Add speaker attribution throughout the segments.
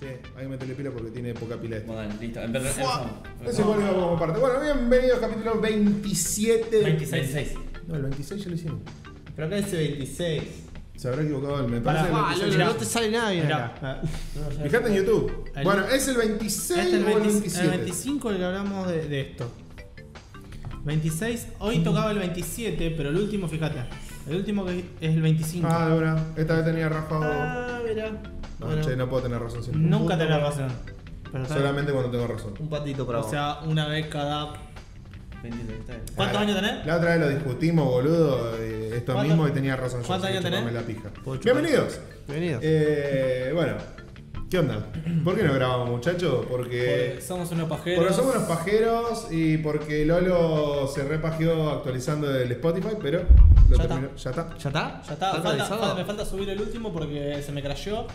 Speaker 1: Sí, hay que meterle pila porque tiene poca pila este.
Speaker 2: Bueno, listo. Empezamos.
Speaker 1: Es igual que como parte. Bueno, bienvenidos capítulo 27.
Speaker 2: 26, 6.
Speaker 1: No, el 26 ya lo hicimos.
Speaker 3: Pero acá dice 26.
Speaker 1: Se habrá equivocado el me
Speaker 3: Pará,
Speaker 1: parece.
Speaker 3: ah,
Speaker 1: el 26.
Speaker 3: Lolo, no te sale nada bien
Speaker 4: Mirá.
Speaker 3: acá.
Speaker 1: Fíjate en YouTube.
Speaker 4: El-
Speaker 1: Bueno, es el 26
Speaker 3: Este es el,
Speaker 1: o el
Speaker 3: 20 el
Speaker 1: 27.
Speaker 3: 25 el que hablamos de, de esto. 26, hoy tocaba el 27, pero el último, fíjate. El último que es el 25.
Speaker 1: Ah, de una. Esta vez tenía Rafa.
Speaker 3: Ah, mirá.
Speaker 1: No,
Speaker 3: Bueno,
Speaker 1: che, no puedo tener razón siempre.
Speaker 3: nunca tenés razón. Pero está bien.
Speaker 1: Solamente cuando tengo razón.
Speaker 3: Un patito para O sea, una vez cada.
Speaker 2: 26, está bien.
Speaker 3: ¿Cuántos
Speaker 1: Ah,
Speaker 3: años tenés?
Speaker 1: La otra vez lo discutimos, boludo. eh, Esto
Speaker 3: ¿Cuánto-
Speaker 1: mismo y tenía razón. yo,
Speaker 3: cuántos
Speaker 1: así que
Speaker 3: años tenés?
Speaker 1: chupame la pija.
Speaker 3: Puedo chupar.
Speaker 1: Bienvenidos.
Speaker 4: Bienvenidos.
Speaker 1: Eh, bueno, ¿qué onda? ¿Por qué no grabamos, muchachos? Porque.
Speaker 2: Porque somos unos pajeros.
Speaker 1: Porque somos unos pajeros y porque Lolo se repajeó actualizando el Spotify, pero lo
Speaker 3: Ya está.
Speaker 1: terminó- ya está.
Speaker 4: ¿Ya está?
Speaker 3: Ya está, falta-
Speaker 4: actualizado?
Speaker 3: falta- me falta subir el último porque se me crashó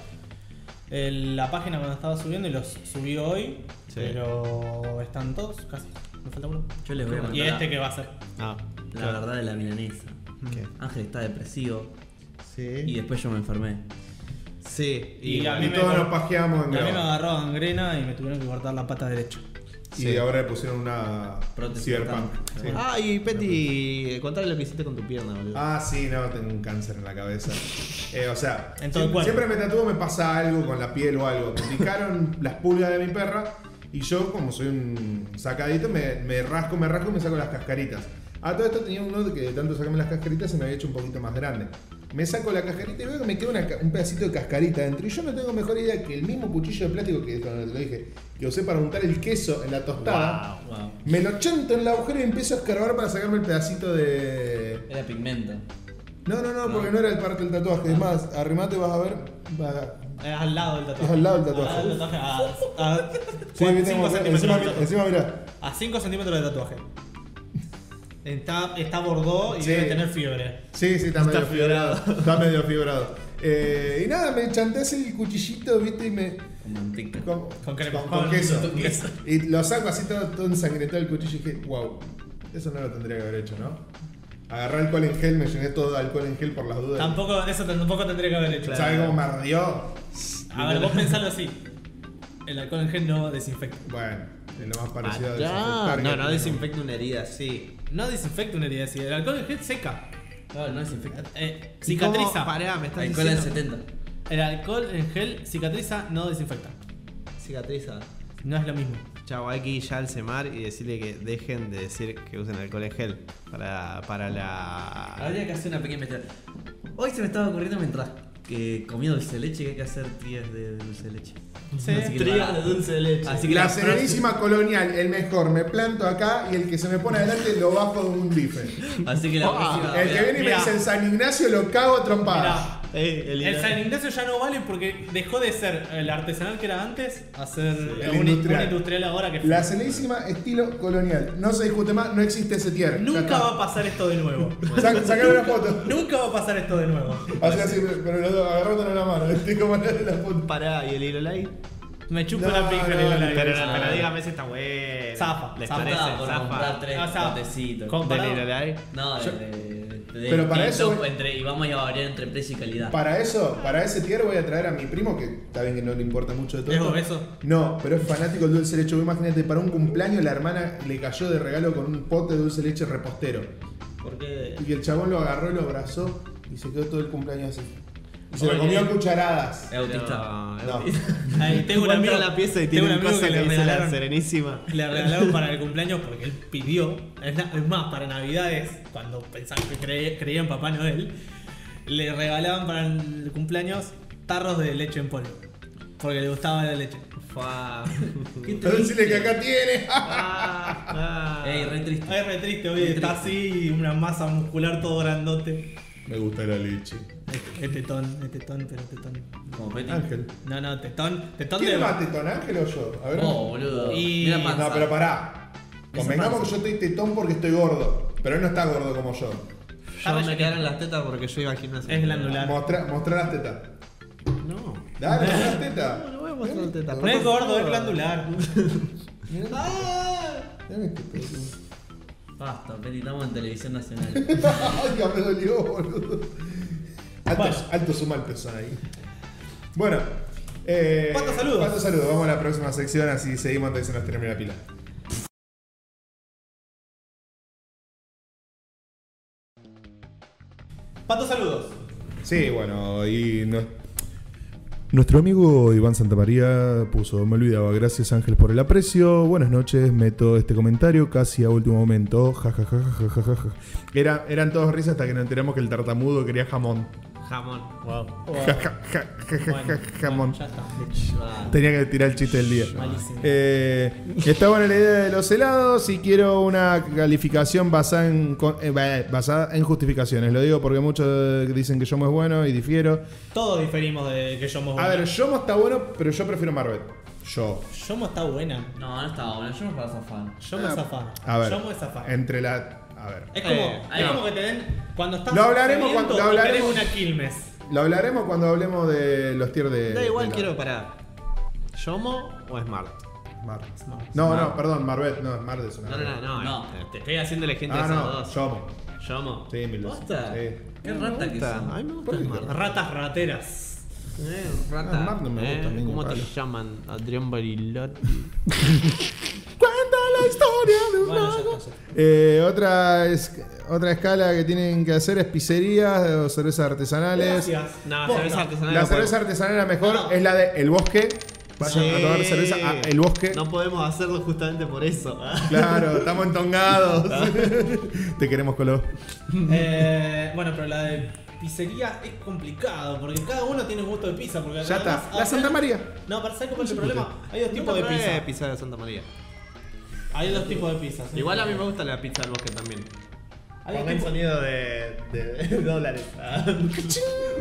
Speaker 3: el- la página cuando estaba subiendo y los subí hoy.
Speaker 4: Sí.
Speaker 3: Pero están todos casi. Me falta uno.
Speaker 5: Yo les voy a
Speaker 3: Y
Speaker 5: contar
Speaker 3: este que va a ser.
Speaker 4: Ah,
Speaker 5: la verdad de la milanesa.
Speaker 4: ¿qué?
Speaker 5: Ángel está depresivo y
Speaker 4: Sí.
Speaker 5: después yo me enfermé.
Speaker 4: Sí.
Speaker 3: Y a mí
Speaker 1: Y
Speaker 3: me,
Speaker 1: todos
Speaker 3: cor-
Speaker 1: nos pajeamos
Speaker 3: a
Speaker 1: en
Speaker 3: mí me
Speaker 1: grado.
Speaker 3: agarró gangrena y me tuvieron que cortar la pata derecha.
Speaker 1: Y
Speaker 4: Sí.
Speaker 1: ahora le pusieron una
Speaker 5: Prótesis
Speaker 1: cyberpunk.
Speaker 5: total.
Speaker 1: Sí.
Speaker 4: Ah, y Petty, contale lo que hiciste con tu pierna, boludo.
Speaker 1: Ah, sí, no, tengo un cáncer en la cabeza. Eh, o sea,
Speaker 3: En todo el
Speaker 1: siem-
Speaker 3: cuerpo.
Speaker 1: siempre me tatúo, me pasa algo con la piel o algo. Me picaron las pulgas de mi perra y yo, como soy un sacadito, me, me rasco, me rasco y me saco las cascaritas. A todo esto tenía uno que de tanto sacarme las cascaritas se me había hecho un poquito más grande. Me saco la cascarita y veo que me queda una ca- un pedacito de cascarita dentro. Y yo no tengo mejor idea que el mismo cuchillo de plástico que cuando te lo dije, que usé para untar el queso en la tostada.
Speaker 3: Ah,
Speaker 2: Wow.
Speaker 1: Me lo chanto en el agujero y empiezo a escarbar para sacarme el pedacito de,
Speaker 2: Era pigmento.
Speaker 1: no, no, no, porque no, era el parte del tatuaje. Es más, arrimate y vas a ver. vas a-
Speaker 3: Es al lado del tatuaje.
Speaker 1: Es al lado del tatuaje.
Speaker 3: Al lado del tatuaje, A, a,
Speaker 1: Sí,
Speaker 3: cua-
Speaker 1: viste
Speaker 3: cinco
Speaker 1: cómo-
Speaker 3: centímetros
Speaker 1: encima,
Speaker 3: del tatuaje.
Speaker 1: encima mirá.
Speaker 3: A 5 centímetros de tatuaje. Está, está bordó y
Speaker 1: Sí.
Speaker 3: debe tener fiebre.
Speaker 1: Sí, sí, está, medio fibrado. Está medio fibrado. Eh, y nada, me chanté así el cuchillito, viste, y me.
Speaker 5: Con manteca.
Speaker 1: Con,
Speaker 3: Con crema.
Speaker 1: con- con
Speaker 3: Con
Speaker 1: queso.
Speaker 3: queso.
Speaker 1: Y lo saco así todo, todo ensangrentado el cuchillo y dije, wow, eso no lo tendría que haber hecho, ¿no? Agarré alcohol en gel, me llené todo de alcohol en gel por las dudas.
Speaker 3: Tampoco, eso tampoco tendría que haber hecho.
Speaker 1: ¿Sabes cómo me ardió?
Speaker 3: A ver, vos pensalo así. El alcohol en gel no desinfecta.
Speaker 1: Bueno, es lo más
Speaker 4: Ah,
Speaker 1: parecido a
Speaker 4: ya.
Speaker 1: desinfectar que
Speaker 4: No, no
Speaker 1: tenemos.
Speaker 4: desinfecta una herida, sí.
Speaker 3: No desinfecta una herida así. El alcohol en gel seca.
Speaker 5: Claro, no desinfecta.
Speaker 3: Eh,
Speaker 4: ¿Y cómo?
Speaker 3: cicatriza.
Speaker 4: Pará, me estás
Speaker 5: Alcohol en
Speaker 4: diciendo.
Speaker 5: 70.
Speaker 3: El alcohol en gel cicatriza, no desinfecta.
Speaker 4: Cicatriza.
Speaker 3: No es lo mismo.
Speaker 4: Chau, hay que ir ya al CEMAR y decirle que dejen de decir que usen alcohol en gel para, para la...
Speaker 5: Habría que hacer una pequeña investigación. Hoy se me estaba ocurriendo mientras que comía dulce de leche que hay que hacer trías de dulce de leche.
Speaker 3: Sí.
Speaker 5: Así que
Speaker 3: Trías
Speaker 5: la-
Speaker 3: de dulce de leche.
Speaker 5: Así que
Speaker 1: La
Speaker 5: próxima-
Speaker 1: serenísima colonial, el mejor. Me planto acá y el que se me pone adelante lo bajo de un bife.
Speaker 5: Así que la
Speaker 4: Ah,
Speaker 5: próxima.
Speaker 1: El que viene y me
Speaker 3: Mirá.
Speaker 1: dice en San Ignacio lo cago a trompadas.
Speaker 3: Mirá,
Speaker 4: Eh,
Speaker 3: el San Ignacio ya no vale porque dejó de ser el artesanal que era antes a ser
Speaker 1: el
Speaker 3: un,
Speaker 1: industrial.
Speaker 3: industrial. industrial ahora que fue.
Speaker 1: La serenísima estilo colonial. No se discute más, no existe ese tier.
Speaker 3: Nunca va a pasar esto de nuevo.
Speaker 1: pasar. Sacar una foto.
Speaker 3: Nunca va a pasar esto de nuevo.
Speaker 1: Así, así, pero los dos agarrándolo en la mano. Estoy como la de la foto.
Speaker 4: Pará, ¿y el hilo light?
Speaker 3: Me chupo
Speaker 1: No,
Speaker 3: la pija
Speaker 1: no,
Speaker 3: en el aire.
Speaker 4: Pero,
Speaker 5: no,
Speaker 4: pero
Speaker 5: no.
Speaker 4: dígame si está bueno.
Speaker 3: Zafa,
Speaker 4: ¿Les
Speaker 3: zafa.
Speaker 4: parece?
Speaker 5: Estaba por comprar
Speaker 4: Zafa.
Speaker 5: tres
Speaker 3: Ah, zafa.
Speaker 5: potecitos.
Speaker 3: Con-
Speaker 4: ¿Del hilo light?
Speaker 5: No, de, de- de-
Speaker 1: Pero para
Speaker 5: y
Speaker 1: eso-
Speaker 5: top entre- y vamos a variar entre precio y calidad.
Speaker 1: Para eso, para ese tier voy a traer a mi primo, que está bien que no le importa mucho de todo.
Speaker 3: ¿Es
Speaker 1: esto.
Speaker 3: obeso?
Speaker 1: No, pero es fanático del dulce de leche. Vos Imagínate, para un cumpleaños la hermana le cayó de regalo con un pote de dulce de leche repostero.
Speaker 5: Porque.
Speaker 1: Y el chabón lo agarró y lo abrazó y se quedó todo el cumpleaños así. Y se lo
Speaker 3: Oye.
Speaker 1: comió a cucharadas.
Speaker 5: Es autista.
Speaker 1: No.
Speaker 3: Ay, tengo un amigo,
Speaker 4: en la pieza y
Speaker 3: tengo un
Speaker 4: tiene un
Speaker 3: amigo
Speaker 4: coso
Speaker 3: que
Speaker 4: que
Speaker 3: le
Speaker 4: dice la
Speaker 3: regalaron,
Speaker 4: serenísima.
Speaker 3: le regalaron para el cumpleaños porque él pidió. Es, na- es más, para Navidades, cuando pensaban que creía, creía en Papá Noel, le regalaban para el cumpleaños tarros de leche en polvo. Porque le gustaba la leche.
Speaker 4: Fa.
Speaker 5: ¿Qué
Speaker 1: Pero decirle que
Speaker 5: triste.
Speaker 1: acá tiene.
Speaker 4: Ah,
Speaker 5: Ey, re triste.
Speaker 3: Es re triste, hoy está así, una masa muscular todo grandote.
Speaker 1: Me gusta la leche.
Speaker 3: Es tetón, es tetón, pero tetón.
Speaker 5: Como Petty.
Speaker 1: Ángel.
Speaker 3: No, no, tetón, tetón de.
Speaker 1: ¿Quién más tetón, Ángel o yo? A ver.
Speaker 5: No, Oh, boludo.
Speaker 3: Y-
Speaker 5: Mira panza.
Speaker 1: no, pero pará. Convengamos que yo estoy tetón porque estoy gordo. Pero él no está gordo como yo.
Speaker 4: Yo me quedaron las tetas porque yo iba al gimnasio.
Speaker 3: Es glandular.
Speaker 1: Mostrá, mostrá las tetas.
Speaker 4: No.
Speaker 1: Dale, mostrá las tetas.
Speaker 4: No voy a mostrar tetas.
Speaker 3: No es gordo, es glandular.
Speaker 1: Dame este pedo.
Speaker 5: Basta, Petty, estamos en televisión nacional.
Speaker 1: Ay, ya me dolió, boludo. Alto,
Speaker 3: Bueno.
Speaker 1: alto suma el peso ahí. Bueno, Eh,
Speaker 3: ¿Cuántos saludos?
Speaker 1: ¿Cuántos saludos? Vamos a la próxima sección, así seguimos antes de que se nos termine la pila.
Speaker 3: Pato, saludos.
Speaker 1: Sí, bueno, y Nuestro amigo Iván Santamaría puso, me olvidaba, gracias Ángel por el aprecio, buenas noches, meto este comentario casi a último momento, ja, ja, ja, ja, ja, ja, ja. Era, eran todos risas hasta que nos enteramos que el tartamudo quería jamón.
Speaker 4: Jamón.
Speaker 3: Wow.
Speaker 1: Ja, ja, ja, ja, ja, ja, jamón.
Speaker 3: Ya está.
Speaker 1: Tenía que tirar el chiste del día.
Speaker 3: Malísimo.
Speaker 1: Eh, está buena la idea de los helados y quiero una calificación basada en, con- eh, bah, basada en justificaciones. Lo digo porque muchos eh, dicen que Yomo es bueno y difiero.
Speaker 3: Todos diferimos de que Yomo es
Speaker 1: A
Speaker 3: buena.
Speaker 1: ver, Yomo está bueno, pero yo prefiero Marvel. Yo.
Speaker 3: Yomo está buena.
Speaker 5: No, no estaba bueno, yo no para zafar.
Speaker 3: Yomo es zafar.
Speaker 1: Ah, A ver.
Speaker 3: Yomo es zafar.
Speaker 1: Entre la. A ver.
Speaker 3: Es como,
Speaker 4: Eh,
Speaker 3: es
Speaker 5: no.
Speaker 3: como que te den. Cuando estás.
Speaker 1: Lo hablaremos
Speaker 3: saliendo,
Speaker 1: cuando- lo
Speaker 3: te
Speaker 1: hablaremos.
Speaker 3: querés una Quilmes.
Speaker 1: Lo hablaremos cuando hablemos de los tier de.
Speaker 4: Da igual,
Speaker 1: Eh, de la-
Speaker 4: quiero parar. ¿Yomo o Smart?
Speaker 1: Mar- No, no, perdón, Marvel. No, Marvel es una.
Speaker 4: No, no, no.
Speaker 5: No.
Speaker 4: eh, Te estoy haciendo el ejemplo
Speaker 1: Ah,
Speaker 4: de esos
Speaker 1: no,
Speaker 4: dos.
Speaker 1: Yomo.
Speaker 4: Yomo.
Speaker 1: Sí, mil veces.
Speaker 5: ¿Posta?
Speaker 1: Sí.
Speaker 5: Qué rata que
Speaker 4: Puta,
Speaker 5: son.
Speaker 4: A mí me gusta
Speaker 1: ¿Por qué?
Speaker 4: Smart.
Speaker 3: Ratas rateras.
Speaker 4: Eh,
Speaker 1: Ah,
Speaker 5: Rata.
Speaker 1: Mar no me gusta,
Speaker 4: eh,
Speaker 1: ni
Speaker 4: ¿Cómo te
Speaker 1: palo.
Speaker 4: llaman? Adrián Barilotti.
Speaker 1: Cuenta la historia de un
Speaker 3: Bueno, ya
Speaker 1: mago.
Speaker 3: está, ya
Speaker 1: Eh, otra, es- otra escala que tienen que hacer es pizzerías o cervezas artesanales.
Speaker 3: Gracias.
Speaker 4: No,
Speaker 3: Posta.
Speaker 4: cerveza artesanal.
Speaker 1: La
Speaker 4: no
Speaker 1: cerveza
Speaker 4: podemos.
Speaker 1: artesanal la mejor
Speaker 3: No, no.
Speaker 1: es la de El Bosque. Vayan a
Speaker 4: Sí.
Speaker 1: tomar cerveza a El Bosque.
Speaker 4: No podemos hacerlo justamente por eso.
Speaker 1: Claro, estamos entongados. Te queremos color.
Speaker 3: Eh, bueno, pero la de pizzería es complicado porque cada uno tiene gusto de pizza. Porque
Speaker 1: Ya
Speaker 3: además-
Speaker 1: está. La Santa María.
Speaker 3: No, pero ¿sabes cuál es el problema? Hay dos tipos de
Speaker 4: Eh,
Speaker 3: pizza.
Speaker 4: pizza de Santa María.
Speaker 3: Hay dos tipos de pizzas.
Speaker 4: Igual a mí me gusta la pizza del bosque también.
Speaker 3: Hay dos tipos-
Speaker 4: sonido de, dólares.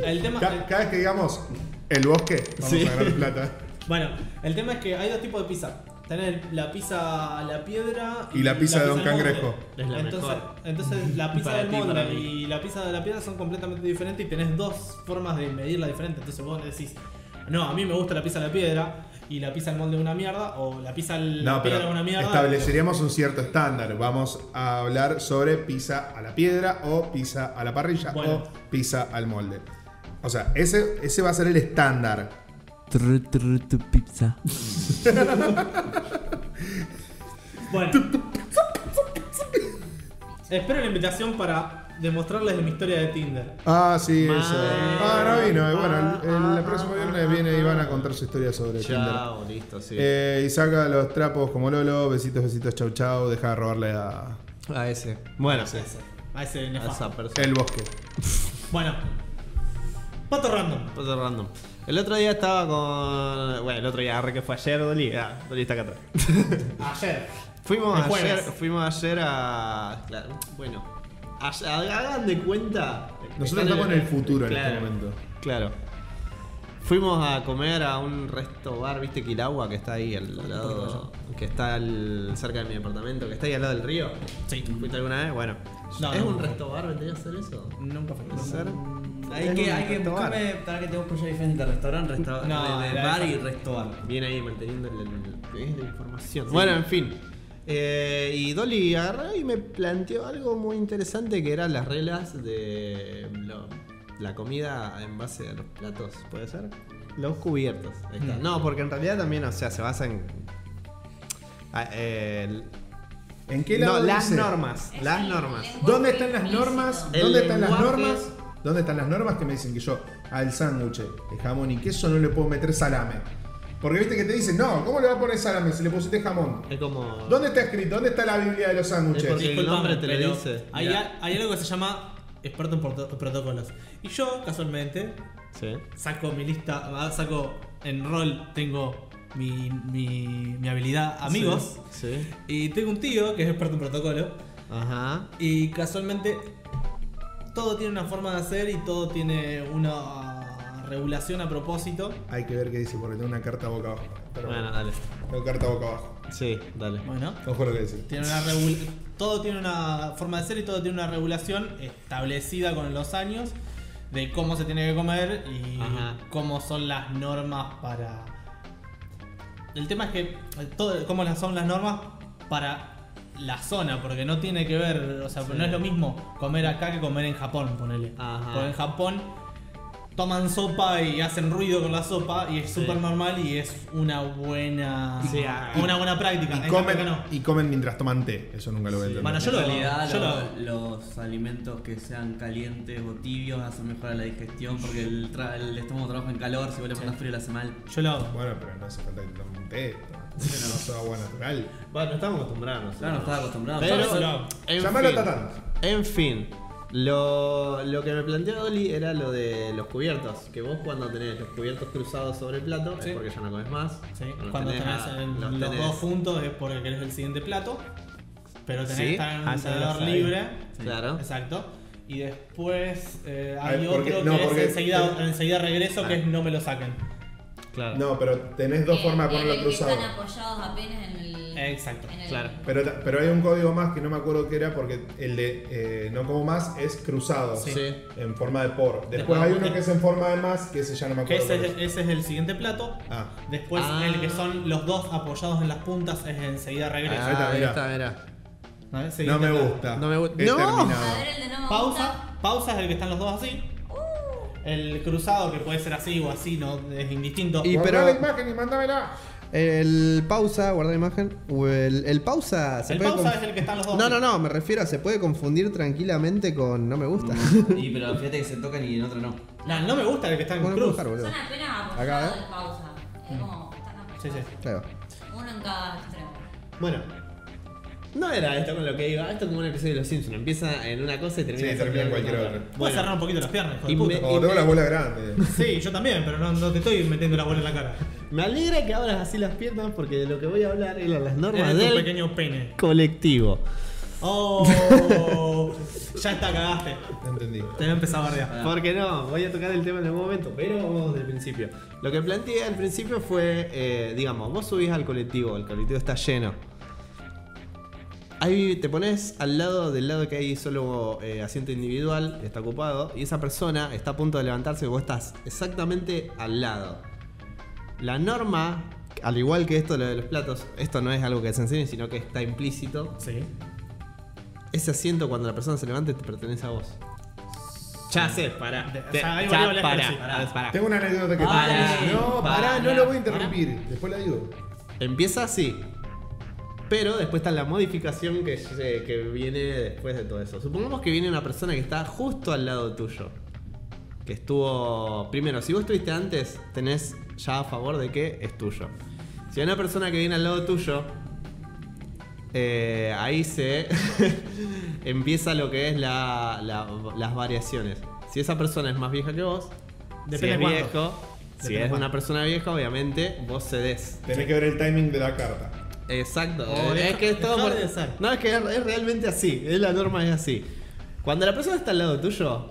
Speaker 3: El tema,
Speaker 1: Ca- cada vez que digamos El Bosque, vamos
Speaker 4: Sí.
Speaker 1: a ganar plata.
Speaker 3: bueno, el tema es que hay dos tipos de pizza. Tenés la pizza a la piedra
Speaker 1: Y la pizza de Don
Speaker 3: al monte.
Speaker 1: Cangrejo.
Speaker 4: Es la
Speaker 3: entonces,
Speaker 4: mejor.
Speaker 3: entonces la pizza
Speaker 4: Para
Speaker 3: del
Speaker 4: ti, para
Speaker 3: monte
Speaker 4: mí.
Speaker 3: y la pizza de la piedra son completamente diferentes y tenés dos formas de medirla diferente. Entonces vos decís, no, a mí me gusta la pizza de la piedra y la pizza del molde es una mierda o la pizza de la
Speaker 1: No,
Speaker 3: piedra
Speaker 1: pero
Speaker 3: es una mierda.
Speaker 1: estableceríamos un cierto estándar. Vamos a hablar sobre pizza a la piedra o pizza a la parrilla
Speaker 3: Bueno.
Speaker 1: o pizza al molde. O sea, ese, ese va a ser el estándar.
Speaker 5: Tru, tru, tu pizza.
Speaker 3: Bueno. Espero la invitación para demostrarles de mi historia de Tinder.
Speaker 1: Ah, sí,
Speaker 4: Ma-
Speaker 1: eso. Ah, no vino. Y bueno,
Speaker 4: Ah,
Speaker 1: el, el
Speaker 4: ah,
Speaker 1: próximo
Speaker 4: ah,
Speaker 1: viernes
Speaker 4: ah,
Speaker 1: viene
Speaker 4: ah.
Speaker 1: Iván a contar su historia sobre Tinder.
Speaker 4: Chao, listo, sí.
Speaker 1: Eh, y saca los trapos como Lolo. Besitos, besitos, chau, chau. Deja de robarle a
Speaker 4: a ese. Bueno,
Speaker 3: A ese
Speaker 4: a
Speaker 3: nefasto.
Speaker 4: esa persona.
Speaker 1: El Bosque.
Speaker 3: Bueno. Pato random.
Speaker 4: Paso Pues random. El otro día estaba con. Bueno, el otro día, arre que fue ayer, Dolly. Ah, Dolly está acá atrás.
Speaker 3: Ayer.
Speaker 4: Fuimos
Speaker 3: El jueves.
Speaker 4: ayer, fuimos ayer a. Claro, bueno. Ayer- hagan de cuenta.
Speaker 1: Nosotros
Speaker 4: Están
Speaker 1: estamos en el futuro en este
Speaker 4: claro,
Speaker 1: momento.
Speaker 4: Claro. Fuimos a comer a un resto bar, viste, Quilagua, que está ahí al lado. Que está al- cerca de mi departamento, que está ahí al lado del río.
Speaker 3: Sí.
Speaker 4: ¿Fuiste alguna vez? Bueno.
Speaker 5: Ah,
Speaker 3: No,
Speaker 4: ¿Es
Speaker 3: no,
Speaker 4: un
Speaker 3: no.
Speaker 4: resto bar? ¿Vendría a ser eso?
Speaker 3: Nunca fue.
Speaker 4: ¿Puede ser?
Speaker 5: Hay
Speaker 4: Es
Speaker 5: que,
Speaker 4: un
Speaker 5: hay que
Speaker 4: resto bar.
Speaker 5: buscarme para que tengo un proyecto diferente de restaurante, restaurante,
Speaker 3: No,
Speaker 5: de, de
Speaker 3: era
Speaker 5: bar
Speaker 3: esa.
Speaker 5: y restaurante.
Speaker 4: Bien ahí manteniendo el- el- el- la información. Bueno, en fin. Eh, y Dolly agarró y me planteó algo muy interesante que eran las reglas de lo- la comida en base a los platos, ¿puede ser? Los cubiertos. ahí está.
Speaker 3: Mm.
Speaker 4: No, porque en realidad también, o sea, se basa en... ah, eh, el-
Speaker 1: ¿En qué
Speaker 4: no,
Speaker 1: lado
Speaker 4: las
Speaker 1: dice?
Speaker 4: normas. Las normas.
Speaker 1: ¿Dónde están las normas?
Speaker 4: El
Speaker 1: ¿Dónde están las
Speaker 4: lenguaje.
Speaker 1: normas? ¿Dónde están las normas que me dicen que yo al sándwich de jamón y queso no le puedo meter salame? Porque viste que te dicen, no, ¿cómo le va a poner salame si le pusiste jamón?
Speaker 4: Es como...
Speaker 1: ¿Dónde está escrito? ¿Dónde está la Biblia de los
Speaker 4: Es
Speaker 1: sándwiches?
Speaker 4: porque- el nombre te lo dice.
Speaker 3: Hay,
Speaker 4: Mirá.
Speaker 3: hay algo que se llama experto en proto- protocolos. Y yo, casualmente,
Speaker 4: Sí.
Speaker 3: saco mi lista, ah, saco en rol, tengo mi, mi, mi habilidad amigos.
Speaker 4: Sí.
Speaker 3: Y tengo un tío que es experto en protocolo.
Speaker 4: Ajá.
Speaker 3: Y casualmente todo tiene una forma de hacer y todo tiene una regulación a propósito.
Speaker 1: Hay que ver qué dice, porque tengo una carta boca abajo. Pero
Speaker 4: Bueno,
Speaker 1: bueno,
Speaker 4: dale.
Speaker 1: tengo carta boca abajo.
Speaker 4: Sí, dale.
Speaker 3: Bueno,
Speaker 1: Ojo lo que dice.
Speaker 3: tiene una regul- todo tiene una forma de hacer y todo tiene una regulación establecida con los años de cómo se tiene que comer y
Speaker 4: Ajá.
Speaker 3: cómo son las normas para... El tema es que eh, todo, cómo las- son las normas para la zona, porque no tiene que ver, o sea, no es lo mismo comer acá que comer en Japón, ponele.
Speaker 4: Ajá.
Speaker 3: Porque en Japón toman sopa y hacen ruido con la sopa y es súper normal y es una buena
Speaker 4: Sí, ah.
Speaker 3: una buena práctica. En
Speaker 1: Y
Speaker 3: cambio
Speaker 1: comen,
Speaker 3: que no.
Speaker 1: y comen mientras toman té. Eso nunca lo voy a entender.
Speaker 3: Bueno, yo
Speaker 5: en
Speaker 3: lo-
Speaker 5: realidad,
Speaker 3: yo
Speaker 5: lo- los alimentos que sean calientes o tibios hacen mejor a la digestión porque el, tra- el estómago trabaja en calor, si vos le pones frío le hace mal.
Speaker 3: Yo lo hago.
Speaker 1: Bueno, pero no hace falta que tomen un té. No, es agua natural.
Speaker 4: Bueno, estamos acostumbrados. nosotros.
Speaker 5: Claro, no estaba acostumbrado.
Speaker 4: Pero,
Speaker 3: Yo no.
Speaker 4: en
Speaker 1: Llamalo
Speaker 4: fin,
Speaker 1: Tatán.
Speaker 4: En fin, lo, lo que me planteó Dolly era lo de los cubiertos. Que vos cuando tenés los cubiertos cruzados sobre el plato,
Speaker 3: Sí.
Speaker 4: es porque ya no comes más.
Speaker 3: Sí,
Speaker 4: Los
Speaker 3: Cuando tenés,
Speaker 4: a-
Speaker 3: el-
Speaker 4: los
Speaker 3: los,
Speaker 4: tenés-
Speaker 3: dos juntos es porque querés el siguiente plato. Pero tenés
Speaker 4: Sí,
Speaker 3: que estar en
Speaker 4: ah,
Speaker 3: un
Speaker 4: eso no lo
Speaker 3: tenedor
Speaker 4: sabía.
Speaker 3: libre.
Speaker 4: Claro.
Speaker 3: Exacto. Y después eh,
Speaker 1: A
Speaker 3: hay
Speaker 1: ver,
Speaker 3: otro
Speaker 1: porque-
Speaker 3: que
Speaker 1: no,
Speaker 3: es
Speaker 1: porque-
Speaker 3: enseguida, enseguida regreso, que
Speaker 4: Ah.
Speaker 3: es no me lo saquen.
Speaker 4: Claro.
Speaker 1: No, pero tenés dos
Speaker 6: Eh,
Speaker 1: formas de
Speaker 6: tienen
Speaker 1: ponerlo
Speaker 6: que
Speaker 1: cruzado.
Speaker 6: Están apoyados apenas en el.
Speaker 3: Exacto,
Speaker 6: en el-
Speaker 4: claro.
Speaker 1: Pero, ta- pero hay un código más que no me acuerdo qué era porque el de eh, no como más es cruzado.
Speaker 4: Sí.
Speaker 1: En forma de por. Después
Speaker 3: Después
Speaker 1: hay
Speaker 3: vamos
Speaker 1: uno
Speaker 3: a-
Speaker 1: que es en forma de más, que ese ya no me
Speaker 3: Que
Speaker 1: acuerdo.
Speaker 3: ese,
Speaker 1: cuál
Speaker 3: es- ese es el siguiente plato.
Speaker 1: Ah.
Speaker 3: Después
Speaker 4: Ah.
Speaker 3: el que son los dos apoyados en las puntas es enseguida regreso.
Speaker 1: ahí está,
Speaker 4: Ah, ahí
Speaker 1: mirá.
Speaker 4: está, mirá.
Speaker 3: ¿No? Ese
Speaker 1: No me
Speaker 3: plato.
Speaker 1: gusta.
Speaker 4: No me gusta.
Speaker 1: He
Speaker 4: ¡No!
Speaker 6: A ver
Speaker 1: terminado.
Speaker 6: el de no me gusta.
Speaker 3: Pausa. Pausa es el que están los dos así. El cruzado que puede ser así o así, no es indistinto.
Speaker 4: Y-
Speaker 1: Guardá
Speaker 4: pero-
Speaker 1: la imagen y mándamela.
Speaker 4: El pausa, guardar imagen. o el, el pausa se
Speaker 3: el
Speaker 4: puede.
Speaker 3: pausa
Speaker 4: conf-
Speaker 3: es el que están los dos.
Speaker 4: No, no, no, me refiero a se puede confundir tranquilamente con no me
Speaker 3: Mm.
Speaker 4: gusta.
Speaker 5: Y pero fíjate que se tocan y en otro no.
Speaker 3: No, no me gusta el que está en
Speaker 4: Bueno, puedo
Speaker 3: cruz.
Speaker 4: buscar, boludo.
Speaker 6: Son apenas
Speaker 4: Acá,
Speaker 6: apoyados
Speaker 4: ¿eh?
Speaker 6: de pausa. Es como. Están apoyados.
Speaker 3: Mm. Sí, sí.
Speaker 4: Claro.
Speaker 6: Uno en cada extremo.
Speaker 4: Bueno. No era esto con lo que iba, esto es como un episodio de Los Simpsons. Empieza en una cosa y termina,
Speaker 1: Sí, termina en cualquier
Speaker 4: otra.
Speaker 1: otra.
Speaker 3: Voy a cerrar un poquito las piernas, hijo de
Speaker 4: Y
Speaker 3: puta.
Speaker 4: me-
Speaker 1: Como Oh, tengo las bolas grandes.
Speaker 3: Sí, yo también, pero no, no te estoy metiendo la bola en la cara.
Speaker 4: Me alegra que abras así las piernas porque de lo que voy a hablar eran las normas
Speaker 3: Eres un
Speaker 4: del
Speaker 3: pequeño pene.
Speaker 4: colectivo.
Speaker 3: Oh, ya está, cagaste.
Speaker 1: No entendí.
Speaker 3: Te voy a empezar a bardear.
Speaker 4: Porque no, voy a tocar el tema en algún momento, pero vamos del principio. Lo que planteé al principio fue, eh, digamos, vos subís al colectivo, el colectivo está lleno. Ahí te pones al lado del lado que hay solo eh, asiento individual, está ocupado, y esa persona está a punto de levantarse y vos estás exactamente al lado. La norma, al igual que esto lo de los platos, esto no es algo que se enseñe, sino que está implícito.
Speaker 3: Sí.
Speaker 4: Ese asiento cuando la persona se levante te pertenece a vos. Ya sé, pará.
Speaker 3: De- o
Speaker 4: Te-
Speaker 3: sea, ahí
Speaker 4: ya,
Speaker 3: volvió a hablar
Speaker 4: pará,
Speaker 3: Percy.
Speaker 4: pará, pará.
Speaker 1: Tengo una anécdota que
Speaker 5: Pará,
Speaker 1: No, pará, no
Speaker 5: pará,
Speaker 1: lo voy a interrumpir. Después la digo.
Speaker 4: Empieza así. Pero después está la modificación que, se- que viene después de todo eso. Supongamos que viene una persona que está justo al lado tuyo. Que estuvo. Primero, si vos estuviste antes, tenés ya a favor de que es tuyo. Si hay una persona que viene al lado tuyo, eh, ahí se empieza lo que es la- la- las variaciones. Si esa persona es más vieja que vos, si
Speaker 3: Depende
Speaker 4: es
Speaker 3: cuánto.
Speaker 4: viejo, si
Speaker 3: Depende
Speaker 4: es
Speaker 3: cuánto.
Speaker 4: una persona vieja, obviamente vos cedes.
Speaker 1: Tenés que ver el timing de la carta.
Speaker 4: Exacto.
Speaker 3: Oh,
Speaker 4: es
Speaker 3: deja-
Speaker 4: que es todo
Speaker 3: deja
Speaker 4: por-
Speaker 3: de ser.
Speaker 4: No, es que es, es realmente así. Es la norma es así. Cuando la persona está al lado tuyo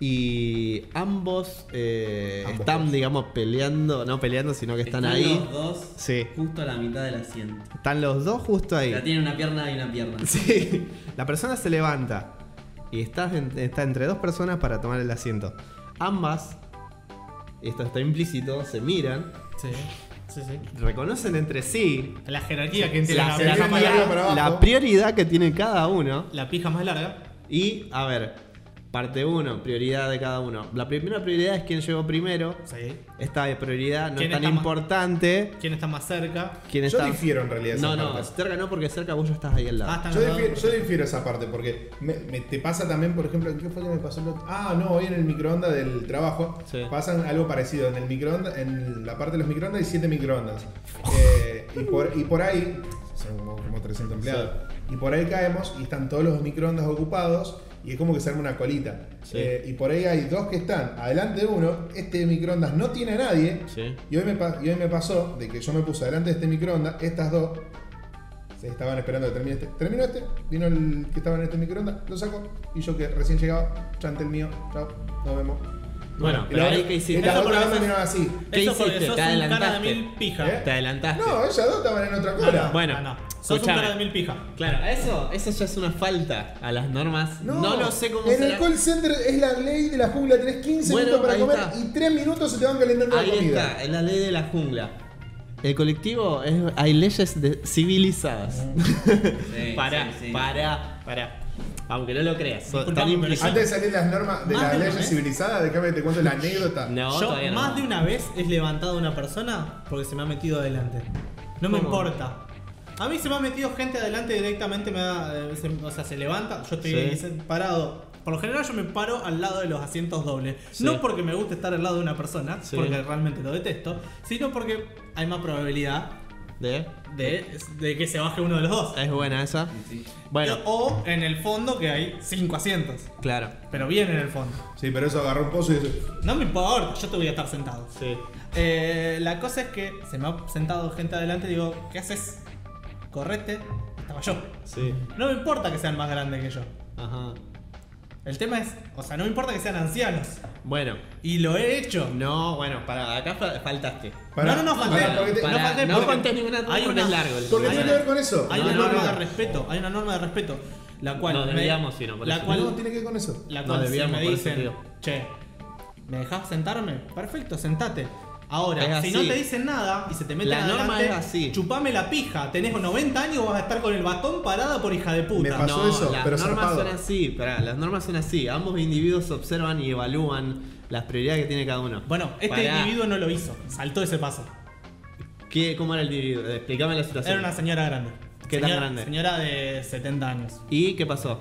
Speaker 4: y ambos, eh,
Speaker 1: Ambos
Speaker 4: están,
Speaker 1: dos.
Speaker 4: digamos, peleando, no peleando, sino que están, ahí.
Speaker 5: Los dos
Speaker 4: Sí.
Speaker 5: justo a la mitad del asiento.
Speaker 4: Están los dos justo
Speaker 5: Ya
Speaker 4: ahí.
Speaker 5: tienen una pierna y una pierna.
Speaker 4: Sí. La persona se levanta y está, está entre dos personas para tomar el asiento. Ambas, esto está implícito, se miran,
Speaker 3: Sí. Sí, sí.
Speaker 4: reconocen entre sí
Speaker 3: La jerarquía que tiene
Speaker 4: la,
Speaker 3: la,
Speaker 1: jerarquía.
Speaker 3: pija más
Speaker 1: arriba
Speaker 4: prioridad,
Speaker 3: larga.
Speaker 1: para abajo.
Speaker 4: la prioridad que tiene cada uno.
Speaker 3: La pija más larga.
Speaker 4: Y, a ver, parte 1, prioridad de cada uno. La primera prioridad es quién llegó primero.
Speaker 3: Sí.
Speaker 4: Esta prioridad no es
Speaker 3: ¿Quién
Speaker 4: tan
Speaker 3: está más-
Speaker 4: importante.
Speaker 3: ¿Quién está más cerca?
Speaker 4: ¿Quién
Speaker 1: Yo
Speaker 4: está?
Speaker 1: difiero en realidad. de
Speaker 4: no,
Speaker 1: esa
Speaker 4: no,
Speaker 1: parte.
Speaker 4: cerca no, porque cerca vos ya estás ahí al lado.
Speaker 3: Ah, están
Speaker 1: Yo
Speaker 3: los dos.
Speaker 1: difiero, yo difiero esa parte porque me, me- te pasa también, por ejemplo, ¿qué fue que me pasó? el otro- Ah, no, hoy en el microondas del trabajo
Speaker 4: Sí.
Speaker 1: pasan algo parecido. En el microondas, en la parte de los microondas hay 7 microondas. Eh, y, por, y por ahí, son como, como 300 empleados, y por ahí caemos y están todos los microondas ocupados y es como que se arma una colita.
Speaker 4: Sí.
Speaker 1: Eh, y por ahí hay dos que están adelante de uno, este microondas no tiene a nadie.
Speaker 4: Sí.
Speaker 1: Y hoy, me, pa- y hoy me pasó de que yo me puse delante de este microondas, estas dos se estaban esperando que termine este. Terminó este, vino el que estaba en este microondas, lo saco y yo que recién llegado, chante el mío, chao, nos vemos.
Speaker 4: Bueno,
Speaker 1: Y
Speaker 4: pero
Speaker 1: la-
Speaker 4: ahí que
Speaker 1: y
Speaker 4: hiciste.
Speaker 1: las
Speaker 3: Eso
Speaker 1: otras
Speaker 3: porque
Speaker 1: dos terminaron así.
Speaker 4: ¿Qué
Speaker 3: Eso porque sos
Speaker 4: hiciste? Te
Speaker 3: un cara de
Speaker 4: adelantaste.
Speaker 3: mil pija.
Speaker 1: ¿Eh?
Speaker 4: Te adelantaste.
Speaker 1: No, ellas dos estaban en otra
Speaker 3: No,
Speaker 1: cola.
Speaker 3: no,
Speaker 4: Ah, Bueno,
Speaker 3: no, no. Sos un
Speaker 4: escuchame.
Speaker 3: cara de mil pija.
Speaker 4: Claro, eso, eso ya es una falta a las normas. No, lo sé cómo
Speaker 1: En
Speaker 4: será.
Speaker 1: el call center es la ley de la jungla, tenés 15
Speaker 4: Bueno,
Speaker 1: minutos para
Speaker 4: ahí
Speaker 1: comer
Speaker 4: está.
Speaker 1: y 3 minutos se te van calentando
Speaker 4: Ahí
Speaker 1: la comida.
Speaker 4: está, es la ley de la jungla. El colectivo, es- hay leyes de- civilizadas.
Speaker 5: Sí,
Speaker 4: pará,
Speaker 5: sí, sí.
Speaker 4: pará, pará. Aunque no lo creas, so-
Speaker 3: Disculpame,
Speaker 4: tan
Speaker 3: pero
Speaker 4: impresionante.
Speaker 1: Antes de salir las normas de
Speaker 3: Más
Speaker 1: las
Speaker 3: de una
Speaker 1: leyes
Speaker 3: vez.
Speaker 1: civilizadas, déjame te cuento la anécdota.
Speaker 4: No,
Speaker 3: Yo
Speaker 4: todavía no.
Speaker 3: más de una vez es levantado una persona porque se me ha metido adelante. No me
Speaker 4: ¿Cómo?
Speaker 3: importa. A mí se me ha metido gente adelante directamente, me ha- eh, se- o sea, se levanta, yo estoy
Speaker 4: Sí.
Speaker 3: parado. Por lo general yo me paro al lado de los asientos dobles.
Speaker 4: Sí.
Speaker 3: No porque me guste estar al lado de una persona,
Speaker 4: Sí.
Speaker 3: porque realmente lo detesto, sino porque hay más probabilidad
Speaker 4: De-
Speaker 3: de, de que se baje uno de los dos.
Speaker 4: Es buena esa.
Speaker 5: Sí.
Speaker 4: Eh, Bueno,
Speaker 3: O en el fondo que hay cinco asientos.
Speaker 4: claro.
Speaker 3: Pero bien en el fondo.
Speaker 1: Sí, pero eso agarró un pozo y dice,
Speaker 3: No me importa, yo te voy a estar sentado.
Speaker 4: Sí.
Speaker 3: Eh, la cosa es que se me ha sentado gente adelante y digo, ¿qué haces? Correte, estaba yo.
Speaker 4: Sí.
Speaker 3: No me importa que sean más grandes que yo.
Speaker 4: Ajá.
Speaker 3: El tema es, o sea, no me importa que sean ancianos.
Speaker 4: Bueno.
Speaker 3: Y lo he hecho.
Speaker 4: No, bueno, para acá fa- faltaste.
Speaker 1: pará,
Speaker 3: no, no, no falté.
Speaker 1: pará, porque te-
Speaker 3: No
Speaker 4: Pará,
Speaker 3: falté
Speaker 4: no
Speaker 3: porque-
Speaker 4: contés ninguna
Speaker 3: hay
Speaker 4: porque
Speaker 3: una-
Speaker 4: es largo el-
Speaker 1: Porque
Speaker 4: hay
Speaker 1: tiene que
Speaker 4: una-
Speaker 1: ver con eso.
Speaker 3: Hay
Speaker 4: No,
Speaker 3: una
Speaker 4: no,
Speaker 3: norma
Speaker 4: no.
Speaker 3: de respeto, hay una norma de respeto. La cual.
Speaker 4: Nos
Speaker 3: me-
Speaker 4: desviamos, sí, no, por
Speaker 3: La
Speaker 4: eso.
Speaker 3: cual.
Speaker 1: No, tiene que ver con eso.
Speaker 3: La
Speaker 4: Nos
Speaker 3: cual si
Speaker 4: desviamos,
Speaker 3: me
Speaker 4: por eso te
Speaker 3: dicen,
Speaker 4: digo.
Speaker 3: che, ¿me dejás sentarme? Perfecto, sentate. Ahora,
Speaker 4: Es
Speaker 3: si
Speaker 4: así.
Speaker 3: no te dicen nada y se te meten
Speaker 4: La
Speaker 3: adelante,
Speaker 4: norma es así.
Speaker 3: chupame la pija. Tenés 90 años vas a estar con el bastón parada por hija de puta.
Speaker 1: Me pasó.
Speaker 4: No,
Speaker 1: eso,
Speaker 4: las
Speaker 1: pero
Speaker 4: normas
Speaker 1: zarpado.
Speaker 4: son así, pará, las normas son así. Ambos individuos observan y evalúan las prioridades que tiene cada uno.
Speaker 3: Bueno, este
Speaker 4: Pará,
Speaker 3: individuo no lo hizo, saltó ese paso.
Speaker 4: ¿qué- ¿Cómo era el individuo? Explicame la situación.
Speaker 3: Era una señora grande.
Speaker 4: ¿Qué tan
Speaker 3: Señora-
Speaker 4: grande?
Speaker 3: Señora de 70 años.
Speaker 4: ¿Y qué pasó?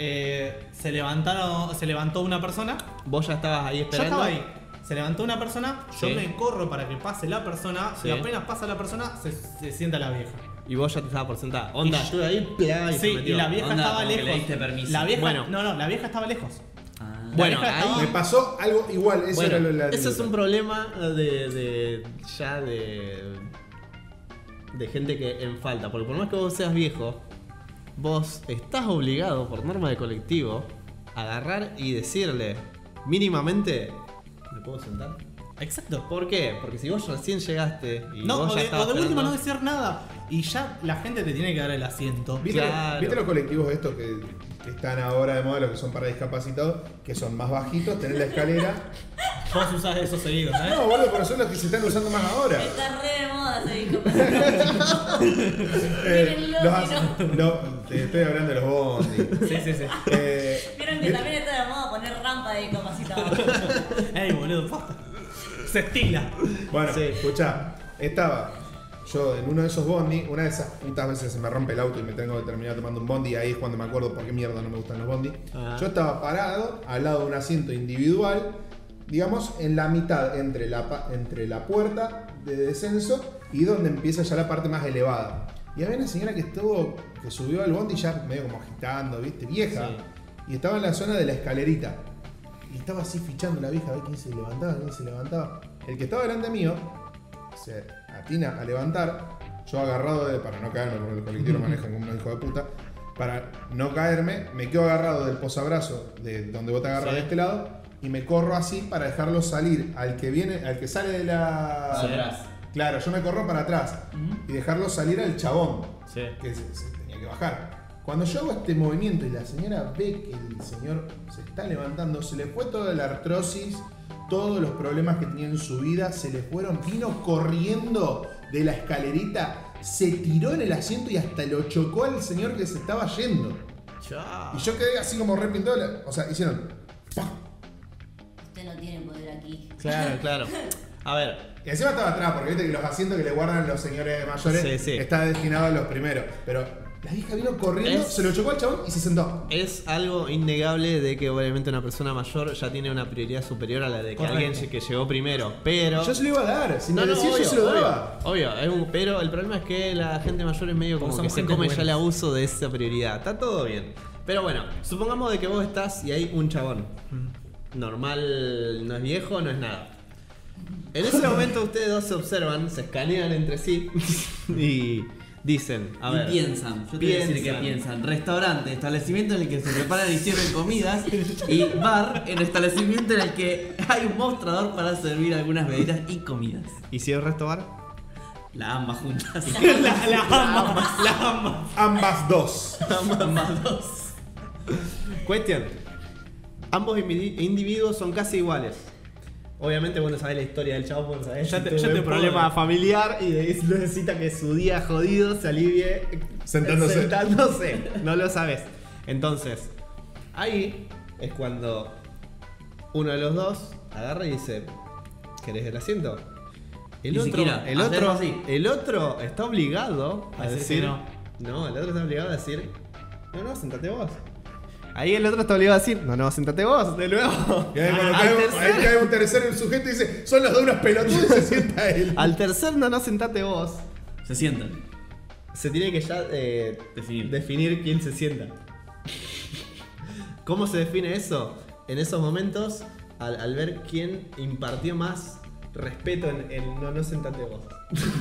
Speaker 3: Eh, se, levantaron, se levantó una persona.
Speaker 4: Vos ya estabas ahí
Speaker 3: Yo
Speaker 4: esperando.
Speaker 3: estaba ahí. Se levantó una persona, yo
Speaker 4: Sí.
Speaker 3: me corro para que pase la persona
Speaker 4: Sí.
Speaker 3: y apenas pasa la persona se- se sienta la vieja.
Speaker 4: Y vos ya te estabas por sentada. Onda,
Speaker 3: Y-
Speaker 4: estuve ahí, plá, y se
Speaker 3: Sí, y
Speaker 4: metió.
Speaker 3: la vieja
Speaker 5: Onda,
Speaker 3: estaba
Speaker 5: como que le
Speaker 3: lejos.
Speaker 5: diste permiso.
Speaker 3: La vieja,
Speaker 4: Bueno.
Speaker 3: no, no, la vieja estaba lejos.
Speaker 5: Ah.
Speaker 3: la
Speaker 4: Bueno,
Speaker 3: vieja
Speaker 4: ahí.
Speaker 3: estaba-
Speaker 1: Me pasó algo igual, eso
Speaker 4: Bueno,
Speaker 1: era lo- la
Speaker 4: ese es un
Speaker 1: anécdota.
Speaker 4: problema de, de- ya de de gente que en falta, porque por más que vos seas viejo, vos estás obligado por norma de colectivo a agarrar y decirle mínimamente ¿me puedo sentar?
Speaker 3: Exacto.
Speaker 4: ¿Por qué? Porque si vos recién llegaste y
Speaker 3: No,
Speaker 4: vos
Speaker 3: o
Speaker 4: ya
Speaker 3: de,
Speaker 4: estabas
Speaker 3: o de última
Speaker 4: esperando-
Speaker 3: no decir nada. Y ya la gente te tiene que dar el asiento.
Speaker 1: ¿Viste,
Speaker 4: Claro.
Speaker 1: ¿Viste los colectivos estos que, que están ahora de moda, los que son para discapacitados, que son más bajitos, tenés la escalera?
Speaker 3: Vos usás eso seguido, ¿sabes?
Speaker 1: No, boludo, pero son los que se están usando más ahora.
Speaker 6: Está re de moda ese disco.
Speaker 1: Eh,
Speaker 6: Mírenlo,
Speaker 1: los as- los- te estoy hablando de los bondi.
Speaker 3: Sí, sí, sí.
Speaker 1: Eh,
Speaker 6: Vieron que también está de moda poner rampa de discapacitados.
Speaker 3: Ey, boludo, posta. Se estila.
Speaker 1: bueno,
Speaker 4: Sí.
Speaker 1: escuchá, estaba yo en uno de esos bondi, una de esas putas veces se me rompe el auto y me tengo que terminar tomando un bondi, ahí es cuando me acuerdo por qué mierda no me gustan los bondi.
Speaker 4: Ah.
Speaker 1: Yo estaba parado al lado de un asiento individual, digamos en la mitad entre la, pa- entre la puerta de descenso y donde empieza ya la parte más elevada. Y había una señora que estuvo, que subió al bondi ya medio como agitando, viste, vieja.
Speaker 4: Sí.
Speaker 1: Y estaba en la zona de la escalerita. Y estaba así fichando la vieja, a ver quién se levantaba, quién se levantaba. El que estaba delante mío se atina a levantar. Yo agarrado de, para no caerme, porque el colectivo lo manejan como un hijo de puta. Para no caerme, me quedo agarrado del posabrazo de donde vos te agarras
Speaker 4: Sí.
Speaker 1: de este lado y me corro así para dejarlo salir al que viene, al que sale de la.
Speaker 5: Para atrás.
Speaker 1: Claro, yo me corro para atrás y dejarlo salir al chabón
Speaker 4: Sí.
Speaker 1: que se, se tenía que bajar. Cuando yo hago este movimiento y la señora ve que el señor se está levantando, se le fue toda la artrosis, todos los problemas que tenía en su vida, se le fueron, vino corriendo de la escalerita, se tiró en el asiento y hasta lo chocó al señor que se estaba yendo.
Speaker 4: Chao.
Speaker 1: Y yo quedé así como repintado, o sea, hicieron... ¡pah!
Speaker 6: Usted no tiene poder aquí.
Speaker 4: Claro, claro. A ver,
Speaker 1: Y encima estaba atrás, porque viste que los asientos que le guardan los señores mayores
Speaker 4: Sí, sí.
Speaker 1: está destinado a los primeros. Pero la vieja vino corriendo,
Speaker 4: Es-
Speaker 1: se lo chocó al chabón y se sentó.
Speaker 4: Es algo innegable de que obviamente una persona mayor ya tiene una prioridad superior a la de que
Speaker 3: Correcto.
Speaker 4: alguien que llegó primero, pero...
Speaker 1: Yo se lo iba a dar, si me
Speaker 4: No, no,
Speaker 1: decía yo se lo daba.
Speaker 4: obvio, obvio, es un- pero el problema es que la gente mayor es medio como
Speaker 3: Porque
Speaker 4: que
Speaker 3: somos
Speaker 4: se
Speaker 3: gente
Speaker 4: come ya
Speaker 3: buena.
Speaker 4: el abuso de esa prioridad. Está todo bien. Pero bueno, supongamos de que vos estás y hay un chabón. Normal, no es viejo, no es nada. En ese momento ustedes dos se observan, se escanean entre sí y dicen, a
Speaker 5: y
Speaker 4: ver,
Speaker 5: piensan, yo te voy a decir que
Speaker 4: piensan.
Speaker 5: piensan. Restaurante, establecimiento en el que se preparan y sirven comidas. Y bar, en establecimiento en el que hay un mostrador para servir algunas bebidas y comidas.
Speaker 4: ¿Y si el resto bar?
Speaker 5: La ambas juntas.
Speaker 3: La, la ama, la ama.
Speaker 1: Ambas dos.
Speaker 5: ambas dos.
Speaker 4: Cuestión. Ambos invi- individuos son casi iguales. Obviamente vos no sabés la historia del chavo, vos no sabés
Speaker 3: Ya
Speaker 4: si
Speaker 3: te-
Speaker 4: tuvo
Speaker 3: ya te
Speaker 4: un
Speaker 3: puedo-
Speaker 4: problema familiar y de- necesita que su día jodido se alivie
Speaker 1: Sentándose.
Speaker 4: sentándose. No lo sabes. Entonces, ahí es cuando uno de los dos agarra y dice, ¿querés el asiento? El
Speaker 5: Ni
Speaker 4: otro,
Speaker 5: siquiera,
Speaker 4: el
Speaker 5: hacerlo
Speaker 4: otro,
Speaker 5: así.
Speaker 4: el otro está obligado a
Speaker 3: Decir que
Speaker 4: decir,
Speaker 3: no.
Speaker 4: no, el otro está obligado a decir, no, no, sentate vos. Ahí el otro está obligado a decir, no, no, sentate vos, de nuevo.
Speaker 1: Y ahí cuando
Speaker 4: Ah, Al
Speaker 1: cae, un-
Speaker 4: tercer-
Speaker 1: ahí cae un tercero el sujeto y dice, son los dos unos pelotudos y se sienta él.
Speaker 4: al tercer no, no, sentate vos.
Speaker 5: Se sientan.
Speaker 4: Se tiene que ya eh,
Speaker 5: Definir.
Speaker 4: definir quién se sienta. ¿Cómo se define eso? En esos momentos, al, al ver quién impartió más respeto en, en no, no sentate vos.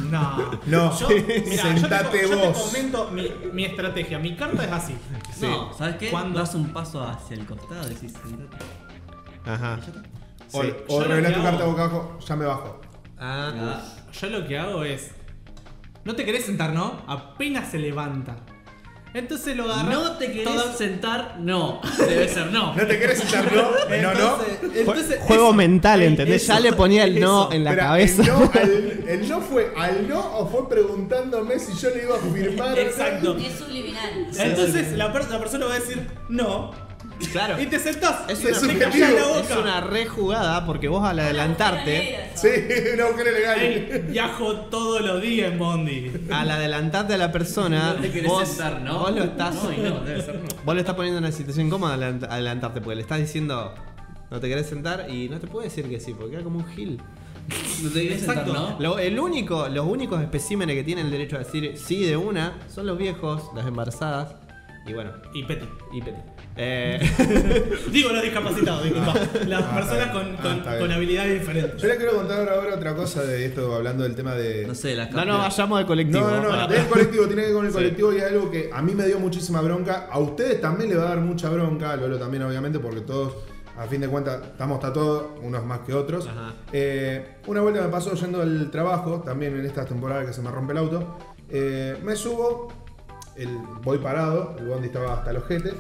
Speaker 3: No.
Speaker 1: No,
Speaker 3: Yo, mirá,
Speaker 1: sentate
Speaker 3: yo te, yo te
Speaker 1: vos.
Speaker 3: comento mi, mi estrategia. Mi carta es así.
Speaker 5: No, ¿sabes qué?
Speaker 3: Cuando-
Speaker 5: Das un paso hacia el costado y decís, sentate.
Speaker 4: Ajá.
Speaker 1: O,
Speaker 4: Sí.
Speaker 1: o
Speaker 3: Yo lo
Speaker 1: revela
Speaker 3: que
Speaker 1: tu
Speaker 3: hago-
Speaker 1: carta boca abajo, ya me bajo.
Speaker 4: Ah,
Speaker 5: Ah,
Speaker 3: Yo lo que hago es. No te querés sentar, ¿no? Apenas se levanta. Entonces lo agarras.
Speaker 5: no te querés
Speaker 3: toda-
Speaker 5: sentar, no. Debe ser no.
Speaker 1: ¿No te querés sentar? No, no, no.
Speaker 3: Entonces- entonces
Speaker 4: juego
Speaker 3: eso-
Speaker 4: mental, ¿entendés?
Speaker 3: eso,
Speaker 4: ya le ponía el no en la
Speaker 1: Esperá,
Speaker 4: cabeza.
Speaker 1: El no, al, el no fue al no o fue preguntándome si yo le iba a firmar. o no.
Speaker 3: Exacto.
Speaker 6: Es subliminal.
Speaker 3: Entonces la, per- la persona va a decir no.
Speaker 4: Claro.
Speaker 3: Y te sentás.
Speaker 4: Es
Speaker 3: Y
Speaker 4: una,
Speaker 1: Es un
Speaker 3: te
Speaker 4: re-
Speaker 3: callás la
Speaker 1: objetivo,
Speaker 3: boca.
Speaker 4: es una rejugada porque vos al adelantarte,
Speaker 1: Sí, un agujero legal.
Speaker 3: Ey, viajo todos los días en Bondi.
Speaker 4: al adelantarte a la persona,
Speaker 5: No te querés
Speaker 4: vos,
Speaker 5: sentar, no.
Speaker 4: vos lo estás
Speaker 5: No, y no, debe ser no.
Speaker 4: Vos le estás poniendo en una situación incómoda adelant- adelantarte, porque le estás diciendo no te querés sentar y no te puede decir que sí, porque era como un gil.
Speaker 5: No te querés sentar, no.
Speaker 4: Lo- el único, los únicos especímenes que tienen el derecho a decir sí de una son los viejos, las embarazadas y bueno,
Speaker 3: Y Peti.
Speaker 4: y Peti. Eh,
Speaker 3: Digo los discapacitados, disculpa. Las
Speaker 1: Ah,
Speaker 3: personas
Speaker 1: está bien.
Speaker 3: con, con-
Speaker 1: Ah, está bien.
Speaker 3: con habilidades diferentes.
Speaker 1: Yo le quiero contar ahora otra cosa de esto, hablando del tema de.
Speaker 5: No sé, la
Speaker 4: no
Speaker 5: carta.
Speaker 4: nos vayamos de colectivo. Ah.
Speaker 1: No, no, no,
Speaker 4: Bueno,
Speaker 1: del colectivo, tiene que ver con el colectivo y algo que a mí me dio muchísima bronca, a ustedes también le va a dar mucha bronca, a Lolo también obviamente, porque todos, a fin de cuentas, estamos tatuados, unos más que otros.
Speaker 4: Ajá.
Speaker 1: Eh, una vuelta me pasó yendo al trabajo, también en esta temporada que se me rompe el auto, Eh, me subo, el, voy parado, el bondi estaba hasta los jetes,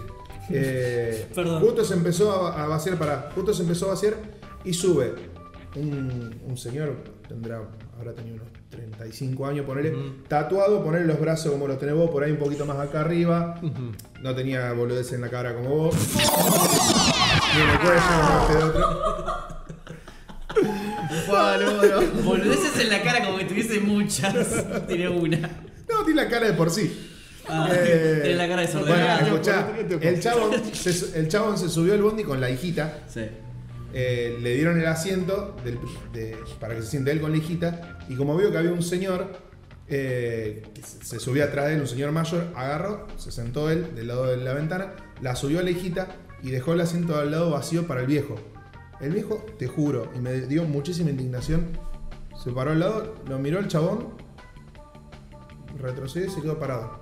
Speaker 1: eh,
Speaker 3: Perdón.
Speaker 1: justo se empezó a, a vaciar, para, justo se empezó a vaciar y sube un, un señor tendrá, habrá tenido unos 35 años, ponele, tatuado, ponerle los brazos como los tenés vos, por ahí un poquito más acá arriba. No tenía boludeces en la cara como vos. Ni en el cuello, como este otro.
Speaker 5: Boludeces en la cara como que tuviese muchas. Tiene una.
Speaker 1: No, tiene la cara de por sí.
Speaker 5: Ah,
Speaker 1: Eh,
Speaker 5: tiene la cara desordenada.
Speaker 1: Bueno, escuchá, el chabón, se, su- el chabón se subió al bondi con la hijita.
Speaker 5: Sí.
Speaker 1: Eh, le dieron el asiento del- de- para que se siente él con la hijita. Y como vio que había un señor eh, que se se subía atrás de él, un señor mayor, agarró, se sentó él del lado de la ventana, la subió a la hijita y dejó el asiento al lado vacío para el viejo. El viejo, te juro, y me dio muchísima indignación, se paró al lado, lo miró el chabón, retrocedió y se quedó parado.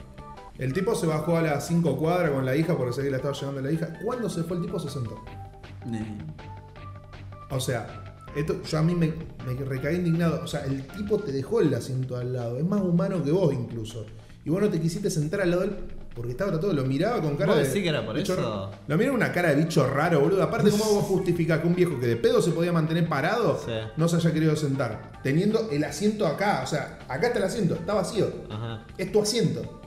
Speaker 1: El tipo se bajó a las 5 cuadras con la hija porque sabía que la estaba llevando la hija. Cuando se fue el tipo se sentó.
Speaker 5: Eh,
Speaker 1: O sea, esto yo a mí me, me recaí indignado. O sea, el tipo te dejó el asiento al lado. Es más humano que vos incluso. Y vos no te quisiste sentar al lado de él porque estaba todo. Lo miraba con cara
Speaker 4: ¿Vos
Speaker 1: de.
Speaker 4: decís que era por
Speaker 1: bicho
Speaker 4: eso?
Speaker 1: raro. Lo miraba una cara de bicho raro, boludo. Aparte, ¿cómo vos justificás que un viejo que de pedo se podía mantener parado
Speaker 4: Sí.
Speaker 1: no se haya querido sentar? Teniendo el asiento acá. O sea, acá está el asiento, está vacío.
Speaker 4: Ajá.
Speaker 1: Es tu asiento.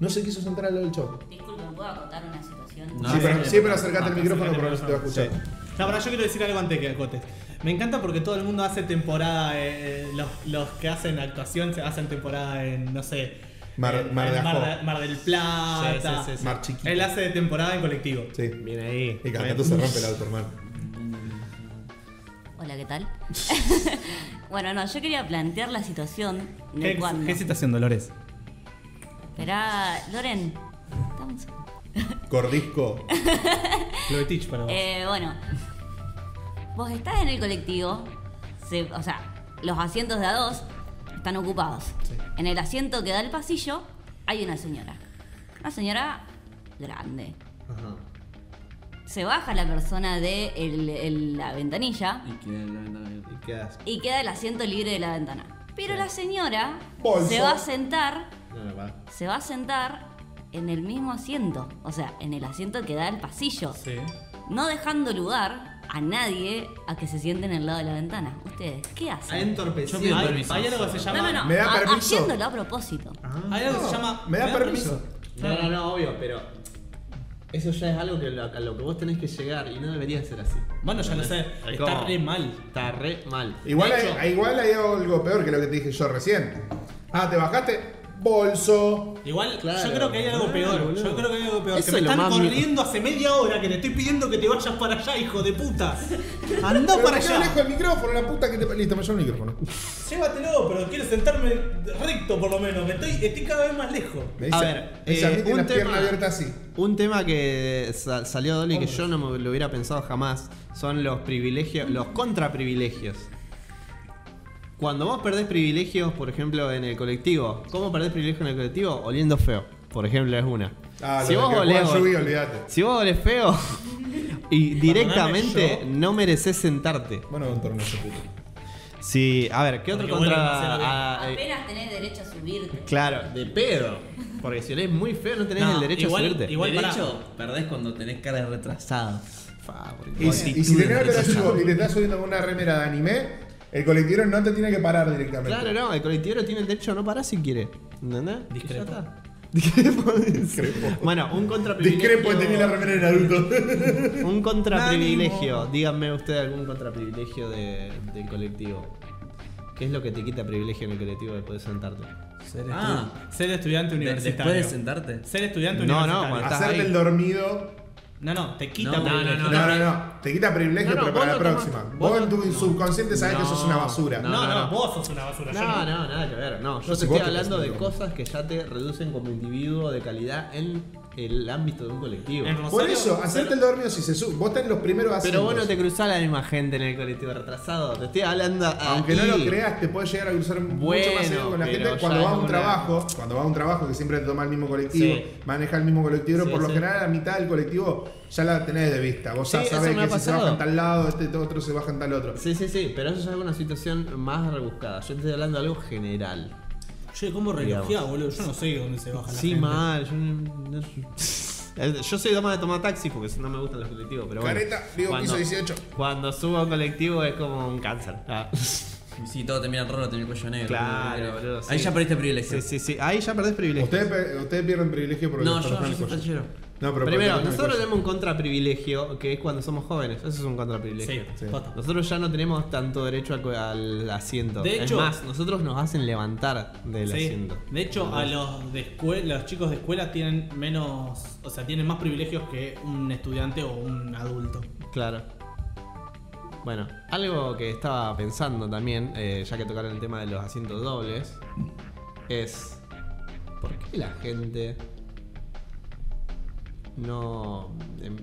Speaker 1: No se quiso sentar al lado del chavo.
Speaker 6: Disculpen, ¿puedo contar una situación?
Speaker 5: No,
Speaker 1: sí,
Speaker 5: sí,
Speaker 1: pero,
Speaker 5: sí,
Speaker 1: sí, pero acercate al
Speaker 3: Ah,
Speaker 1: micrófono porque no
Speaker 3: acercate al
Speaker 1: se te va a escuchar.
Speaker 3: No, pará, yo quiero decir algo antes que acotes. Me encanta porque todo el mundo hace temporada, eh, los, los que hacen actuación se hacen temporada en, no sé,
Speaker 1: Mar-
Speaker 3: en-
Speaker 1: Mar de
Speaker 3: en
Speaker 1: Ajó.
Speaker 3: Mar de- Mar del Plata.
Speaker 4: Sí, sí, sí, sí.
Speaker 1: Mar Chiquito.
Speaker 3: Él hace de temporada en colectivo.
Speaker 1: Sí.
Speaker 4: Bien ahí.
Speaker 1: Y cada tanto se rompe el auto, hermano.
Speaker 6: Hola, ¿qué tal? bueno, no, yo quería plantear la situación de
Speaker 3: ¿Qué,
Speaker 6: cuando.
Speaker 3: qué situación, Dolores?
Speaker 6: Esperá, Loren. dame un segundo.
Speaker 1: Cordisco.
Speaker 3: Lo de Teach para vos.
Speaker 6: Eh, bueno, vos estás en el colectivo, se- o sea, los asientos de A2 están ocupados. En el asiento que da el pasillo hay una señora. Una señora grande.
Speaker 4: Ajá.
Speaker 6: Se baja la persona de el- el- la ventanilla
Speaker 5: y que la ventana abierta.
Speaker 4: Y quedas.
Speaker 6: y queda el asiento libre de la ventana. Pero la señora
Speaker 1: Bolso.
Speaker 6: se va a sentar
Speaker 4: No, no, va.
Speaker 6: se va a sentar en el mismo asiento, o sea, en el asiento que da el pasillo,
Speaker 3: Sí.
Speaker 6: no dejando lugar a nadie a que se sienten al lado de la ventana. Ustedes, ¿qué
Speaker 4: Ha
Speaker 6: hacen?
Speaker 4: entorpecido.
Speaker 5: Yo pido
Speaker 4: Hay-
Speaker 5: permiso.
Speaker 4: hay algo que se
Speaker 6: No,
Speaker 4: llama-
Speaker 6: no, no,
Speaker 1: ¿Me da
Speaker 6: ha-
Speaker 1: permiso?
Speaker 6: haciéndolo a propósito.
Speaker 3: Hay algo que se llama.
Speaker 1: Me da Ah. permiso.
Speaker 4: No, no, no, obvio, pero Eso ya es algo que lo- a lo que vos tenés que llegar y no debería ser así.
Speaker 3: Bueno, ya lo sé.
Speaker 4: Es
Speaker 3: Está
Speaker 4: como-
Speaker 3: re mal.
Speaker 4: Está re mal.
Speaker 1: Igual
Speaker 3: De
Speaker 1: hay,
Speaker 3: hecho-
Speaker 1: hay- igual hay algo peor que lo que te dije yo recién. Ah, ¿te bajaste? Bolso.
Speaker 3: Igual,
Speaker 4: Claro,
Speaker 3: yo creo que hay algo
Speaker 4: claro,
Speaker 3: peor.
Speaker 4: boludo.
Speaker 3: Yo creo que hay algo peor.
Speaker 4: Eso
Speaker 3: que me
Speaker 4: es lo
Speaker 3: están
Speaker 4: más mi-
Speaker 3: corriendo hace media hora que te estoy pidiendo que te vayas para allá, hijo de puta. Andá
Speaker 1: Pero
Speaker 3: para
Speaker 1: me quedo
Speaker 3: allá.
Speaker 1: lejos el micrófono, la puta que te. Listo, me llevo el micrófono.
Speaker 3: Llévatelo, pero quiero sentarme recto por lo menos. Me estoy, estoy cada vez más lejos.
Speaker 1: Me
Speaker 4: A ver,
Speaker 1: me dice,
Speaker 4: eh,
Speaker 1: a mí tiene
Speaker 4: un
Speaker 1: las piernas
Speaker 4: tema-
Speaker 1: abiertas así.
Speaker 4: Un tema que sa- salió Dolly que yo no me lo hubiera pensado jamás son los privilegios, los contraprivilegios. Cuando vos perdés privilegios, por ejemplo, en el colectivo, ¿cómo perdés privilegios en el colectivo? Oliendo feo, por ejemplo, es una.
Speaker 1: Ah,
Speaker 4: si,
Speaker 1: lo
Speaker 4: vos
Speaker 1: de que
Speaker 4: olés,
Speaker 1: Juan Lluvia, olvídate.
Speaker 4: si vos olés feo y directamente
Speaker 3: yo.
Speaker 4: no mereces sentarte.
Speaker 1: Bueno, un torneo ese puto.
Speaker 4: Si, a ver, ¿qué otro
Speaker 3: Porque huele
Speaker 4: contra?
Speaker 3: demasiado bien.
Speaker 4: ah, eh,
Speaker 6: Apenas tenés derecho a subirte.
Speaker 4: claro, de pedo. Porque si olés muy feo no tenés
Speaker 3: No,
Speaker 4: el derecho
Speaker 3: igual-
Speaker 4: a subirte.
Speaker 3: igual
Speaker 5: Igual
Speaker 3: pará.
Speaker 5: de hecho, perdés cuando tenés cara de retrasado.
Speaker 4: Fa, por
Speaker 1: Y,
Speaker 4: igual.
Speaker 1: si- y si
Speaker 5: Actitud
Speaker 1: tenés
Speaker 5: de
Speaker 1: que te
Speaker 5: rechazo.
Speaker 1: subo y te estás subiendo con una remera de anime, el colectivero no te tiene que parar directamente.
Speaker 4: Claro, no, el colectivero tiene el derecho a no parar si quiere. ¿Entendés?
Speaker 3: Discrepo.
Speaker 4: Y ya está. Discrepo. Bueno, un contraprivilegio.
Speaker 1: Discrepo en tener la remera de Naruto.
Speaker 4: Un contraprivilegio. Díganme ustedes algún contraprivilegio de, del colectivo. ¿Qué es lo que te quita privilegio en el colectivo de poder sentarte?
Speaker 5: Ah,
Speaker 3: Ser estudiante
Speaker 5: de-
Speaker 3: universitario.
Speaker 5: después de sentarte.
Speaker 3: Ser estudiante
Speaker 4: No, no,
Speaker 3: universitario.
Speaker 4: cuando- Estás
Speaker 1: Hacerte
Speaker 4: ahí.
Speaker 1: el dormido.
Speaker 3: No, no, te quita.
Speaker 5: No, no,
Speaker 3: privilegio.
Speaker 1: No, no, no. Te quita privilegio,
Speaker 4: No, no,
Speaker 1: pero
Speaker 4: vos
Speaker 1: para la
Speaker 4: no tomás-
Speaker 1: próxima.
Speaker 4: vos
Speaker 1: Vos en tu
Speaker 4: no-
Speaker 1: subconsciente sabés que
Speaker 4: No.
Speaker 1: sos una basura.
Speaker 3: No,
Speaker 4: No,
Speaker 3: no,
Speaker 4: no.
Speaker 3: vos sos una basura. yo
Speaker 4: No, no, nada que ver.
Speaker 1: Yo
Speaker 4: No, yo te
Speaker 1: sé
Speaker 4: estoy
Speaker 1: vos que
Speaker 4: hablando
Speaker 1: estás
Speaker 4: de
Speaker 1: hablando.
Speaker 4: cosas que ya te reducen como individuo de calidad en el ámbito de un colectivo.
Speaker 3: En Rosario,
Speaker 1: Por eso, hacerte el dormido si se sube. Vos estás en los primeros
Speaker 4: Pero
Speaker 1: asientos.
Speaker 4: vos no te cruzás la misma gente en el colectivo retrasado. Te estoy hablando.
Speaker 1: Aunque no
Speaker 4: aquí.
Speaker 1: lo creas, te puedes llegar a cruzar mucho
Speaker 4: Bueno,
Speaker 1: más seguido con la
Speaker 4: pero
Speaker 1: gente
Speaker 4: ya
Speaker 1: cuando
Speaker 4: es
Speaker 1: va a un
Speaker 4: una-
Speaker 1: trabajo, cuando va a un trabajo que siempre te toma el mismo colectivo,
Speaker 4: Sí.
Speaker 1: maneja el mismo colectivo,
Speaker 4: Sí,
Speaker 1: por lo
Speaker 4: sí.
Speaker 1: general la mitad del colectivo ya la tenés de vista. Vos ya
Speaker 4: Sí, eso
Speaker 1: sabés
Speaker 4: me ha
Speaker 1: que si se
Speaker 4: pasado.
Speaker 1: bajan tal lado, este otro se bajan tal otro.
Speaker 4: Sí, sí, sí, pero eso ya es una situación más rebuscada. Yo te estoy hablando de algo general.
Speaker 3: Che, ¿cómo relojea,
Speaker 4: Digamos.
Speaker 3: boludo? Yo no sé dónde se baja la
Speaker 4: Sí,
Speaker 3: gente.
Speaker 4: mal. Yo, no- yo soy dama de tomar taxi porque no me gustan los colectivos, pero bueno.
Speaker 1: Careta, digo, piso 18.
Speaker 4: Cuando subo a un colectivo es como un cáncer. Ah.
Speaker 5: Si todo termina rolo, tenés el cuello negro.
Speaker 4: Claro,
Speaker 5: Ahí
Speaker 4: boludo,
Speaker 5: Ahí
Speaker 4: sí.
Speaker 5: ya perdiste privilegio.
Speaker 4: Sí, sí, sí. Ahí ya perdés privilegio.
Speaker 1: Ustedes, pe- ustedes pierden privilegio por el
Speaker 5: No, yo,
Speaker 1: estar
Speaker 5: yo,
Speaker 1: en el
Speaker 5: soy
Speaker 1: cuello.
Speaker 5: tachero.
Speaker 1: No, pero
Speaker 4: Primero,
Speaker 1: por el
Speaker 4: nosotros
Speaker 1: cuello.
Speaker 4: tenemos un contraprivilegio que es cuando somos jóvenes. Eso es un contraprivilegio.
Speaker 1: Sí.
Speaker 3: Sí, posta.
Speaker 4: Nosotros ya no tenemos tanto derecho al, al asiento.
Speaker 3: De
Speaker 4: es
Speaker 3: hecho-
Speaker 4: más, nosotros nos hacen levantar del
Speaker 3: Sí.
Speaker 4: asiento.
Speaker 3: De hecho, a los de escue- los chicos de escuela tienen menos, o sea, tienen más privilegios que un estudiante o un adulto.
Speaker 4: Claro. Bueno, algo que estaba pensando también, eh, ya que tocaron el tema de los asientos dobles, es. ¿Por qué la gente no. En,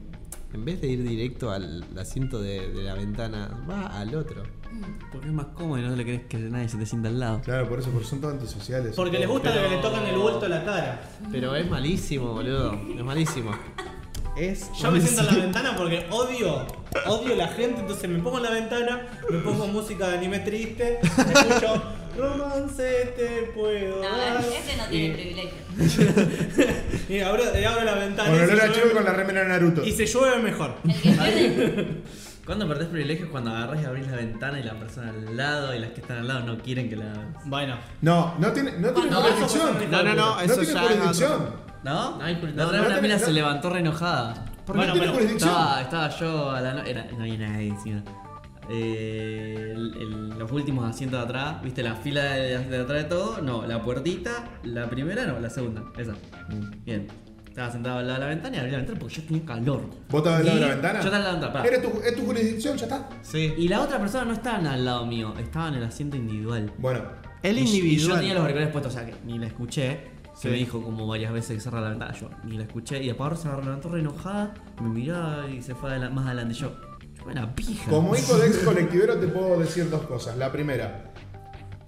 Speaker 4: en vez de ir directo al asiento de, de la ventana, va al otro?
Speaker 5: Porque es más cómodo y no le querés que nadie se te sienta al lado.
Speaker 1: Claro, por eso, porque son todos antisociales.
Speaker 3: Porque les gusta
Speaker 4: Pero-
Speaker 3: que le tocan el vuelto a la cara.
Speaker 4: Pero es malísimo, boludo. Es malísimo. Es.
Speaker 3: Yo me siento en la ventana porque odio, odio la gente, entonces me pongo en la ventana, me pongo música de anime triste, escucho romance te puedo
Speaker 6: No,
Speaker 3: dar".
Speaker 6: ese no tiene privilegio.
Speaker 3: Y abro, eh, abro la ventana
Speaker 1: Con
Speaker 3: y,
Speaker 1: olor
Speaker 3: se
Speaker 1: a chivo y con
Speaker 3: llueve,
Speaker 1: la remera de Naruto.
Speaker 3: y se llueve mejor.
Speaker 6: El que pierde,
Speaker 5: ¿Cuándo perdés privilegios? Cuando agarrás y abrís la ventana y la persona al lado y las que están al lado no quieren que la abras.
Speaker 3: Bueno,
Speaker 1: No, no tiene, no tiene
Speaker 3: no,
Speaker 1: jurisdicción.
Speaker 3: eso es un
Speaker 4: No, no, no, eso
Speaker 1: no tiene
Speaker 4: ya es
Speaker 1: jurisdicción.
Speaker 5: ¿No?
Speaker 4: No hay por-
Speaker 5: la otra
Speaker 1: no
Speaker 5: vez una
Speaker 1: tenés-
Speaker 5: mina
Speaker 1: no-
Speaker 5: se levantó re enojada.
Speaker 1: ¿Por qué
Speaker 3: Bueno,
Speaker 1: no tiene
Speaker 3: pero- eh.
Speaker 1: jurisdicción?
Speaker 5: Estaba, estaba yo a la no... Era, no había nadie encima. Eh, el- el- los últimos asientos de atrás, viste la fila de, de atrás de todo, no, la puertita, la primera no, la segunda, esa. Bien. Estaba sentado al lado de la ventana y abrí la ventana porque yo tenía calor.
Speaker 1: ¿Vos estabas al lado de
Speaker 5: Y-
Speaker 1: la ventana?
Speaker 5: Yo estaba al lado de la ventana, pará.
Speaker 1: Eres tu- es tu jurisdicción, ya está.
Speaker 4: Sí.
Speaker 5: Y la otra persona no estaba al lado mío, estaba en el asiento individual.
Speaker 1: Bueno,
Speaker 4: El
Speaker 5: Y yo- Y yo
Speaker 4: individuo.
Speaker 5: tenía los auriculares puestos, o sea que ni la escuché.
Speaker 4: Sí.
Speaker 5: Se me dijo como varias veces que cerra la ventana. Yo ni la escuché. Y después ahora se me levantó re enojada, me miraba y se fue adela- más adelante. Yo, yo me la pija.
Speaker 1: como hijo de ex colectivero te puedo decir dos cosas. La primera,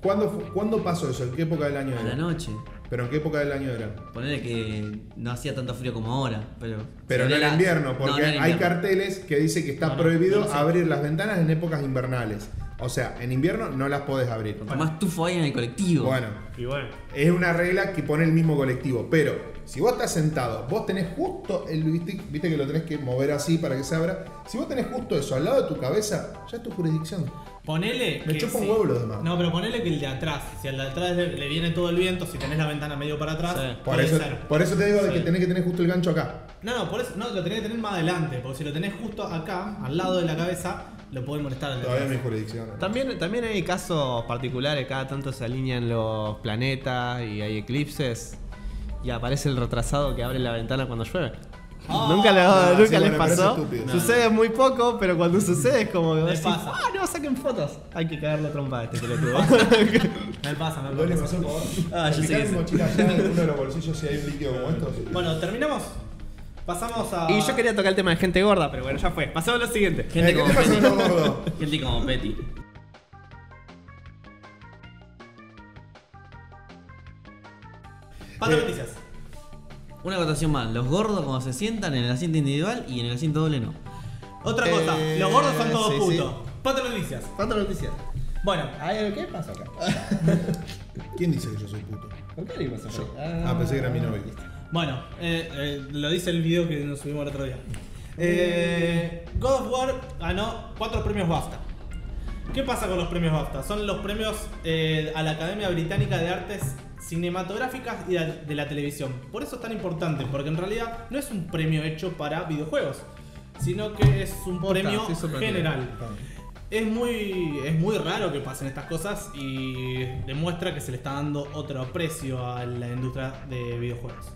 Speaker 1: ¿cuándo, fu- ¿cuándo pasó eso? ¿En qué época del año
Speaker 5: A la
Speaker 1: era?
Speaker 5: noche.
Speaker 1: Pero en qué época del año era.
Speaker 5: Ponele que no hacía tanto frío como ahora, pero.
Speaker 1: Pero no
Speaker 5: era
Speaker 1: era invierno, porque
Speaker 5: no, no era
Speaker 1: hay
Speaker 5: invierno.
Speaker 1: carteles que dice que está
Speaker 3: No, no,
Speaker 1: prohibido
Speaker 3: no lo sé.
Speaker 1: abrir las ventanas en épocas invernales. O sea, en invierno no las podés abrir.
Speaker 5: Tomás tufo ahí en el colectivo.
Speaker 1: Bueno,
Speaker 3: y bueno.
Speaker 1: Es una regla que pone el mismo colectivo. Pero si vos estás sentado, vos tenés justo el viste, viste que lo tenés que mover así para que se abra. Si vos tenés justo eso al lado de tu cabeza, ya es tu jurisdicción.
Speaker 3: Ponele.
Speaker 1: Me
Speaker 3: que
Speaker 1: chupa un
Speaker 3: sí.
Speaker 1: huevo los demás.
Speaker 3: No, pero ponele que el de atrás. Si al de atrás le, le viene todo el viento, si tenés la ventana medio para atrás,
Speaker 4: Sí.
Speaker 1: Por
Speaker 3: puede
Speaker 1: eso,
Speaker 3: ser.
Speaker 1: por eso te digo de que tenés que tener justo el gancho acá.
Speaker 3: No, no, por eso no, lo tenés que tener más adelante, porque si lo tenés justo acá, al lado de la cabeza, lo podés molestar. al
Speaker 1: Todavía no hay
Speaker 3: derecho.
Speaker 1: jurisdicción. ¿no?
Speaker 4: También, también hay casos particulares, cada tanto se alinean los planetas y hay eclipses y aparece el retrasado que abre la ventana cuando llueve.
Speaker 3: Ah,
Speaker 4: nunca le-
Speaker 1: no,
Speaker 4: nunca
Speaker 1: sí,
Speaker 4: les
Speaker 1: bueno, pero eso es
Speaker 4: pasó.
Speaker 1: estúpido.
Speaker 4: Sucede muy poco, pero cuando sucede es como que
Speaker 3: Me
Speaker 4: vos decís,
Speaker 3: pasa.
Speaker 4: ah, no, saquen fotos. Hay que cagarlo a trompada a este pelotudo.
Speaker 3: Me pasa, me
Speaker 1: Doble
Speaker 3: pasa.
Speaker 1: razón, por favor.
Speaker 4: Ah, yo sé
Speaker 1: Ubicá
Speaker 4: que
Speaker 1: mi
Speaker 4: sí.
Speaker 1: mochila allá en uno de los bolsillos si hay un líquido como estos.
Speaker 3: Bueno, terminamos. Pasamos a.
Speaker 4: y yo quería tocar el tema de gente gorda, pero bueno, ya fue. Pasamos a lo siguiente.
Speaker 1: Eh,
Speaker 5: Gente
Speaker 1: ¿Qué
Speaker 5: como
Speaker 1: te pasó con
Speaker 5: Petty.
Speaker 1: los gordos?
Speaker 5: Gente como Petty.
Speaker 3: Pato
Speaker 1: Eh,
Speaker 3: noticias.
Speaker 5: Una acotación más. Los gordos cuando se sientan en el asiento individual y en el asiento doble no.
Speaker 3: Otra cosa,
Speaker 4: eh,
Speaker 3: los gordos son todos
Speaker 4: sí,
Speaker 3: putos. Pato noticias.
Speaker 4: Cuatro noticias.
Speaker 3: Bueno,
Speaker 4: ¿Qué pasó acá?
Speaker 1: ¿Quién dice que yo soy puto?
Speaker 4: ¿Por qué le pasó
Speaker 1: Yo. Ah, pensé que era mi novio.
Speaker 3: bueno, eh, eh, lo dice el video que nos subimos el otro día. Eh, God of War ganó cuatro premios BAFTA. ¿Qué pasa con los premios BAFTA? Son los premios eh, a la Academia Británica de Artes Cinematográficas y de de la Televisión. Por eso es tan importante, porque en realidad no es un premio hecho para videojuegos, sino que es un premio
Speaker 4: estoy sorprendido.
Speaker 3: general. Es muy, es muy raro que pasen estas cosas y demuestra que se le está dando otro aprecio a la industria de videojuegos.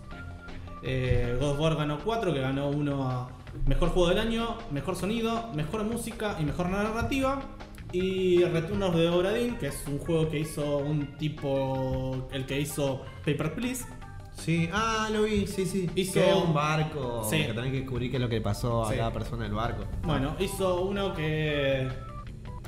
Speaker 3: Eh, God of War ganó 4, que ganó uno a Mejor Juego del Año, Mejor Sonido, Mejor Música y Mejor Narrativa. Y Return of the Obra Dinn, que es un juego que hizo un tipo, el que hizo Paper Please.
Speaker 4: Sí, ah, lo vi, sí, sí.
Speaker 3: Hizo-
Speaker 4: Que era un barco.
Speaker 3: Sí.
Speaker 4: Que tenés que descubrir qué es lo que le pasó a
Speaker 3: Sí.
Speaker 4: cada persona del barco.
Speaker 3: Bueno, hizo uno que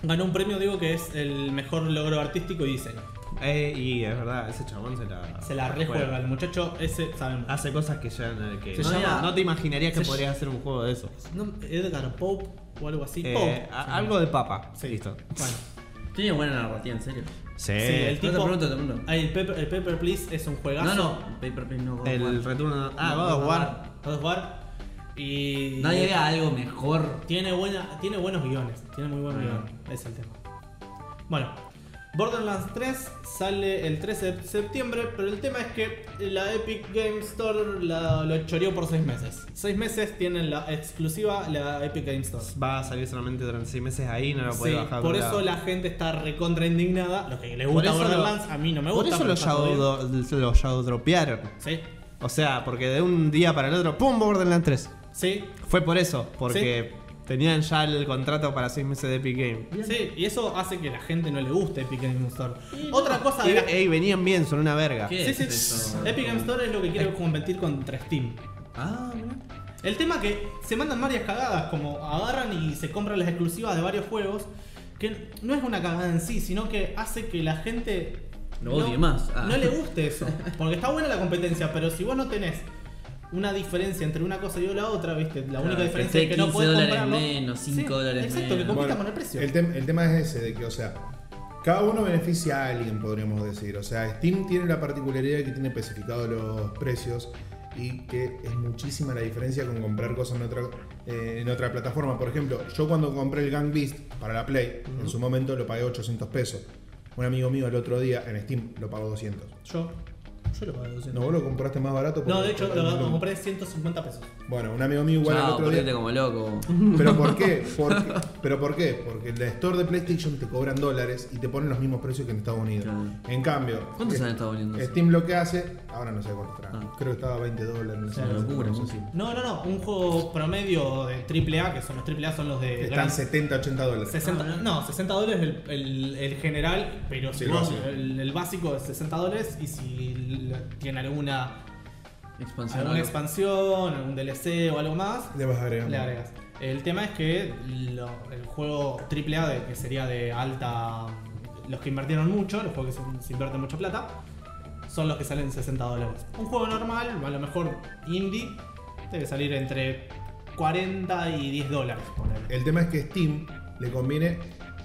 Speaker 3: ganó un premio, digo, que es el mejor logro artístico y diseño.
Speaker 4: Eh, y es verdad, ese chabón se la.
Speaker 3: Se la rejuega, el muchacho ese sabemos.
Speaker 4: Hace cosas que ya no, que
Speaker 5: Se
Speaker 4: no,
Speaker 5: llama-
Speaker 4: no te imaginarías que
Speaker 5: se-
Speaker 4: podría hacer un juego de eso.
Speaker 3: No, Edgar Pope o algo así.
Speaker 4: Eh,
Speaker 3: Pope.
Speaker 4: a- algo de papa.
Speaker 3: Sí.
Speaker 4: Listo.
Speaker 3: Bueno,
Speaker 5: Tiene buena narrativa, en serio.
Speaker 4: Sí.
Speaker 3: sí, el
Speaker 5: no te
Speaker 3: tipo.
Speaker 5: pregunto, te pregunto.
Speaker 3: Ah, el, Pepper, el Pepper Please es un
Speaker 5: No,
Speaker 3: juegazo.
Speaker 5: no. Paper Plane no. God of War.
Speaker 4: El retorno. Ah,
Speaker 5: No,
Speaker 4: God of
Speaker 5: no,
Speaker 4: War.
Speaker 3: God of War. Y.
Speaker 5: Nadie vea algo mejor.
Speaker 3: Tiene, buena, tiene buenos guiones. Tiene muy buen
Speaker 5: Ah.
Speaker 3: guión. Es el tema. Bueno. Borderlands 3 sale el 13 de septiembre, pero el tema es que la Epic Game Store la- lo choreó por 6 meses. 6 meses tienen la exclusiva la Epic Game Store.
Speaker 4: Va a salir solamente durante 6 meses ahí, no lo
Speaker 3: Sí,
Speaker 4: podés bajar.
Speaker 3: por
Speaker 4: de
Speaker 3: eso
Speaker 4: lado.
Speaker 3: la gente está recontra indignada. Los que les
Speaker 4: Por
Speaker 3: gusta
Speaker 4: eso lo-
Speaker 3: Borderlands, a mí no me
Speaker 4: Por
Speaker 3: gusta.
Speaker 4: eso
Speaker 3: pero
Speaker 4: lo
Speaker 3: está todo bien.
Speaker 4: shadow, lo shadow dropearon.
Speaker 3: Sí,
Speaker 4: O sea, porque de un día para el otro, ¡pum! Borderlands 3.
Speaker 3: sí,
Speaker 4: Fue por eso, porque tenían ya el contrato para 6 meses de Epic Game.
Speaker 3: sí. Y eso hace que la gente no le guste Epic Game Store. Otra cosa
Speaker 4: Y
Speaker 3: de la-
Speaker 4: ey, venían bien, son una verga.
Speaker 5: ¿Qué
Speaker 3: Sí,
Speaker 5: es
Speaker 3: sí.
Speaker 5: eso?
Speaker 3: Epic Game Store es lo que quiere competir contra Steam.
Speaker 5: Ah, mira.
Speaker 3: El tema que se mandan varias cagadas, como agarran y se compran las exclusivas de varios juegos, que no es una cagada en sí, sino que hace que la gente
Speaker 5: Lo odie más. Ah.
Speaker 3: no le guste eso. Porque está buena la competencia, pero si vos no tenés una diferencia entre una cosa y la otra, viste, la
Speaker 5: Claro,
Speaker 3: única
Speaker 5: que
Speaker 3: diferencia
Speaker 5: esté
Speaker 3: es que no
Speaker 5: 15
Speaker 3: podés
Speaker 5: dólares
Speaker 3: comprarlo.
Speaker 5: menos, 5 dólares
Speaker 3: Exacto, que
Speaker 5: menos.
Speaker 1: Bueno,
Speaker 3: compitan con el precio.
Speaker 1: El, tem- el tema es ese, de que, o sea, cada uno beneficia a alguien, podríamos decir. O sea, Steam tiene la particularidad de que tiene especificados los precios y que es muchísima la diferencia con comprar cosas en otra, eh, en otra plataforma. Por ejemplo, yo cuando compré el Gang Beast para la Play, en su momento lo pagué 800 pesos. Un amigo mío el otro día en Steam lo pagó 200.
Speaker 3: Yo, yo lo pagué 200.
Speaker 1: No, vos lo compraste más barato.
Speaker 3: No,
Speaker 1: porque-
Speaker 3: de hecho, lo, lo compré 150 pesos.
Speaker 1: Bueno, un amigo mío igual el
Speaker 5: Chao,
Speaker 1: otro día.
Speaker 5: ponete como loco.
Speaker 1: ¿Pero por qué? ¿Por qué? ¿Pero por qué? Porque en la store de PlayStation te cobran dólares y te ponen los mismos precios que en Estados Unidos.
Speaker 5: Claro.
Speaker 1: En cambio,
Speaker 5: ¿Cuánto
Speaker 1: eh,
Speaker 5: se han estado volviendo?
Speaker 1: Steam lo que hace, ahora no sé cuánto estará.
Speaker 5: Ah.
Speaker 1: Creo que estaba a 20 dólares. No sé,
Speaker 5: Una locura,
Speaker 1: no
Speaker 5: ¿no?
Speaker 1: sé si-
Speaker 3: No, no, no, un juego promedio de AAA, que son los AAA son los de
Speaker 1: Están
Speaker 3: gran-
Speaker 1: 70, 80 dólares.
Speaker 3: 60, no, 60 dólares el, el, el general, pero
Speaker 1: Sí,
Speaker 3: si
Speaker 1: el
Speaker 3: vos-
Speaker 1: básico.
Speaker 3: el, el básico es 60 dólares y si l- tiene alguna,
Speaker 5: Expansión.
Speaker 3: alguna
Speaker 5: algo.
Speaker 3: expansión, algún DLC o algo más,
Speaker 1: Le vas agregando.
Speaker 3: le agregas. El tema es que lo- el juego AAA, de, que sería de alta... Los que invirtieron mucho, los juegos que se, se invierten mucha plata, son los que salen 60 dólares. Un juego normal, a lo mejor indie, debe salir entre 40 y 10 dólares. ponele.
Speaker 1: El tema es que Steam le conviene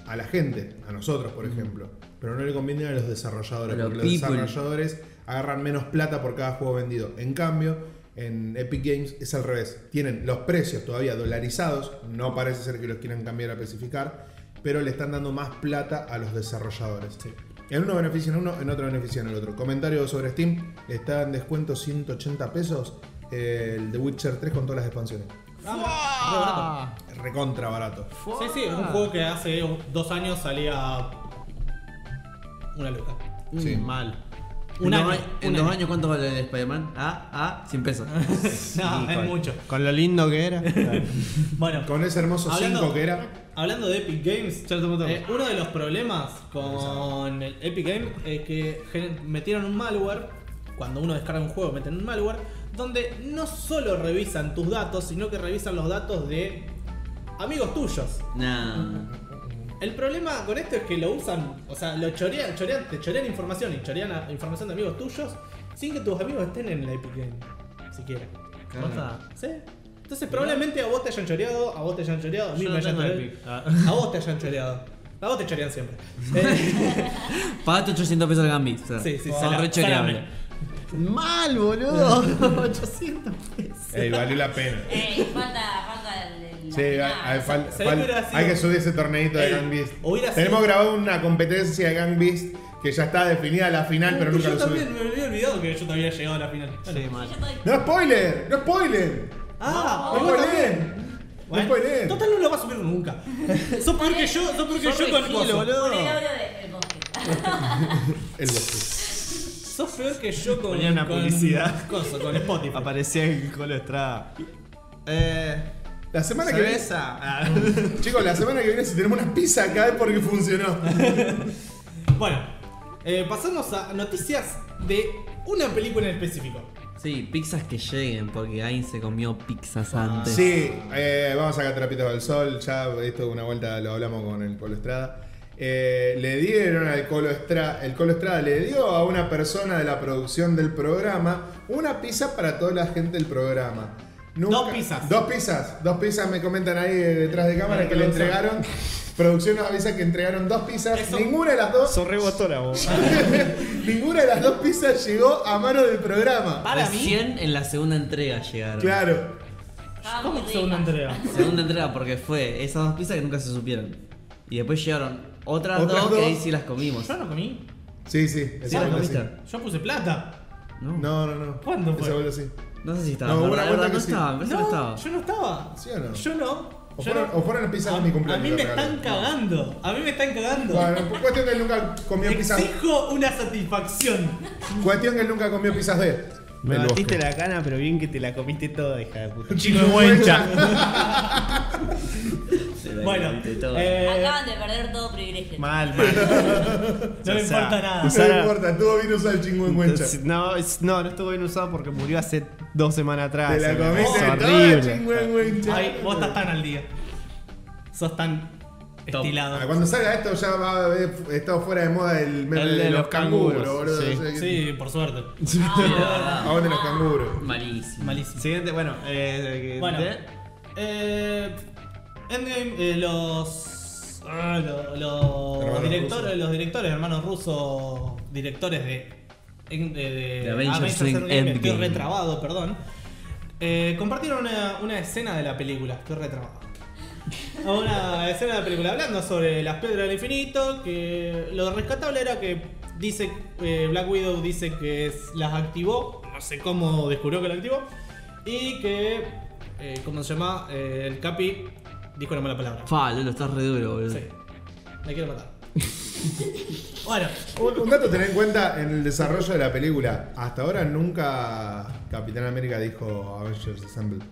Speaker 1: a la gente, a nosotros, por ejemplo. Pero no le conviene a los desarrolladores,
Speaker 5: Mm. A los
Speaker 1: porque los
Speaker 5: people.
Speaker 1: desarrolladores agarran menos plata por cada juego vendido. En cambio, en Epic Games es al revés. Tienen los precios todavía dolarizados, no parece ser que los quieran cambiar a especificar, pero le están dando más plata a los desarrolladores. En uno benefician a uno, en otro benefician al otro. Comentario sobre Steam, está en descuento 180 pesos. eh, el The Witcher 3 con todas las expansiones.
Speaker 4: Ah.
Speaker 1: Recontra barato.
Speaker 3: Sí, sí, es
Speaker 1: Ah.
Speaker 3: un juego que hace dos años salía. Una loca.
Speaker 5: Mm,
Speaker 1: Sí.
Speaker 4: Mal.
Speaker 3: Un
Speaker 5: en
Speaker 3: año,
Speaker 5: Dos,
Speaker 3: un
Speaker 5: en dos
Speaker 3: año.
Speaker 5: años, ¿cuánto vale el Spider-Man? Ah, ah, 100 pesos.
Speaker 3: no, es mucho.
Speaker 4: Con lo lindo que era.
Speaker 3: Bueno,
Speaker 1: Con ese hermoso
Speaker 3: Hablando-
Speaker 1: 5 que era.
Speaker 3: Hablando de Epic Games, eh, uno de los problemas con el Epic Games es que gen- metieron un malware, cuando uno descarga un juego meten un malware, donde no solo revisan tus datos, sino que revisan los datos de amigos tuyos.
Speaker 5: Nah.
Speaker 3: El problema con esto es que lo usan, o sea, lo chorean, chorean te chorean información y chorean a- información de amigos tuyos sin que tus amigos estén en la Epic Games, siquiera.
Speaker 5: Claro.
Speaker 4: Posta.
Speaker 3: ¿Sí? Entonces probablemente a vos te hayan choreado, a vos te hayan choreado, a mí
Speaker 4: Yo
Speaker 3: me
Speaker 4: no
Speaker 3: hayan
Speaker 4: tengo
Speaker 3: choreado.
Speaker 4: Epic. Ah.
Speaker 3: A vos te hayan choreado. A vos te chorean siempre. Eh,
Speaker 5: Pagaste 800 pesos al Gambit. o sea,
Speaker 3: sí, sí,
Speaker 5: Son
Speaker 3: sala-
Speaker 5: re choreables.
Speaker 3: salame.
Speaker 4: Mal, boludo. 800 pesos.
Speaker 1: Ey, valió la pena.
Speaker 6: Ey, falta, falta el. el-
Speaker 1: Sí, hay, hay fal-
Speaker 3: ¿sabés
Speaker 1: fal-
Speaker 3: qué hubiera sido?
Speaker 1: hay que subir ese torneito de
Speaker 3: Ey,
Speaker 1: Gang Beast.
Speaker 3: hubiera sido-
Speaker 1: Tenemos grabado una competencia de Gang Beast que ya está definida la final, pero
Speaker 3: Uy,
Speaker 1: nunca
Speaker 3: yo
Speaker 1: lo
Speaker 3: también
Speaker 1: subimos.
Speaker 3: me había olvidado que yo te había llegado a la final.
Speaker 4: Sí, mal.
Speaker 6: Yo estoy-
Speaker 1: ¡No spoiler! ¡No spoiler!
Speaker 3: Ah,
Speaker 1: ¡No
Speaker 3: y vos también.
Speaker 1: spoilen! ¡No
Speaker 3: Bueno,
Speaker 1: spoilen!
Speaker 3: total no lo vas a subir nunca. sos peor que yo, sos peor que
Speaker 4: Yo
Speaker 3: yo con
Speaker 4: regilo,
Speaker 3: coso.
Speaker 4: boludo.
Speaker 6: Por el audio del bosque.
Speaker 1: El bosque.
Speaker 3: Sos peor que yo con
Speaker 4: Ponía una
Speaker 3: con-
Speaker 4: publicidad.
Speaker 3: coso, con Spotify.
Speaker 4: Aparecía el Colo Estrada. Eh.
Speaker 1: La semana que viene.
Speaker 4: Cerveza. Ah.
Speaker 1: Chicos, la semana que viene si tenemos una pizza acá es porque funcionó.
Speaker 3: Bueno, eh, pasamos a noticias de una película en específico.
Speaker 5: Sí, pizzas que lleguen, porque ahí se comió pizzas antes.
Speaker 1: Sí, eh, vamos a sacar trapitos al sol. Ya esto una vuelta lo hablamos con el Colo Estrada. Eh, le dieron al Colo Estrada, el Colo Estrada le dio a una persona de la producción del programa una pizza para toda la gente del programa.
Speaker 3: Dos pizzas.
Speaker 1: Dos pizzas. Dos pizzas me comentan ahí eh, detrás de cámara
Speaker 3: Para
Speaker 1: que le
Speaker 3: producción.
Speaker 1: entregaron. Producción nos avisa que entregaron dos pizzas.
Speaker 3: Eso-
Speaker 1: Ninguna de las dos.
Speaker 4: Sos re botona, vos.
Speaker 1: ninguna de las dos pizzas llegó a mano del programa.
Speaker 3: Para mí,
Speaker 5: 100 en la segunda entrega llegaron.
Speaker 1: Claro.
Speaker 6: Estaba muy
Speaker 3: ¿cómo
Speaker 6: rica.
Speaker 3: segunda entrega?
Speaker 5: Segunda entrega porque fue esas dos pizzas que nunca se supieron. Y después llegaron otras,
Speaker 1: Otras
Speaker 5: dos,
Speaker 1: dos.
Speaker 5: que ahí sí las comimos.
Speaker 3: Yo no comí.
Speaker 1: Sí, sí.
Speaker 5: ¿Sí las
Speaker 1: exactamente, sí.
Speaker 5: comiste?
Speaker 3: Yo puse plata.
Speaker 5: No. no.
Speaker 1: No, no, no.
Speaker 3: ¿Cuándo fue?
Speaker 1: Esa vuelta sí.
Speaker 5: sé si estaba.
Speaker 1: No,
Speaker 5: No,
Speaker 1: hubo una
Speaker 5: verdad,
Speaker 1: vuelta
Speaker 5: verdad, no
Speaker 1: que sí.
Speaker 5: estaba, me parece que no estaba.
Speaker 3: yo no estaba.
Speaker 1: ¿Sí o no?
Speaker 3: Yo no.
Speaker 1: O
Speaker 3: Yo
Speaker 1: fueron,
Speaker 3: no.
Speaker 1: o fueron las pizzas
Speaker 3: a,
Speaker 1: de mi cumpleaños.
Speaker 3: a mí me
Speaker 1: que
Speaker 3: están
Speaker 1: regalaron.
Speaker 3: cagando. A mí me están cagando.
Speaker 1: Bueno, pu- cuestión que él nunca comió pizzas.
Speaker 3: Exijo una satisfacción.
Speaker 1: Cuestión que él nunca comió pizzas de.
Speaker 4: Me
Speaker 1: del
Speaker 4: batiste
Speaker 1: bosque.
Speaker 4: la cana, pero bien que te la comiste toda, hija de puta.
Speaker 3: Chico de guencha.
Speaker 5: Sí, la
Speaker 3: bueno,
Speaker 5: comiste toda.
Speaker 3: eh,
Speaker 6: Acaban de perder todo privilegio.
Speaker 4: Mal, mal.
Speaker 3: no me
Speaker 4: O sea,
Speaker 3: importa nada.
Speaker 4: usá-
Speaker 1: No importa, todo vino usar el chingüengüencha.
Speaker 4: Entonces, no, es- no, no estuvo bien usado porque murió hace dos semanas atrás.
Speaker 1: Te la
Speaker 4: Es
Speaker 1: comiste toda
Speaker 4: horrible.
Speaker 1: chingüengüencha.
Speaker 3: Ay, vos estás tan al día. Sos tan estilado.
Speaker 1: Ah, Cuando salga esto ya va a haber fu- estado fuera de moda el meme
Speaker 4: El
Speaker 1: de,
Speaker 4: de
Speaker 1: los
Speaker 4: los
Speaker 1: canguros,
Speaker 4: canguros,
Speaker 1: boludo.
Speaker 4: sí.
Speaker 1: O sea que-
Speaker 3: Sí, por suerte.
Speaker 1: ¿A dónde Ah, los canguros?
Speaker 5: Malísimo.
Speaker 3: Malísimo.
Speaker 4: Siguiente, bueno, eh,
Speaker 3: Bueno,
Speaker 4: ¿eh?
Speaker 3: eh, Endgame, eh, los, ah, lo- los
Speaker 1: Hermanos
Speaker 3: directores,
Speaker 1: rusos.
Speaker 3: los directores, hermanos rusos, directores de, en- de, de
Speaker 5: De Avengers Endgame.
Speaker 3: estoy retrabado, perdón, eh, compartieron una, una escena de la película, estoy retrabado. Una escena de la película hablando sobre las piedras del infinito, que lo rescatable era que dice eh, Black Widow dice que es- las activó, no sé cómo descubrió que las activó, y que, eh, ¿cómo se llama? Eh, el Capi dijo una mala palabra.
Speaker 5: Fa, Lolo, estás re duro, boludo.
Speaker 3: Sí. Me quiero matar. bueno,
Speaker 1: Un, un dato a tener en cuenta en el desarrollo de la película. Hasta ahora nunca Capitán América dijo Avengers Assemble.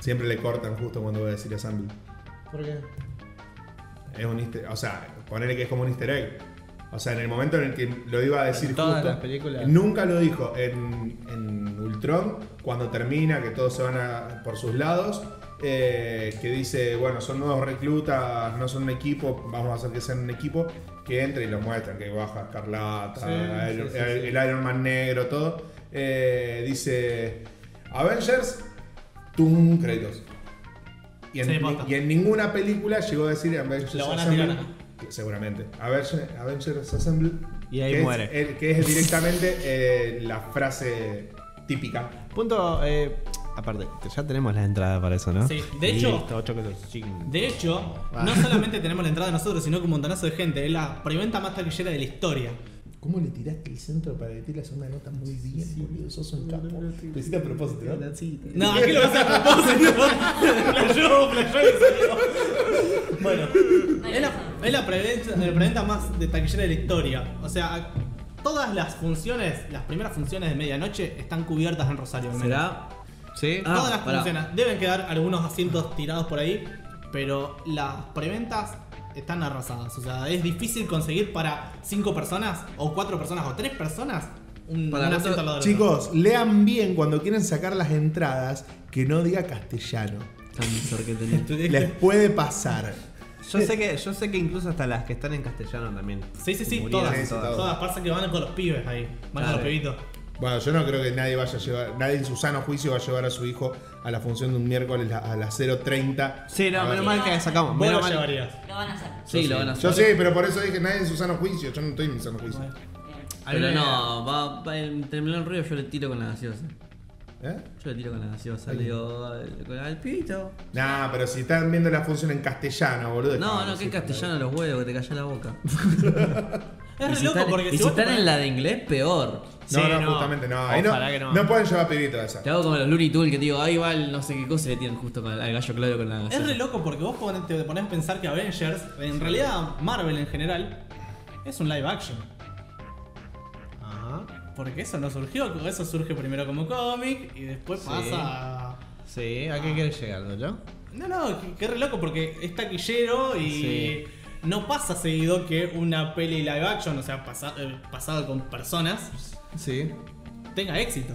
Speaker 1: Siempre le cortan justo cuando va a decir Assemble.
Speaker 3: ¿por qué?
Speaker 1: Es un easter- o sea, ponerle que es como un easter egg. O sea, en el momento en el que lo iba a decir
Speaker 4: todas
Speaker 1: justo,
Speaker 4: las películas.
Speaker 1: nunca lo dijo. En, en Ultron, cuando termina, que todos se van a- por sus lados, eh, que dice, bueno, son nuevos reclutas, no son un equipo, vamos a hacer que sean un equipo, que entre y los muestran, que baja Escarlata,
Speaker 3: Sí,
Speaker 1: Iron-
Speaker 3: sí, sí,
Speaker 1: el, el Iron Man negro, todo. Eh, dice, Avengers, tum, créditos. Y en,
Speaker 3: Sí, posta.
Speaker 1: y en ninguna película llegó a decir Avengers
Speaker 3: Lo van a
Speaker 1: Assemble.
Speaker 3: tirar.
Speaker 1: Seguramente. Avengers, Avengers Assemble.
Speaker 4: Y ahí
Speaker 1: que es
Speaker 4: muere.
Speaker 1: el- que es directamente eh, la frase típica.
Speaker 4: Punto, eh, aparte, ya tenemos la entrada para eso, ¿no?
Speaker 3: Sí, de hecho-
Speaker 4: Listo, ocho que se ching.
Speaker 3: De Ah. hecho, no solamente tenemos la entrada nosotros, sino que un montonazo de gente. Es la preventa más taquillera de la historia.
Speaker 1: ¿Cómo le tiraste el centro para que te la una nota muy bien, boludo? Sos un capo. Lo hiciste a propósito, ¿no?
Speaker 3: No, aquí lo vas a propósito. Flayó, flayó y salió. Bueno, es la, es la preventa, la preventa más de taquillera de la historia. O sea, todas las funciones, las primeras funciones de medianoche están cubiertas en Rosario. al menos.
Speaker 5: ¿Será?
Speaker 4: ¿Sí?
Speaker 5: Ah,
Speaker 3: Todas las
Speaker 5: pará.
Speaker 3: funciones. Deben quedar algunos asientos tirados por ahí, pero las preventas están arrasadas. O sea, es difícil conseguir para 5 personas, o 4 personas, o 3 personas un,
Speaker 5: Para
Speaker 3: un
Speaker 5: nosotros-
Speaker 3: asiento al lado del otro.
Speaker 1: Chicos, lean bien cuando quieren sacar las entradas que no diga castellano.
Speaker 5: Cáncer que tenés.
Speaker 1: Les puede pasar.
Speaker 4: Yo sé que, yo sé que incluso hasta las que están en castellano también.
Speaker 3: Sí, sí, sí,
Speaker 4: Murieron
Speaker 3: todas.
Speaker 1: sí, todas.
Speaker 3: todas. pasa que van con los pibes ahí. Van
Speaker 5: Claro.
Speaker 3: con los pibitos.
Speaker 1: Bueno, yo no creo que nadie vaya a llevar, nadie en su sano juicio va a llevar a su hijo a la función de un miércoles a las 0.30.
Speaker 4: Ah, Sí, no,
Speaker 1: A ver.
Speaker 4: menos mal que sacamos.
Speaker 3: Vos
Speaker 4: Menos
Speaker 3: lo
Speaker 4: mal.
Speaker 3: llevarías.
Speaker 6: Lo van a hacer.
Speaker 5: Sí, lo van a hacer.
Speaker 1: Yo sí, pero por eso dije nadie en su sano juicio. Yo no estoy en mi sano juicio.
Speaker 6: Bien.
Speaker 4: A mí
Speaker 5: Pero
Speaker 4: me-
Speaker 5: no, va, va en terminar el ruido yo le tiro con la gaseosa.
Speaker 1: ¿Eh?
Speaker 5: Yo le tiro con la gaseosa,
Speaker 1: Ahí.
Speaker 5: le digo al, con- al pibito.
Speaker 1: Nah, pero si están viendo la función en castellano, boludo.
Speaker 5: No, no,
Speaker 1: sí,
Speaker 5: que en castellano los huevos, que te calla la boca.
Speaker 3: Es
Speaker 5: Y
Speaker 3: re
Speaker 5: si
Speaker 3: loco
Speaker 5: están-
Speaker 3: porque
Speaker 5: y si
Speaker 3: vos
Speaker 5: están
Speaker 3: te
Speaker 5: en la de inglés, peor.
Speaker 1: No,
Speaker 3: Sí,
Speaker 1: no,
Speaker 3: no.
Speaker 1: justamente no. Ahí no,
Speaker 4: Ojalá que no.
Speaker 1: no pueden llevar pibito a esa.
Speaker 5: Te hago como los Looney Tunes que te digo, ahí va el no sé qué cosa y le tiran justo con- al gallo claro con la
Speaker 3: pones- Es re
Speaker 5: gaseosa.
Speaker 3: loco porque vos pon- te pones a pensar que Avengers, en realidad Marvel en general, es un live action.
Speaker 4: Ajá.
Speaker 3: Porque eso no surgió, eso surge primero como cómic y después
Speaker 4: Sí.
Speaker 3: pasa.
Speaker 4: Sí, ¿a qué querés llegar, Dolo?
Speaker 3: No, no, que- que re loco porque es taquillero y
Speaker 5: Sí.
Speaker 3: no pasa seguido que una peli live action, o sea, pasa- eh, pasada con personas,
Speaker 4: Sí.
Speaker 3: tenga éxito.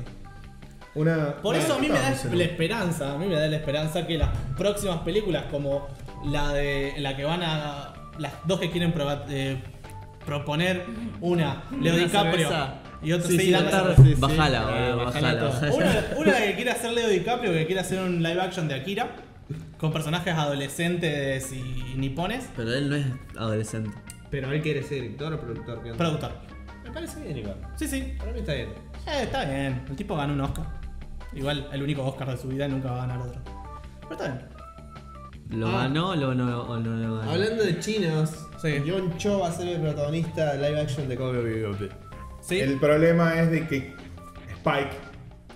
Speaker 1: Una,
Speaker 3: Por
Speaker 1: una-
Speaker 3: eso a mí me da
Speaker 1: no sé, no.
Speaker 3: la esperanza, a mí me da la esperanza que las próximas películas como la de la que van a las dos que quieren proba- eh, proponer una Leo
Speaker 5: Una
Speaker 3: DiCaprio
Speaker 5: cerveza.
Speaker 3: y otra
Speaker 5: Sí,
Speaker 3: sí,
Speaker 5: sí,
Speaker 3: la
Speaker 5: la
Speaker 3: otra-
Speaker 5: tarde. Bajala,
Speaker 3: Eh,
Speaker 5: boludo,
Speaker 3: bajala
Speaker 5: bajala,
Speaker 3: todo.
Speaker 5: bajala.
Speaker 3: Una, una que quiere hacer Leo DiCaprio que quiere hacer un live action de Akira con personajes adolescentes y nipones,
Speaker 5: Pero él no es adolescente.
Speaker 4: Pero él quiere ser director o productor. ¿qué onda?
Speaker 3: productor.
Speaker 4: Me parece bien, igual.
Speaker 3: Sí, sí.
Speaker 4: Para mí está bien.
Speaker 3: Eh, está bien, el tipo ganó un Oscar. Igual el único Oscar de su vida nunca va a ganar otro. Pero está bien.
Speaker 5: ¿Lo
Speaker 4: Ah.
Speaker 5: ganó o lo- no, o no lo ganó?
Speaker 4: Hablando de chinos,
Speaker 3: Sí.
Speaker 4: John Cho va a ser el protagonista de live action de Cowboy Bebop.
Speaker 3: Sí.
Speaker 1: El problema es de que Spike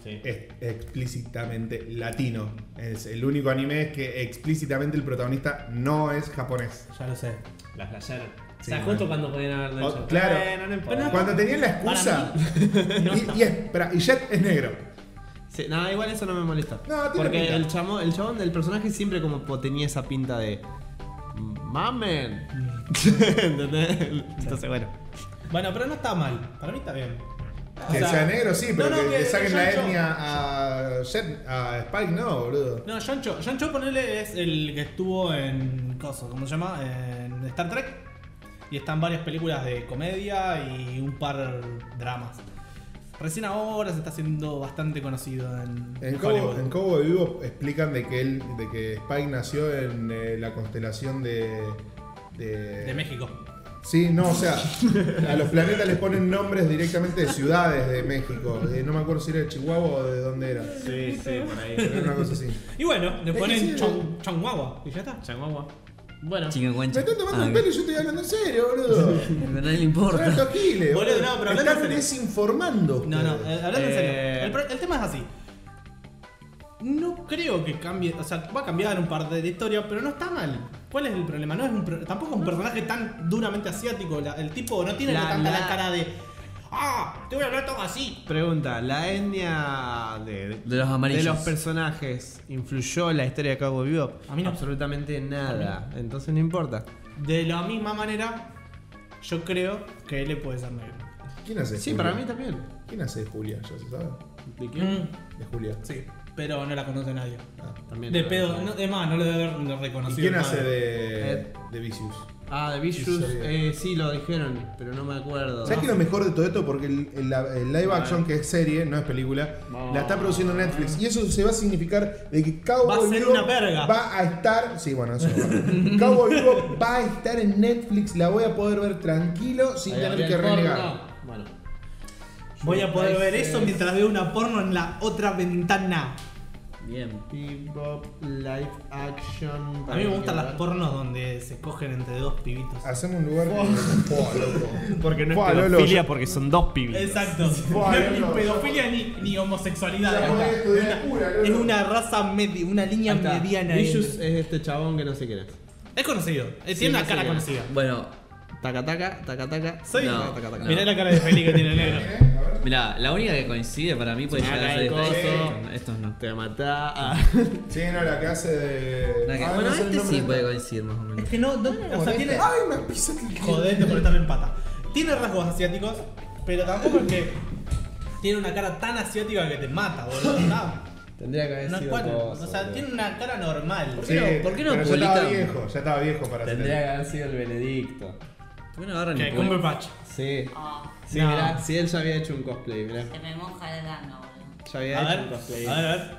Speaker 4: Sí.
Speaker 1: es explícitamente latino. Es el único anime es que explícitamente el protagonista no es japonés.
Speaker 3: Ya lo sé.
Speaker 4: Las playeras. o
Speaker 1: Sí,
Speaker 4: sea,
Speaker 1: bueno.
Speaker 4: justo cuando podían haberlo
Speaker 1: Oh,
Speaker 4: hecho.
Speaker 1: claro.
Speaker 4: Bueno, no importa.
Speaker 1: Cuando tenían la excusa. y, y es- espera, y Jet es negro.
Speaker 4: Sí, nada, igual eso no me molesta.
Speaker 1: No, tiene
Speaker 4: porque
Speaker 1: pinta.
Speaker 4: el chabón, el chabón del personaje siempre como po- tenía esa pinta de. ¡Mamen! ¿Entendés? Entonces, bueno.
Speaker 3: Bueno, pero no está mal. Para mí está bien. O
Speaker 1: Que sea, negro, sí, pero
Speaker 3: no,
Speaker 1: que
Speaker 3: no,
Speaker 1: le
Speaker 3: que
Speaker 1: saquen
Speaker 3: John
Speaker 1: la
Speaker 3: Cho-
Speaker 1: etnia a, Jet, a Spike, no, boludo.
Speaker 3: No, John Cho. John Cho, ponele, es el que estuvo en. Coso, ¿Cómo se llama? En Star Trek. Y están varias películas de comedia y un par dramas. Recién ahora se está haciendo bastante conocido en,
Speaker 1: En Cobo,
Speaker 3: Hollywood.
Speaker 1: en Cowboy Vivo explican de que él, de que Spike nació en eh, la constelación de, de.
Speaker 3: de México.
Speaker 1: Sí, no, o sea, a los planetas les ponen nombres directamente de ciudades de México. Eh, no me acuerdo si era de Chihuahua o de dónde era.
Speaker 4: Sí, sí, por ahí.
Speaker 1: Pero era una cosa así.
Speaker 3: Y bueno, le
Speaker 1: Es que
Speaker 3: ponen
Speaker 1: sí,
Speaker 3: Chong- Chonghuahua. Y ya está.
Speaker 4: Changuagua. Bueno.
Speaker 1: Me
Speaker 5: Chinganguancha.
Speaker 1: están tomando
Speaker 5: Ah,
Speaker 1: el pelo y yo estoy hablando en serio, boludo.
Speaker 5: A nadie le
Speaker 1: Son
Speaker 5: importa.
Speaker 1: estos giles.
Speaker 3: Boludo, no, pero hablando en
Speaker 1: Están
Speaker 3: serio.
Speaker 1: desinformando.
Speaker 3: No, no, eh,
Speaker 1: ustedes.
Speaker 3: hablando en
Speaker 4: Eh.
Speaker 3: serio. El, pro- el tema es así. No creo que cambie, o sea, va a cambiar un par de, de historia, pero no está mal. ¿Cuál es el problema? No es un, pro- tampoco es un personaje tan duramente asiático. la- el tipo no tiene
Speaker 4: La-
Speaker 3: tanta la,
Speaker 4: la-
Speaker 3: cara de. ¡Ah! Te voy a hablar todo así.
Speaker 4: Pregunta: ¿la etnia de,
Speaker 5: De los amarillos.
Speaker 4: de los personajes influyó en la historia de Cowboy Bebop?
Speaker 3: A mí no.
Speaker 4: Absolutamente nada. Entonces no importa.
Speaker 3: De la misma manera, yo creo que le puede ser negro.
Speaker 1: ¿Quién hace
Speaker 4: Sí,
Speaker 1: Julia?
Speaker 4: para mí también.
Speaker 1: ¿Quién hace de Julia? ¿Ya se sabe?
Speaker 4: ¿De
Speaker 1: De Julia.
Speaker 3: Mm, sí, pero no la conoce nadie.
Speaker 1: Ah.
Speaker 4: También.
Speaker 3: De pedo, no, es más, no lo debe haber reconocido.
Speaker 1: ¿Y quién
Speaker 3: nadie.
Speaker 1: hace de,
Speaker 4: Ed.
Speaker 1: de Vicious?
Speaker 4: Ah, de Vicious.
Speaker 1: Sí, sabía.
Speaker 4: eh, sí, lo dijeron, pero no me acuerdo.
Speaker 1: ¿Sabes qué es lo mejor de todo esto? Porque el, el- el live action, que es serie, no es película, la está produciendo Netflix. Y eso se va a significar de que Cowboy
Speaker 3: Va a ser
Speaker 1: Bebop
Speaker 3: una verga.
Speaker 1: va a estar. Sí, bueno, eso. va. Cowboy Bebop va a estar en Netflix. La voy a poder ver tranquilo sin
Speaker 4: Ahí,
Speaker 1: tener
Speaker 4: Gabriel
Speaker 1: que
Speaker 4: Forno.
Speaker 1: renegar.
Speaker 4: Bueno.
Speaker 3: Voy a poder ver
Speaker 4: Países.
Speaker 3: eso mientras veo una porno en la otra ventana.
Speaker 5: Bien.
Speaker 4: Bebop, live action.
Speaker 3: A mí me gustan las
Speaker 4: ver.
Speaker 3: pornos donde se cogen entre dos pibitos.
Speaker 1: Hacemos un lugar. que- Buah, loco.
Speaker 7: Porque no es
Speaker 1: Buah, Lolo,
Speaker 7: pedofilia,
Speaker 1: yo-
Speaker 7: porque son dos pibitos.
Speaker 3: Exacto.
Speaker 1: Buah,
Speaker 3: no es ni
Speaker 1: Lolo.
Speaker 3: pedofilia ni, ni homosexualidad.
Speaker 1: La
Speaker 3: acá.
Speaker 1: podés estudiar pura, Lolo.
Speaker 3: es una raza media, una línea
Speaker 4: Ahí está.
Speaker 3: mediana.
Speaker 4: Vicious
Speaker 3: Es
Speaker 4: es este chabón que no sé quién es.
Speaker 3: es conocido. eh,
Speaker 4: Sí,
Speaker 3: Tiene
Speaker 4: no
Speaker 3: una
Speaker 4: sé
Speaker 3: cara
Speaker 4: quién es.
Speaker 3: conocida.
Speaker 5: Bueno,
Speaker 4: Taca taca, taca taca.
Speaker 3: Soy-
Speaker 5: No,
Speaker 4: taca, taca.
Speaker 3: Mirá la cara de feliz que tiene el negro.
Speaker 1: ¿Eh? A ver.
Speaker 5: mirá, la única que coincide para mí puede
Speaker 4: Ah,
Speaker 5: llegar
Speaker 4: la
Speaker 5: a ser
Speaker 4: del
Speaker 5: esta.
Speaker 1: coso.
Speaker 5: Estos- Estos no.
Speaker 4: Te matá. Ah.
Speaker 1: Sí, no, la que hace de.
Speaker 5: La que-
Speaker 1: Ah, no
Speaker 5: bueno,
Speaker 1: sé el
Speaker 5: este
Speaker 1: nombre
Speaker 5: sí
Speaker 1: de-
Speaker 5: puede coincidir más o
Speaker 3: Es
Speaker 5: menos.
Speaker 3: que no, no- o sea, tiene.
Speaker 1: Ay, una pizza que.
Speaker 3: Jodete por estar en pata. Tiene rasgos asiáticos, pero tampoco es que tiene una cara tan asiática que te mata, boludo. Está-
Speaker 4: Tendría que haber
Speaker 3: No,
Speaker 4: sido
Speaker 3: ¿cuál?
Speaker 4: coso,
Speaker 3: o sea,
Speaker 4: boludo.
Speaker 3: tiene una cara normal.
Speaker 5: qué no- por qué no
Speaker 1: pero ya estaba
Speaker 5: publican?
Speaker 1: viejo, ya estaba viejo para hacer
Speaker 4: Tendría que haber sido el Benedicto.
Speaker 5: ¿Por qué no agarran
Speaker 3: Que
Speaker 5: y
Speaker 3: come
Speaker 5: publican?
Speaker 3: patch.
Speaker 4: Sí.
Speaker 6: Ah,
Speaker 4: Sí,
Speaker 3: No.
Speaker 4: mirá, sí, él ya había hecho un cosplay, mirá.
Speaker 6: se me moja el gano, boludo.
Speaker 4: Ya había
Speaker 3: A
Speaker 4: hecho
Speaker 3: ver,
Speaker 4: un cosplay.
Speaker 3: a ver, a ver.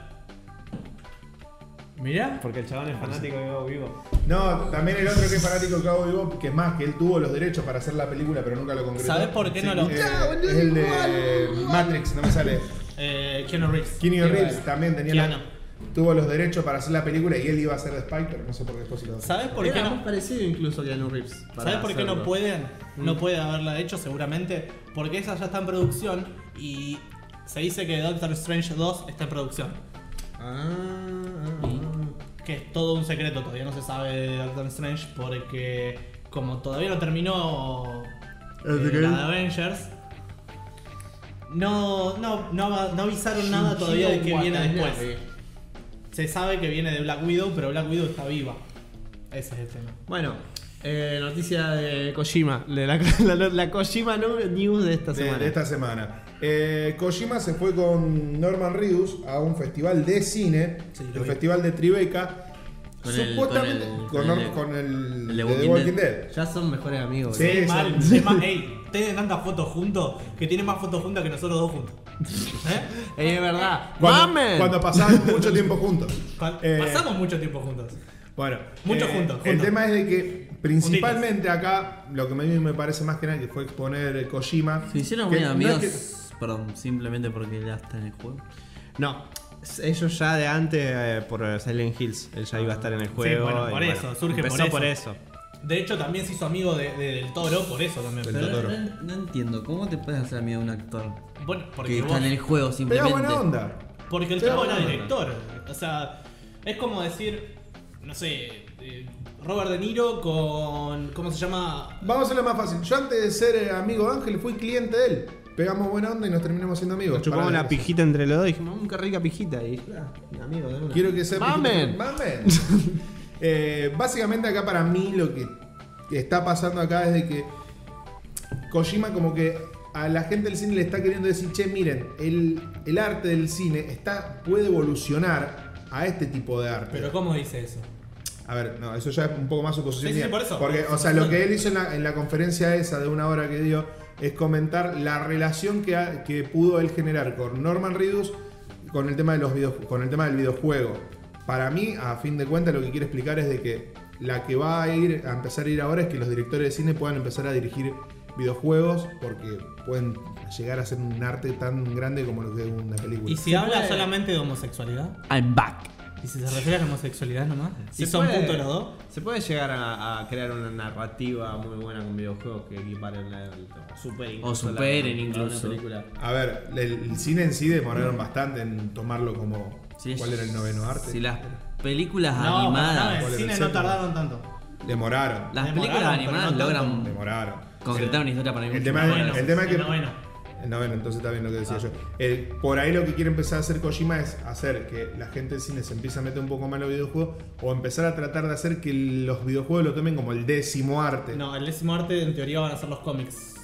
Speaker 7: Mirá, porque el chabón es fanático de Go Vivo.
Speaker 1: No, también el otro que es fanático de Cowboy Bob, que es más, que él tuvo los derechos para hacer la película, pero nunca lo concretó.
Speaker 3: ¿Sabés por qué no lo-
Speaker 1: eh, es el de Matrix, no me sale.
Speaker 3: Eh, Keanu Reeves.
Speaker 1: Keanu
Speaker 4: Sí,
Speaker 1: Reeves
Speaker 4: bueno.
Speaker 1: también tenía la-
Speaker 3: Keanu.
Speaker 1: tuvo los derechos para hacer la película y él iba a hacer de Spike, pero no sé por qué después se lo
Speaker 3: ¿Sabes por qué
Speaker 4: Era más
Speaker 3: no?
Speaker 4: parecido incluso que Anu Reeves. para
Speaker 3: ¿Sabes por qué no
Speaker 4: hacerlo.
Speaker 3: pueden?
Speaker 7: Mm.
Speaker 3: No puede haberla hecho seguramente. Porque esa ya está en producción y se dice que Doctor Strange 2 está en producción.
Speaker 4: Ah, ah, ah.
Speaker 3: Que es todo un secreto, todavía no se sabe de Doctor Strange porque como todavía no terminó eh, la de Avengers, no, no, no, av- no avisaron nada todavía de que viene después. Se sabe que viene de Black Widow, pero Black Widow está viva. Ese es el tema.
Speaker 4: Bueno, eh, noticia de Kojima. De la, la, la Kojima no- News de esta
Speaker 1: de,
Speaker 4: semana.
Speaker 1: de esta semana. Eh, Kojima se fue con Norman Reedus a un festival de cine,
Speaker 3: Sí, lo
Speaker 1: el
Speaker 3: vi.
Speaker 1: festival de Tribeca.
Speaker 5: Con el-
Speaker 1: supuestamente
Speaker 5: con el-
Speaker 1: con,
Speaker 5: con
Speaker 1: Nor-
Speaker 5: el-
Speaker 1: con el,
Speaker 5: el
Speaker 1: de The
Speaker 5: de Walking
Speaker 1: Walking
Speaker 5: Dead.
Speaker 1: Dead.
Speaker 4: Ya son mejores amigos.
Speaker 1: Sí.
Speaker 3: Qué
Speaker 1: Eso.
Speaker 3: mal, qué mal. Ey, tienen tantas fotos juntos que tienen más fotos juntas que nosotros dos juntos. ¿Eh?
Speaker 4: boludo. Eh, Es verdad.
Speaker 1: Cuando,
Speaker 4: ¡Mamen!
Speaker 1: cuando pasaban mucho tiempo juntos.
Speaker 3: Pa-
Speaker 1: Eh,
Speaker 3: Pasamos mucho tiempo juntos.
Speaker 1: Bueno,
Speaker 3: Mucho juntos,
Speaker 1: Eh, El
Speaker 3: juntos.
Speaker 1: tema es de que principalmente acá lo que a mí me parece más que nada que fue exponer eh, Kojima.
Speaker 5: Se hicieron
Speaker 1: que
Speaker 5: muy
Speaker 1: no
Speaker 5: amigos.
Speaker 1: es
Speaker 5: Perdón, simplemente porque ya está en el juego.
Speaker 4: No, s- ellos ya de antes eh, por eh, Silent Hills. Él ya iba a estar en el juego.
Speaker 3: bueno, por
Speaker 4: y
Speaker 3: eso, surge por
Speaker 4: empezó
Speaker 3: eso.
Speaker 4: por eso.
Speaker 3: De hecho, también se hizo amigo de- de- del toro, por eso también.
Speaker 1: Del
Speaker 5: Pero
Speaker 1: Totoro.
Speaker 5: no, no entiendo, ¿cómo te puedes hacer amigo de un actor?
Speaker 3: Bueno,
Speaker 5: que
Speaker 3: porque,
Speaker 5: está
Speaker 3: vos-
Speaker 5: en el juego
Speaker 1: que pega
Speaker 5: simplemente.
Speaker 1: buena onda.
Speaker 3: porque el
Speaker 1: Pero
Speaker 3: chavo era
Speaker 1: bueno.
Speaker 3: director. O sea, es como decir, no sé, eh, Robert De Niro con. ¿Cómo se llama?
Speaker 1: Vamos a hacerlo más fácil. Yo antes de ser eh, amigo de Ángel fui cliente de él. Pegamos buena onda y nos terminamos siendo amigos.
Speaker 4: Nos chupamos
Speaker 1: Pará,
Speaker 4: la pijita entre los dos y dijimos, mmm, qué rica pijita. Y ah, amigo de una.
Speaker 1: Quiero que sea
Speaker 4: ¡Mamen!
Speaker 1: Mamen. Eh, básicamente acá para mí lo que está pasando acá es de que Kojima como que a la gente del cine le está queriendo decir, che, miren, el, el arte del cine está, puede evolucionar a este tipo de arte.
Speaker 3: Pero ¿cómo dice eso?
Speaker 1: A ver, no, eso ya es un poco más suposición.
Speaker 3: Sí, sí,
Speaker 1: mía.
Speaker 3: por eso.
Speaker 1: Porque, o sea, lo que él hizo en la, en la conferencia esa de una hora que dio es comentar la relación que, ha- que pudo él generar con Norman Reedus con el tema de los video- con el tema del videojuego. Para mí, a fin de cuentas, lo que quiere explicar es de que la que va a ir a empezar a ir ahora es que los directores de cine puedan empezar a dirigir videojuegos porque pueden llegar a ser un arte tan grande como lo que es una película.
Speaker 3: ¿Y si habla solamente de homosexualidad?
Speaker 5: I'm back.
Speaker 3: ¿Y si se refiere a la homosexualidad nomás? ¿Si
Speaker 4: Se
Speaker 3: son
Speaker 4: puede-
Speaker 3: puntos los dos?
Speaker 4: Se puede llegar a, a crear una narrativa muy buena con videojuegos que equiparen la, o superen incluso la-
Speaker 5: superen
Speaker 4: la-
Speaker 5: incluso.
Speaker 4: la película.
Speaker 1: A ver, el, el cine en sí demoraron bastante en tomarlo como
Speaker 5: Si
Speaker 1: cuál era el noveno arte.
Speaker 5: Si las películas
Speaker 3: No, para
Speaker 5: animadas.
Speaker 3: nada, en
Speaker 1: ¿Cuál era
Speaker 3: cine
Speaker 1: el
Speaker 3: no
Speaker 1: séptimo?
Speaker 3: tardaron tanto.
Speaker 1: Demoraron.
Speaker 5: Las
Speaker 3: Demoraron,
Speaker 5: películas
Speaker 3: pero
Speaker 5: animadas
Speaker 3: no tanto.
Speaker 5: logran
Speaker 1: Demoraron.
Speaker 5: concretar una historia para mí.
Speaker 1: El
Speaker 5: mucho
Speaker 1: tema
Speaker 5: más
Speaker 1: es-
Speaker 5: buena.
Speaker 1: el tema que-
Speaker 3: El noveno.
Speaker 1: El noveno, entonces está bien lo que decía yo. El- por ahí lo que quiere empezar a hacer Kojima es hacer que la gente del cine se empiece a meter un poco más en los videojuegos o empezar a tratar de hacer que los videojuegos lo tomen como el décimo arte.
Speaker 3: No, el décimo arte en teoría van a ser los cómics.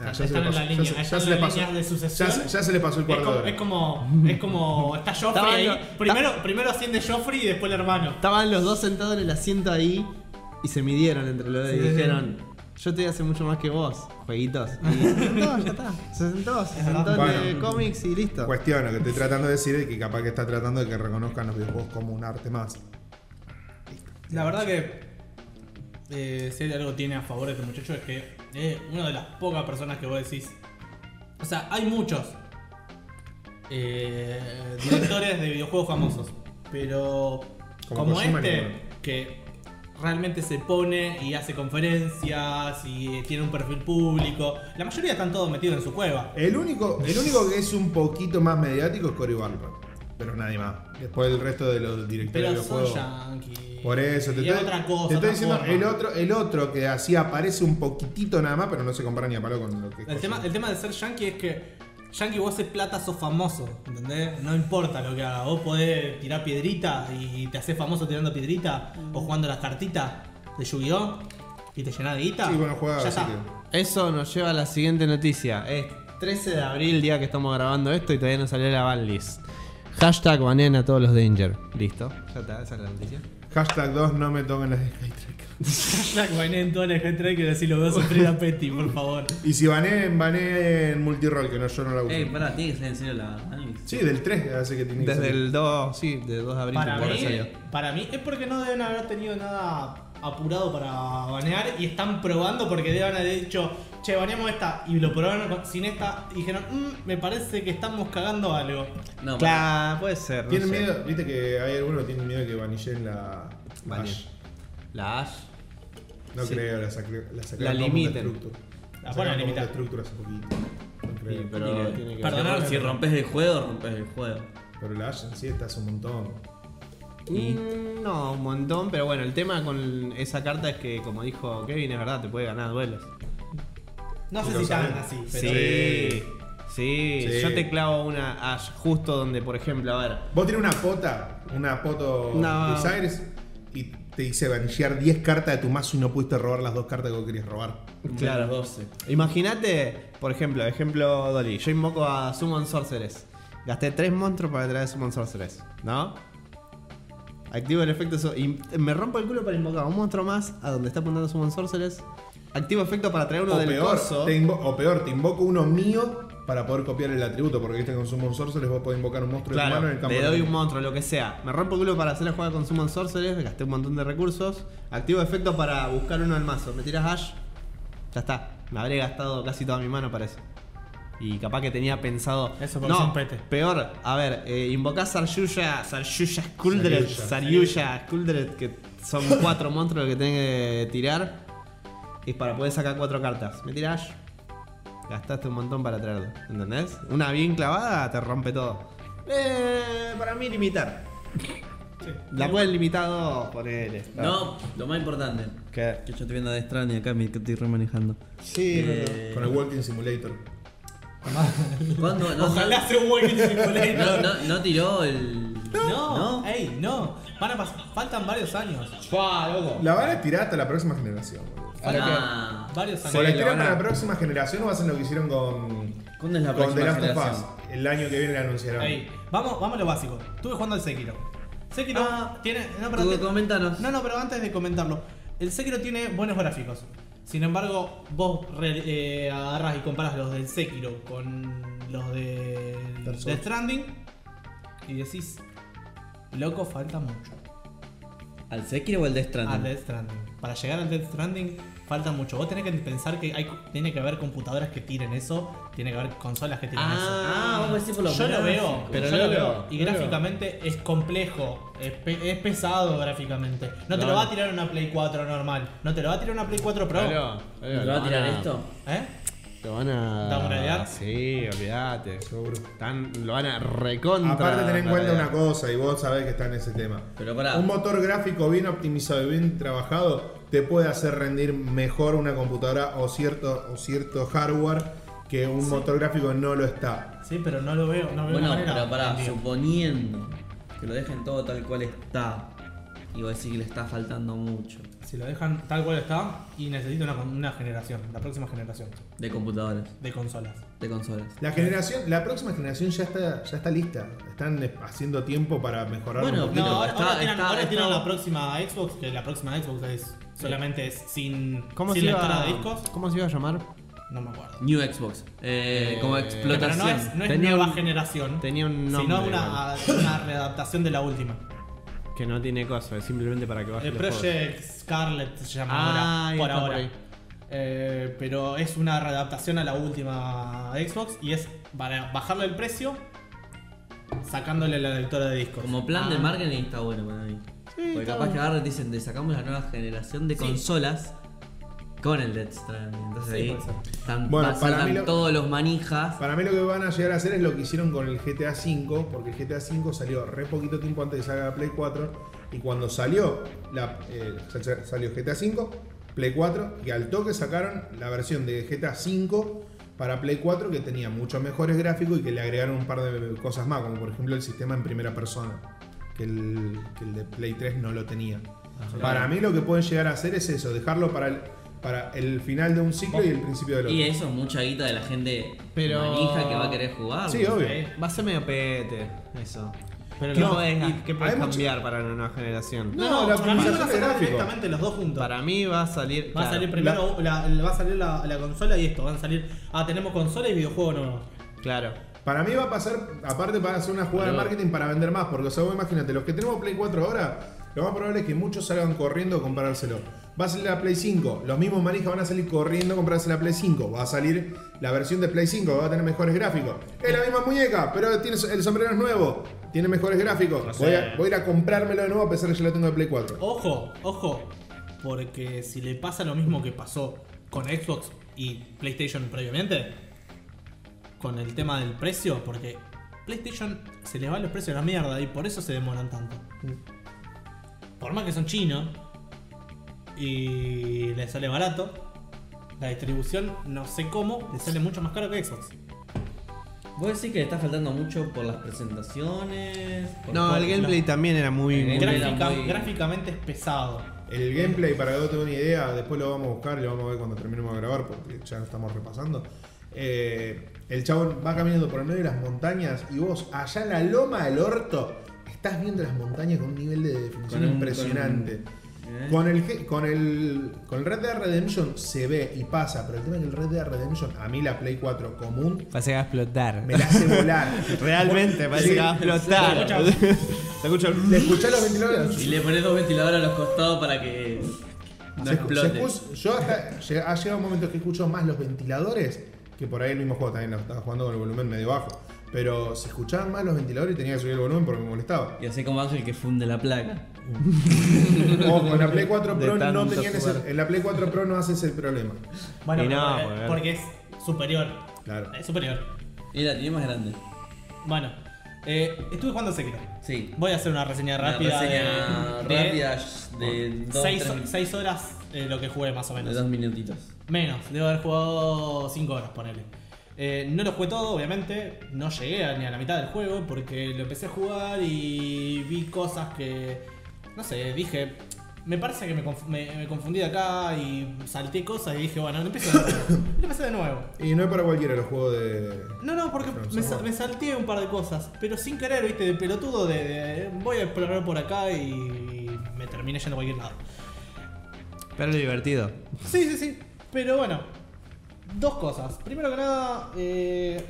Speaker 1: Ah,
Speaker 3: están en la línea,
Speaker 1: ya se-
Speaker 3: están
Speaker 1: ya se
Speaker 3: en
Speaker 1: le
Speaker 3: la
Speaker 1: pasó.
Speaker 3: línea de
Speaker 1: Ya,
Speaker 3: sucesión.
Speaker 1: se- ya se le pasó el
Speaker 3: Es
Speaker 1: cuarto de
Speaker 3: como,
Speaker 1: hora.
Speaker 3: es como. Es como. Está Joffrey
Speaker 4: Estaba
Speaker 3: ahí.
Speaker 4: yo-
Speaker 3: primero, primero asciende Joffrey y después el hermano.
Speaker 4: Estaban los dos sentados en el asiento ahí y se midieron entre los dos y
Speaker 3: Sí, sí, sí.
Speaker 4: dijeron, yo te voy a hacer mucho más que vos, jueguitos. Y se sentó, ya está. Se sentó, se sentó en
Speaker 1: Bueno.
Speaker 4: el cómics y listo.
Speaker 1: Cuestión, lo que estoy tratando de decir es que capaz que está tratando de que reconozcan los videojuegos como un arte más.
Speaker 3: La verdad que. eh, si hay algo que tiene a favor este muchacho es que es una de las pocas personas que vos decís. O sea, hay muchos. eh, directores de videojuegos famosos. Pero
Speaker 1: Como
Speaker 3: como,
Speaker 1: Kojima
Speaker 3: este,
Speaker 1: ninguno.
Speaker 3: que realmente se pone y hace conferencias y tiene un perfil público, la mayoría están todos metidos en su cueva.
Speaker 1: El único, el único que es un poquito más mediático es Cory Barlog. Pero nadie más. Después el resto de los directores de
Speaker 3: Pero son
Speaker 1: videojuegos.
Speaker 3: yankees.
Speaker 1: Por eso, te
Speaker 3: Y
Speaker 1: estoy,
Speaker 3: es otra cosa.
Speaker 1: te estoy
Speaker 3: otra
Speaker 1: diciendo,
Speaker 3: forma.
Speaker 1: el otro, el otro que así aparece un poquitito nada más, pero no se compara ni a palo con lo que.
Speaker 3: El tema, el tema de ser yankee es que yankee vos haces plata, sos famoso, ¿entendés? No importa lo que hagas, vos podés tirar piedrita y te haces famoso tirando piedrita o jugando las cartitas de Yu-Gi-Oh! y te llenás de guita.
Speaker 1: Sí, bueno, juega,
Speaker 3: ya
Speaker 1: así
Speaker 3: está.
Speaker 1: que.
Speaker 4: Eso nos lleva a la siguiente noticia. Es 13 de abril, día que estamos grabando esto y todavía no salió la banlist. Hashtag banean a todos los Danger. Listo. Ya está, esa es la noticia.
Speaker 1: Hashtag 2 no me toquen las de Skytrack.
Speaker 3: La guainé en toda la gente que así lo veo sufrir a Petty, por favor.
Speaker 1: Y si baneen, baneen multiroll, que no yo no la uso.
Speaker 3: Eh,
Speaker 5: Ey, pará, tiene que ser en serio la análisis.
Speaker 1: Sí, del 3 hace que tiene que
Speaker 4: Desde
Speaker 1: salir.
Speaker 4: el 2, sí, desde el 2 de abril.
Speaker 3: Para
Speaker 4: supongo que
Speaker 3: mí,
Speaker 4: salió.
Speaker 3: para mí es porque no deben haber tenido nada apurado para banear y están probando porque deben haber dicho, che, baneamos esta y lo probaron con- sin esta y dijeron, "Mm, me parece que estamos cagando algo.
Speaker 5: No, pará.
Speaker 4: Claro, Ah, puede ser. no
Speaker 1: Tienen
Speaker 4: sé.
Speaker 1: miedo, viste que hay algunos que tienen miedo de que vanillen la. la
Speaker 4: Baneen.
Speaker 1: hash.
Speaker 4: La Ash.
Speaker 1: No
Speaker 4: Sí.
Speaker 1: creo, la sacré. La, sacaron
Speaker 4: La
Speaker 1: como un
Speaker 4: limiten. Ah,
Speaker 1: destructor.
Speaker 3: La
Speaker 1: sacaron
Speaker 3: ponen a
Speaker 1: como un
Speaker 3: limitar.
Speaker 1: destructor hace poquito. No creo.
Speaker 4: Sí, pero
Speaker 5: Ni-
Speaker 4: tiene que
Speaker 3: Perdón.
Speaker 5: Perdonad, si rompes el juego, rompes el juego.
Speaker 1: Pero la Ash en sí está hace un montón.
Speaker 4: Mm, No, un montón, pero bueno, el tema con esa carta es que, como dijo Kevin, es verdad, te puede ganar duelos.
Speaker 3: No
Speaker 1: Y
Speaker 3: sé
Speaker 1: lo
Speaker 3: si
Speaker 1: saben.
Speaker 3: tan así, pero
Speaker 4: Sí. Sí,
Speaker 1: Sí.
Speaker 4: yo te clavo una Ash justo donde, por ejemplo, a ver.
Speaker 1: Vos tenés una pota, una poto
Speaker 4: No.
Speaker 1: de Sagres, y te hice vanillear 10 cartas de tu mazo y no pudiste robar las dos cartas que vos querías robar.
Speaker 4: Claro. Imagínate, por ejemplo, ejemplo Dolly, yo invoco a Summon Sorceress. Gasté tres monstruos para traer Summon Sorceress, ¿no? Activo el efecto so- y me rompo el culo para invocar un monstruo más a donde está apuntando Summon Sorceress. Activo efecto para traer uno
Speaker 1: O
Speaker 4: del
Speaker 1: peor,
Speaker 4: coso.
Speaker 1: te invo- o peor, te invoco uno mío para poder copiar el atributo, porque viste que con Summon Sorceress vos podés invocar un monstruo de tu mano en el
Speaker 4: Claro,
Speaker 1: campo.
Speaker 4: le
Speaker 1: de
Speaker 4: doy
Speaker 1: batalla.
Speaker 4: un monstruo, lo que sea. Me rompo el culo para hacer la jugada con Summon Sorceress, gasté un montón de recursos. Activo efecto para buscar uno al mazo. Me tiras Ash, ya está. Me habré gastado casi toda mi mano para eso. Y capaz que tenía pensado.
Speaker 3: Eso porque
Speaker 4: no,
Speaker 3: son pete.
Speaker 4: peor, a ver, eh, invocás Saryuya, Saryuya Skuldred,
Speaker 1: Saryuya.
Speaker 4: Saryuya Skuldred, que son cuatro monstruos los que tenés que tirar. Es para poder sacar cuatro cartas. Me tiras Ash, Gastaste un montón para traerlo, ¿entendés? Una bien clavada te rompe todo. Eh, para mí limitar. La pueden limitar dos, ponele.
Speaker 5: No, lo más importante.
Speaker 4: ¿Qué?
Speaker 5: Que yo estoy viendo de Strand y acá me que estoy remanejando.
Speaker 4: Sí,
Speaker 5: Eh,
Speaker 1: Con el Walking Simulator.
Speaker 5: ¿Cuándo? No,
Speaker 3: ojalá sea un buen
Speaker 5: No,
Speaker 3: simulator.
Speaker 5: no, no tiró el.
Speaker 3: No,
Speaker 5: ¿No?
Speaker 3: ey, no. Van a pas- faltan varios años.
Speaker 1: La van a tirar hasta la próxima generación, boludo.
Speaker 5: Ah,
Speaker 3: Varios
Speaker 1: O
Speaker 3: años.
Speaker 1: la
Speaker 4: lo
Speaker 1: tiran
Speaker 4: van a-
Speaker 1: para la próxima generación o hacen lo que hicieron con.
Speaker 5: ¿Cuándo es la
Speaker 1: con The
Speaker 5: próxima
Speaker 1: Last of
Speaker 5: generación?
Speaker 1: Us. El año que viene la anunciarán.
Speaker 3: Ey, vamos, vamos a lo básico. Estuve jugando al Sekiro. Sekiro
Speaker 5: Ah,
Speaker 3: tiene. No, pero
Speaker 5: Tú,
Speaker 3: antes-
Speaker 5: coméntanos.
Speaker 3: No, no, pero antes de comentarlo, el Sekiro tiene buenos gráficos. Sin embargo, vos re- eh, agarras y comparas los del Sekiro con los de
Speaker 1: Dark Souls.
Speaker 3: Death Stranding y decís, loco, falta mucho.
Speaker 5: ¿Al Sekiro o al Death
Speaker 3: Al
Speaker 5: Stranding?
Speaker 3: Death Stranding. Para llegar al Death Stranding falta mucho. Vos tenés que pensar que hay, tiene que haber computadoras que tiren eso, tiene que haber consolas que tiren eso.
Speaker 5: Ah, vos decís por los
Speaker 3: Yo lo
Speaker 5: gráficos.
Speaker 3: veo,
Speaker 4: Pero
Speaker 3: yo
Speaker 4: no
Speaker 3: lo
Speaker 4: lo-
Speaker 3: veo. Y
Speaker 4: no lo veo.
Speaker 3: gráficamente es complejo, es, pe- es pesado gráficamente. No te
Speaker 4: No,
Speaker 3: lo va a
Speaker 4: no.
Speaker 3: tirar una Play 4 normal, no te lo va a tirar una Play 4 Pro.
Speaker 5: ¿Lo va a tirar esto?
Speaker 3: ¿Eh?
Speaker 4: Lo van a.
Speaker 3: ¿Downgradear?
Speaker 4: Sí, olvídate.
Speaker 1: Seguro.
Speaker 4: Tan- lo van a recontra.
Speaker 1: Aparte tener en cuenta
Speaker 4: downgradear.
Speaker 1: una cosa, y vos sabés que está en ese tema.
Speaker 5: Pero pará.
Speaker 1: Un motor gráfico bien optimizado y bien trabajado te puede hacer rendir mejor una computadora o cierto, o cierto hardware que un motor gráfico no lo está.
Speaker 3: Sí, pero no lo veo, no veo
Speaker 5: Bueno,
Speaker 3: manera.
Speaker 5: pero pará,
Speaker 3: Entiendo.
Speaker 5: suponiendo que lo dejen todo tal cual está. Y voy a decir que le está faltando mucho.
Speaker 3: Si lo dejan tal cual está y necesito una, una generación, la próxima generación
Speaker 5: De computadoras,
Speaker 3: de consolas.
Speaker 5: de consolas.
Speaker 1: La generación, la próxima generación ya está, ya está lista. Están eh, haciendo tiempo para mejorar
Speaker 5: Bueno,
Speaker 1: un
Speaker 3: No,
Speaker 1: poquito.
Speaker 5: pero
Speaker 3: ahora,
Speaker 5: está-
Speaker 3: ahora tiran,
Speaker 5: está-
Speaker 3: ahora
Speaker 5: está-
Speaker 3: tiran la próxima Xbox, que la próxima Xbox es solamente es sin,
Speaker 4: ¿Cómo se,
Speaker 3: sin
Speaker 4: iba,
Speaker 3: lectora de discos.
Speaker 4: ¿Cómo se iba a llamar?
Speaker 3: No me acuerdo.
Speaker 5: New Xbox. Eh,
Speaker 4: Eh,
Speaker 5: como
Speaker 3: Pero
Speaker 5: explotación.
Speaker 3: no es, no es
Speaker 4: Tenía
Speaker 3: nueva
Speaker 4: un-
Speaker 3: generación.
Speaker 4: Tenía un nombre.
Speaker 3: sino una, una readaptación de la última.
Speaker 4: igual, que no tiene cosa, es simplemente para que baje
Speaker 3: El
Speaker 4: los juegos.
Speaker 3: Project Scarlet se llama
Speaker 4: Ah,
Speaker 3: ahora,
Speaker 4: ahí
Speaker 3: por
Speaker 4: está, por
Speaker 3: ahora.
Speaker 4: ahí.
Speaker 3: Eh, pero es una readaptación a la última Xbox y es para bajarle el precio sacándole la lectora de discos.
Speaker 5: Como plan de
Speaker 3: Ah,
Speaker 5: marketing está bueno para mí. Porque capaz que ahora dicen, te sacamos la nueva generación de consolas con el Death Stranding. Entonces
Speaker 3: Sí,
Speaker 5: ahí
Speaker 3: puede ser.
Speaker 5: están,
Speaker 1: Bueno,
Speaker 5: va-
Speaker 1: para
Speaker 5: saltan
Speaker 1: mí lo-
Speaker 5: todos los manijas.
Speaker 1: Para mí lo que van a llegar a hacer es lo que hicieron con el GTA V, porque el GTA V salió re poquito tiempo antes de que salga la Play 4, y cuando salió, la, eh, sal- sal- salió GTA V, Play 4, y al toque sacaron la versión de GTA V para Play 4 que tenía muchos mejores gráficos y que le agregaron un par de cosas más, como por ejemplo el sistema en primera persona, que el, que el de Play 3 no lo tenía. para mí lo que pueden llegar a hacer es eso, dejarlo para el, para el final de un ciclo y el principio del otro.
Speaker 5: Y eso es mucha guita de la gente
Speaker 4: Pero-
Speaker 5: manija que va a querer jugar.
Speaker 1: Sí, obvio.
Speaker 4: Va a ser medio pete eso.
Speaker 3: Pero
Speaker 4: ¿Qué
Speaker 3: no,
Speaker 4: podés, qué podés
Speaker 1: hay mucho-
Speaker 4: cambiar para una nueva generación?
Speaker 1: No, la
Speaker 3: para mí van a
Speaker 1: optimización de
Speaker 3: sacar
Speaker 1: gráfico.
Speaker 3: directamente los dos juntos.
Speaker 4: Para mí va a salir.
Speaker 3: Va a
Speaker 4: claro,
Speaker 3: salir primero la, la- va a salir la, la consola y esto, van a salir. Ah, tenemos consola y videojuego nuevo.
Speaker 4: Claro.
Speaker 1: Para mí va a pasar, aparte va a ser una jugada de marketing para vender más, porque o sea, vos imagínate, los que tenemos Play 4 ahora, lo más probable es que muchos salgan corriendo a comprárselo. Va a salir la Play 5, los mismos manijas van a salir corriendo a comprarse la Play 5, va a salir la versión de Play 5, que va a tener mejores gráficos. Es la misma muñeca, pero tiene, el sombrero es nuevo, tiene mejores gráficos. voy, a, voy a ir a comprármelo de nuevo a pesar de que ya lo tengo de Play 4.
Speaker 3: Ojo, ojo, porque si le pasa lo mismo que pasó con Xbox y PlayStation previamente, con el tema del precio, porque PlayStation se les va los precios a la mierda y por eso se demoran tanto. Por más que son chinos y les sale barato, la distribución no sé cómo les sale mucho más caro que Xbox.
Speaker 5: Vos decís que le está faltando mucho por las presentaciones. por-
Speaker 4: No,
Speaker 5: por-
Speaker 4: el gameplay también era muy.
Speaker 5: El
Speaker 4: muy-
Speaker 5: gameplay-
Speaker 3: Gráfica-
Speaker 5: muy-
Speaker 3: Gráficamente es pesado.
Speaker 1: El gameplay, para que vos tengas una idea, después lo vamos a buscar y lo vamos a ver cuando terminemos de grabar, porque ya lo estamos repasando. Eh, el chabón va caminando por el medio de las montañas y vos, allá en la loma del orto, estás viendo las montañas con un nivel de definición
Speaker 5: Con un-
Speaker 1: impresionante.
Speaker 5: ¿Eh?
Speaker 1: Con el, ge- con, el, con el Red Dead Redemption se ve y pasa, pero el tema es que el Red Dead Redemption, a mí la Play 4 común,
Speaker 4: Parece que va a explotar.
Speaker 1: me la hace volar.
Speaker 4: Realmente, parece
Speaker 1: Sí.
Speaker 4: que va a explotar. Se escucha el-
Speaker 1: Le escuchás los ventiladores.
Speaker 5: Y le pones dos ventiladores a los costados para que no
Speaker 1: Se- se
Speaker 5: explote.
Speaker 1: puso- yo hasta lle- ha llegado un momento que escucho más los ventiladores, que por ahí el mismo juego también lo estaba jugando con el volumen medio bajo. Pero se escuchaban más los ventiladores y tenía que subir el volumen porque me molestaba.
Speaker 5: Y así como Ángel que funde la placa.
Speaker 1: Ojo, en la Play 4
Speaker 4: De
Speaker 1: Pro no
Speaker 4: tanto
Speaker 1: tenían ese,
Speaker 4: jugar.
Speaker 1: en la Play 4 Pro no haces el problema.
Speaker 3: Bueno,
Speaker 4: Y
Speaker 3: pero
Speaker 4: no,
Speaker 3: porque-
Speaker 4: porque-
Speaker 3: porque es superior.
Speaker 1: Claro.
Speaker 3: Es superior.
Speaker 5: Y la tiene más grande.
Speaker 3: Bueno, eh, estuve jugando Sekiro.
Speaker 5: Sí.
Speaker 3: Voy a hacer una reseña
Speaker 5: Una
Speaker 3: rápida.
Speaker 5: reseña
Speaker 3: de,
Speaker 5: rápida de, dos, tres min-
Speaker 3: 6 horas eh, lo que jugué más o
Speaker 5: de
Speaker 3: menos.
Speaker 5: dos minutitos.
Speaker 3: Menos, debo haber jugado 5 horas, ponele. Eh, no lo jugué todo, obviamente. No llegué a- ni a la mitad del juego porque lo empecé a jugar y vi cosas que. No sé, dije. Me parece que me, conf- me- me confundí de acá y salté cosas y dije, bueno, lo empiezo de nuevo. Y lo empecé de nuevo.
Speaker 1: Y no es para cualquiera los juegos de.
Speaker 3: No, no, porque
Speaker 1: From
Speaker 3: me, sa-
Speaker 1: Software.
Speaker 3: me salté un par de cosas, pero sin querer, viste, de pelotudo, de, de- voy a explorar por acá y me terminé yendo a cualquier lado.
Speaker 4: Pero lo divertido.
Speaker 3: Sí, sí, sí, pero bueno, dos cosas. Primero que nada, eh,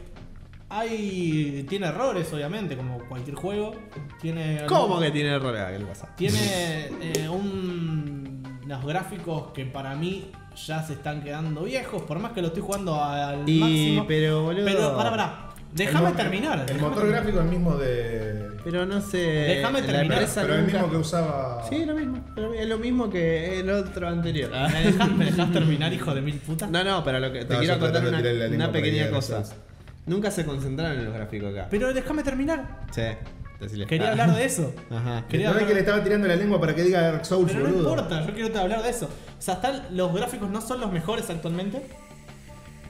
Speaker 3: hay, tiene errores, obviamente, como cualquier juego. Tiene
Speaker 4: ¿Cómo que tiene errores? Ah, ¿Qué le pasa?
Speaker 3: Tiene eh, un- unos gráficos que para mí ya se están quedando viejos, por más que lo estoy jugando al
Speaker 4: Y,
Speaker 3: máximo.
Speaker 4: pero boludo.
Speaker 3: Pero, pará, pará. Déjame
Speaker 1: El mo-
Speaker 3: terminar.
Speaker 1: El
Speaker 3: déjame
Speaker 1: motor
Speaker 3: terminar.
Speaker 1: gráfico es el mismo de.
Speaker 4: Pero no sé.
Speaker 3: Déjame
Speaker 4: la
Speaker 3: terminar.
Speaker 4: empresa
Speaker 1: Pero el
Speaker 4: nunca-
Speaker 1: mismo que usaba.
Speaker 4: Sí, lo mismo. pero Es lo mismo que el otro anterior.
Speaker 3: ¿Me dejas, terminar, hijo de mil putas?
Speaker 4: No, no, pero lo que, te
Speaker 1: No,
Speaker 4: quiero
Speaker 1: yo traté
Speaker 4: contar
Speaker 1: de
Speaker 4: una,
Speaker 1: tirarle la
Speaker 4: una
Speaker 1: lengua por ahí
Speaker 4: pequeña
Speaker 1: a
Speaker 4: cosa.
Speaker 1: veces.
Speaker 4: Nunca se concentraron en los gráficos acá.
Speaker 3: Pero déjame terminar.
Speaker 4: Sí, decile.
Speaker 3: Quería
Speaker 4: Ah.
Speaker 3: hablar de eso.
Speaker 4: Ajá.
Speaker 1: Que
Speaker 3: Quería
Speaker 1: no es
Speaker 3: hablar-
Speaker 1: que le estaba tirando la lengua para que diga Dark Souls,
Speaker 3: Pero no
Speaker 1: boludo.
Speaker 3: importa, yo quiero te hablar de eso. O sea, están, los gráficos no son los mejores actualmente.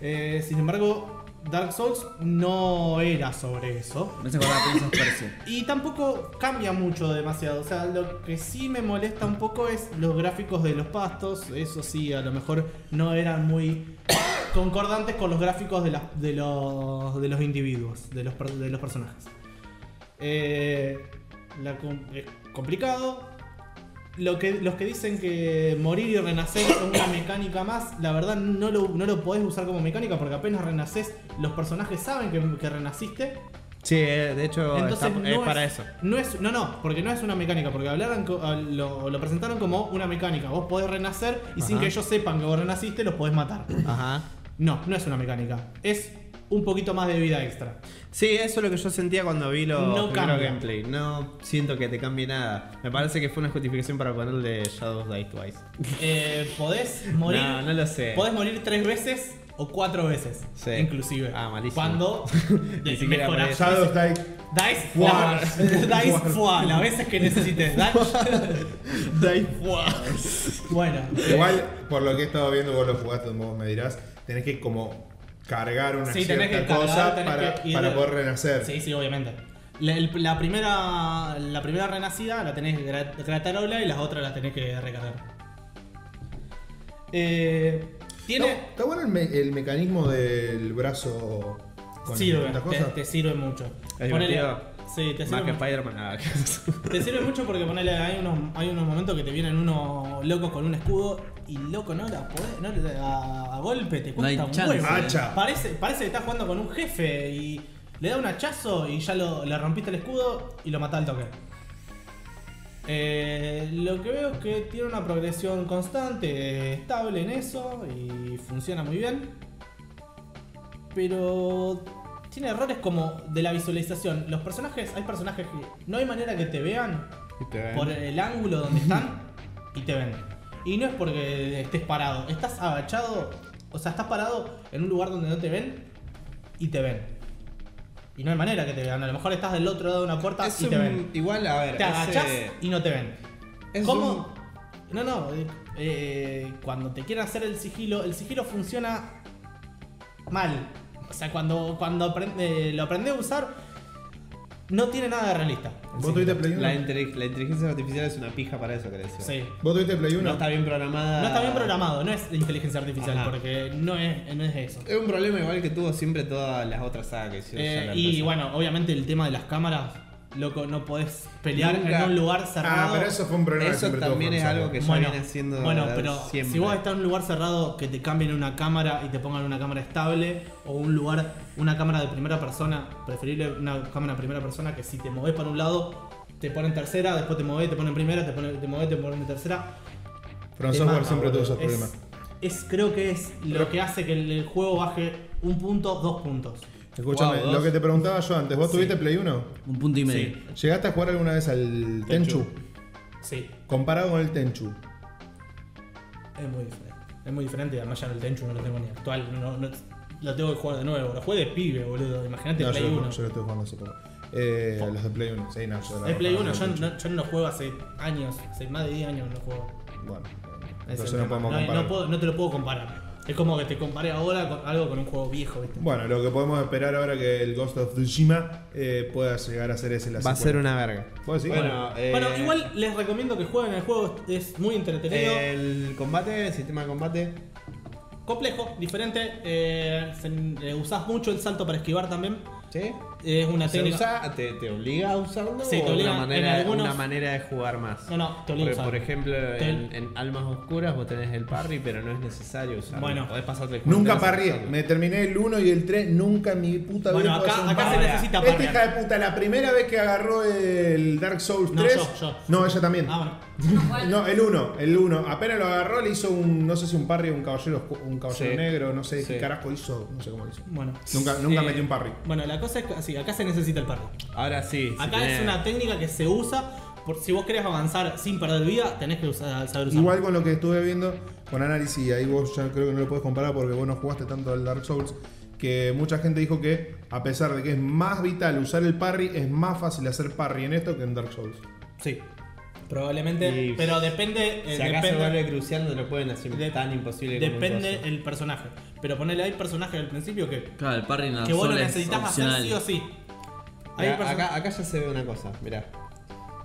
Speaker 3: Eh, sin embargo, Dark Souls no era sobre eso.
Speaker 5: Me hace acordar a Prince of Persia.
Speaker 3: Y tampoco cambia mucho demasiado. O sea, lo que sí me molesta un poco es los gráficos de los pastos. Eso sí, a lo mejor no eran muy concordantes con los gráficos de, las- de, los, de los individuos, de los, per- de los personajes. Eh, la com- es complicado. Lo que, los que dicen que morir y renacer es una mecánica más, la verdad no lo, no lo podés usar como mecánica porque apenas renacés, los personajes saben que- que renaciste
Speaker 4: Sí, eh, de hecho,
Speaker 3: entonces
Speaker 4: está-
Speaker 3: no
Speaker 4: es
Speaker 3: es,
Speaker 4: para eso.
Speaker 3: No, es, no, no, porque no es una mecánica, porque hablaron, co- a- lo, lo presentaron como una mecánica. Vos podés renacer y sin
Speaker 4: Ajá.
Speaker 3: que ellos sepan que vos renaciste, los podés matar.
Speaker 4: Ajá.
Speaker 3: No, no es una mecánica. Es un poquito más de vida extra.
Speaker 4: Sí, eso es lo que yo sentía cuando vi los
Speaker 3: No
Speaker 4: primeros
Speaker 3: cambia.
Speaker 4: gameplay. No siento que te cambie nada. Me parece que fue una justificación para ponerle Shadows Die Twice.
Speaker 3: Eh, podés morir.
Speaker 4: No, no lo sé.
Speaker 3: Podés morir tres veces o cuatro veces.
Speaker 4: Sí.
Speaker 3: inclusive.
Speaker 4: Ah, malísimo.
Speaker 3: Cuando
Speaker 4: Ni siquiera
Speaker 3: mejorás.
Speaker 4: podés.
Speaker 1: Shadows Die.
Speaker 3: Dice
Speaker 1: Fuá.
Speaker 3: fuá. Dice fuá. Las veces que necesites. Dice.
Speaker 4: Die
Speaker 3: bueno. eh,
Speaker 1: Igual, por lo que he estado viendo, vos lo jugaste, vos me dirás, tenés que como cargar una
Speaker 3: Sí,
Speaker 1: cierta
Speaker 3: tenés que cargar,
Speaker 1: cosa
Speaker 3: tenés
Speaker 1: para,
Speaker 3: que ir-
Speaker 1: para poder renacer.
Speaker 3: Sí, sí, obviamente. La, el- la primera, la primera renacida la tenés gra- gratarola y las otras las tenés que recargar. Eh,
Speaker 1: No,
Speaker 3: tiene.
Speaker 1: está bueno el, me- el mecanismo del brazo con
Speaker 3: sirve,
Speaker 1: tantas
Speaker 3: te,
Speaker 1: cosas.
Speaker 3: te sirve mucho.
Speaker 4: ¿Es
Speaker 3: Ponele-
Speaker 4: divertido?
Speaker 3: sí, te
Speaker 4: Más
Speaker 3: sirve,
Speaker 4: que
Speaker 3: mu-
Speaker 4: Spider-Man. nada.
Speaker 3: te sirve mucho porque ponele, hay, unos, hay unos momentos que te vienen unos locos con un escudo y loco no la podés, no la- a, a golpe te
Speaker 5: No
Speaker 3: cuesta
Speaker 5: hay
Speaker 3: un
Speaker 5: chance.
Speaker 3: huevo.
Speaker 1: Hacha.
Speaker 3: Parece, parece que estás jugando con un jefe y le da un hachazo y ya lo, le rompiste el escudo y lo matás al toque. Eh, lo que veo es que tiene una progresión constante, estable en eso y funciona muy bien. Pero tiene errores como de la visualización. Los personajes, hay personajes que no hay manera que te vean
Speaker 1: Y te ven.
Speaker 3: por el ángulo donde están y te ven. Y no es porque estés parado, estás agachado, o sea, estás parado en un lugar donde no te ven y te ven. Y no hay manera que te vean, a lo mejor estás del otro lado de una puerta
Speaker 4: Es
Speaker 3: y te
Speaker 4: un-
Speaker 3: ven.
Speaker 4: Igual, a ver.
Speaker 3: Te agachás
Speaker 4: ese-
Speaker 3: y no te ven.
Speaker 4: es
Speaker 3: ¿Cómo? No, no. eh, eh, cuando te quieren hacer el sigilo, el sigilo funciona mal. O sea, cuando, cuando aprende- lo aprendés a usar, no tiene nada de realista. el
Speaker 1: ¿Vos
Speaker 3: sigilo.
Speaker 1: tuviste Play 1?
Speaker 4: La, intelig- la inteligencia artificial es una pija para eso, creo.
Speaker 3: Sí.
Speaker 1: ¿Vos tuviste Play Ah, 1?
Speaker 4: No está bien programada.
Speaker 3: No está bien programado, no es inteligencia artificial,
Speaker 4: Ajá.
Speaker 3: porque no es, no es eso.
Speaker 4: Es un problema igual que tuvo siempre todas las otras sagas que hicieron ya
Speaker 3: Eh,
Speaker 4: la
Speaker 3: y
Speaker 4: empresa.
Speaker 3: bueno, obviamente el tema de las cámaras, loco, no podés pelear
Speaker 4: Nunca-
Speaker 3: en un lugar
Speaker 1: Ah,
Speaker 3: cerrado.
Speaker 1: pero eso fue un problema que
Speaker 4: Eso
Speaker 1: siempre tuvo
Speaker 4: también es
Speaker 1: From
Speaker 4: algo
Speaker 1: Software.
Speaker 4: que ya viene haciendo
Speaker 3: bueno,
Speaker 4: dar
Speaker 3: pero
Speaker 4: siempre.
Speaker 3: si vos estás en un lugar cerrado que te cambien una cámara y te pongan una cámara estable o un lugar, una cámara de primera persona, preferible una cámara de primera persona que si te movés para un lado te ponen tercera, después te movés, te ponen primera, te ponen, te movés, te ponen tercera.
Speaker 1: From
Speaker 3: te
Speaker 1: Software
Speaker 3: mata,
Speaker 1: siempre tuvo
Speaker 3: boludo.
Speaker 1: esos problemas.
Speaker 3: Es, es- creo que es lo
Speaker 1: Pero-
Speaker 3: que hace que el, el juego baje un punto, dos puntos.
Speaker 1: Escúchame,
Speaker 4: Wow, dos.
Speaker 1: lo que te preguntaba yo antes, ¿vos tuviste Play 1?
Speaker 5: Un punto y medio.
Speaker 3: Sí,
Speaker 1: ¿Llegaste a jugar alguna vez al Tenchu?
Speaker 3: sí,
Speaker 1: Comparado con el Tenchu.
Speaker 3: es muy diferente. Es muy diferente, además ya no el Tenchu no lo tengo ni actual, no, no- lo tengo que jugar de nuevo, lo jugué de pibe, boludo, imagínate
Speaker 1: No,
Speaker 3: Play
Speaker 1: yo, lo-
Speaker 3: 1.
Speaker 1: yo lo estoy jugando hace poco. Eh, los de Play 1, sí, no, yo no
Speaker 3: El Play 1,
Speaker 1: jugaba
Speaker 3: yo
Speaker 1: al Tenchu.
Speaker 3: no, yo no lo juego hace años, hace más de 10 años no lo juego.
Speaker 1: Bueno,
Speaker 3: Ese es
Speaker 1: entonces
Speaker 3: el
Speaker 1: no
Speaker 3: tema.
Speaker 1: podemos
Speaker 3: no,
Speaker 1: comparar.
Speaker 3: no puedo- no te lo puedo comparar. Es como que te comparé ahora con algo con un juego viejo, ¿viste?
Speaker 1: Bueno, lo que podemos esperar ahora que el Ghost of Tsushima eh, pueda llegar a ser ese la
Speaker 4: Va a
Speaker 1: secuela.
Speaker 4: ser una verga.
Speaker 1: ¿Vos decís?
Speaker 4: Bueno, eh,
Speaker 3: Bueno, igual les recomiendo que jueguen el juego, es muy entretenido,
Speaker 4: eh, El combate, el sistema de combate.
Speaker 3: complejo, diferente, eh, se- eh, usás mucho el salto para esquivar también,
Speaker 4: ¿Sí?
Speaker 3: es una
Speaker 4: ¿Se
Speaker 3: técnica...
Speaker 4: usa- Ah, te, te obliga a usarlo?
Speaker 3: Sí, te
Speaker 4: o
Speaker 3: obliga
Speaker 4: una
Speaker 3: en
Speaker 4: manera,
Speaker 3: algunos-
Speaker 4: una manera de jugar más.
Speaker 3: No, no, te obliga a
Speaker 4: Porque,
Speaker 3: usar.
Speaker 4: por ejemplo,
Speaker 3: Te-
Speaker 4: en, en Almas Oscuras vos tenés el parry, pero no es necesario usarlo.
Speaker 3: Bueno.
Speaker 4: podés pasarte el juego
Speaker 1: Nunca
Speaker 4: entero sin
Speaker 1: parrié.
Speaker 4: usarlo.
Speaker 1: Me terminé el 1 y el 3. Nunca en mi puta
Speaker 3: Bueno,
Speaker 1: vida. pude
Speaker 3: acá-
Speaker 1: hacer un
Speaker 3: acá se
Speaker 1: parry.
Speaker 3: necesita
Speaker 1: Esta
Speaker 3: parrear.
Speaker 1: hija de puta, la primera vez que agarró el Dark Souls 3.
Speaker 3: No, yo, yo.
Speaker 1: No, ella también.
Speaker 3: Ah, bueno.
Speaker 1: No, el 1, el 1. Apenas lo agarró, le hizo un, no sé si un parry o un caballero, oscu- un caballero
Speaker 4: Sí.
Speaker 1: negro, no sé qué
Speaker 4: Sí.
Speaker 1: carajo hizo, no sé cómo lo hizo.
Speaker 3: Bueno.
Speaker 1: Nunca, nunca
Speaker 3: Eh,
Speaker 1: metí un parry.
Speaker 3: Bueno, la cosa es que sí, acá se necesita el parry.
Speaker 4: Ahora sí. si
Speaker 3: Acá
Speaker 4: tenés-
Speaker 3: es una técnica que se usa, por si vos querés avanzar sin perder vida, tenés que usar, saber usarla.
Speaker 1: Igual con lo que estuve viendo con análisis, ahí vos ya creo que no lo puedes comparar porque vos no jugaste tanto al Dark Souls, que mucha gente dijo que a pesar de que es más vital usar el parry, es más fácil hacer parry en esto que en Dark Souls.
Speaker 3: Sí, probablemente.
Speaker 4: Y-
Speaker 3: pero depende. eh,
Speaker 4: Si acá se
Speaker 3: depende
Speaker 4: vuelve crucial, no lo pueden hacer
Speaker 3: de-
Speaker 4: tan imposible como un
Speaker 3: depende
Speaker 4: coso.
Speaker 3: el personaje. Pero ponele, hay personajes al principio que,
Speaker 5: Claro, el
Speaker 1: Ah,
Speaker 5: parry en la
Speaker 3: que vos lo
Speaker 5: zona es
Speaker 3: necesitas hacer
Speaker 5: opcional.
Speaker 3: sí o sí. Hay
Speaker 4: Mirá,
Speaker 3: personajes-
Speaker 4: acá, acá ya se ve una cosa, mirá.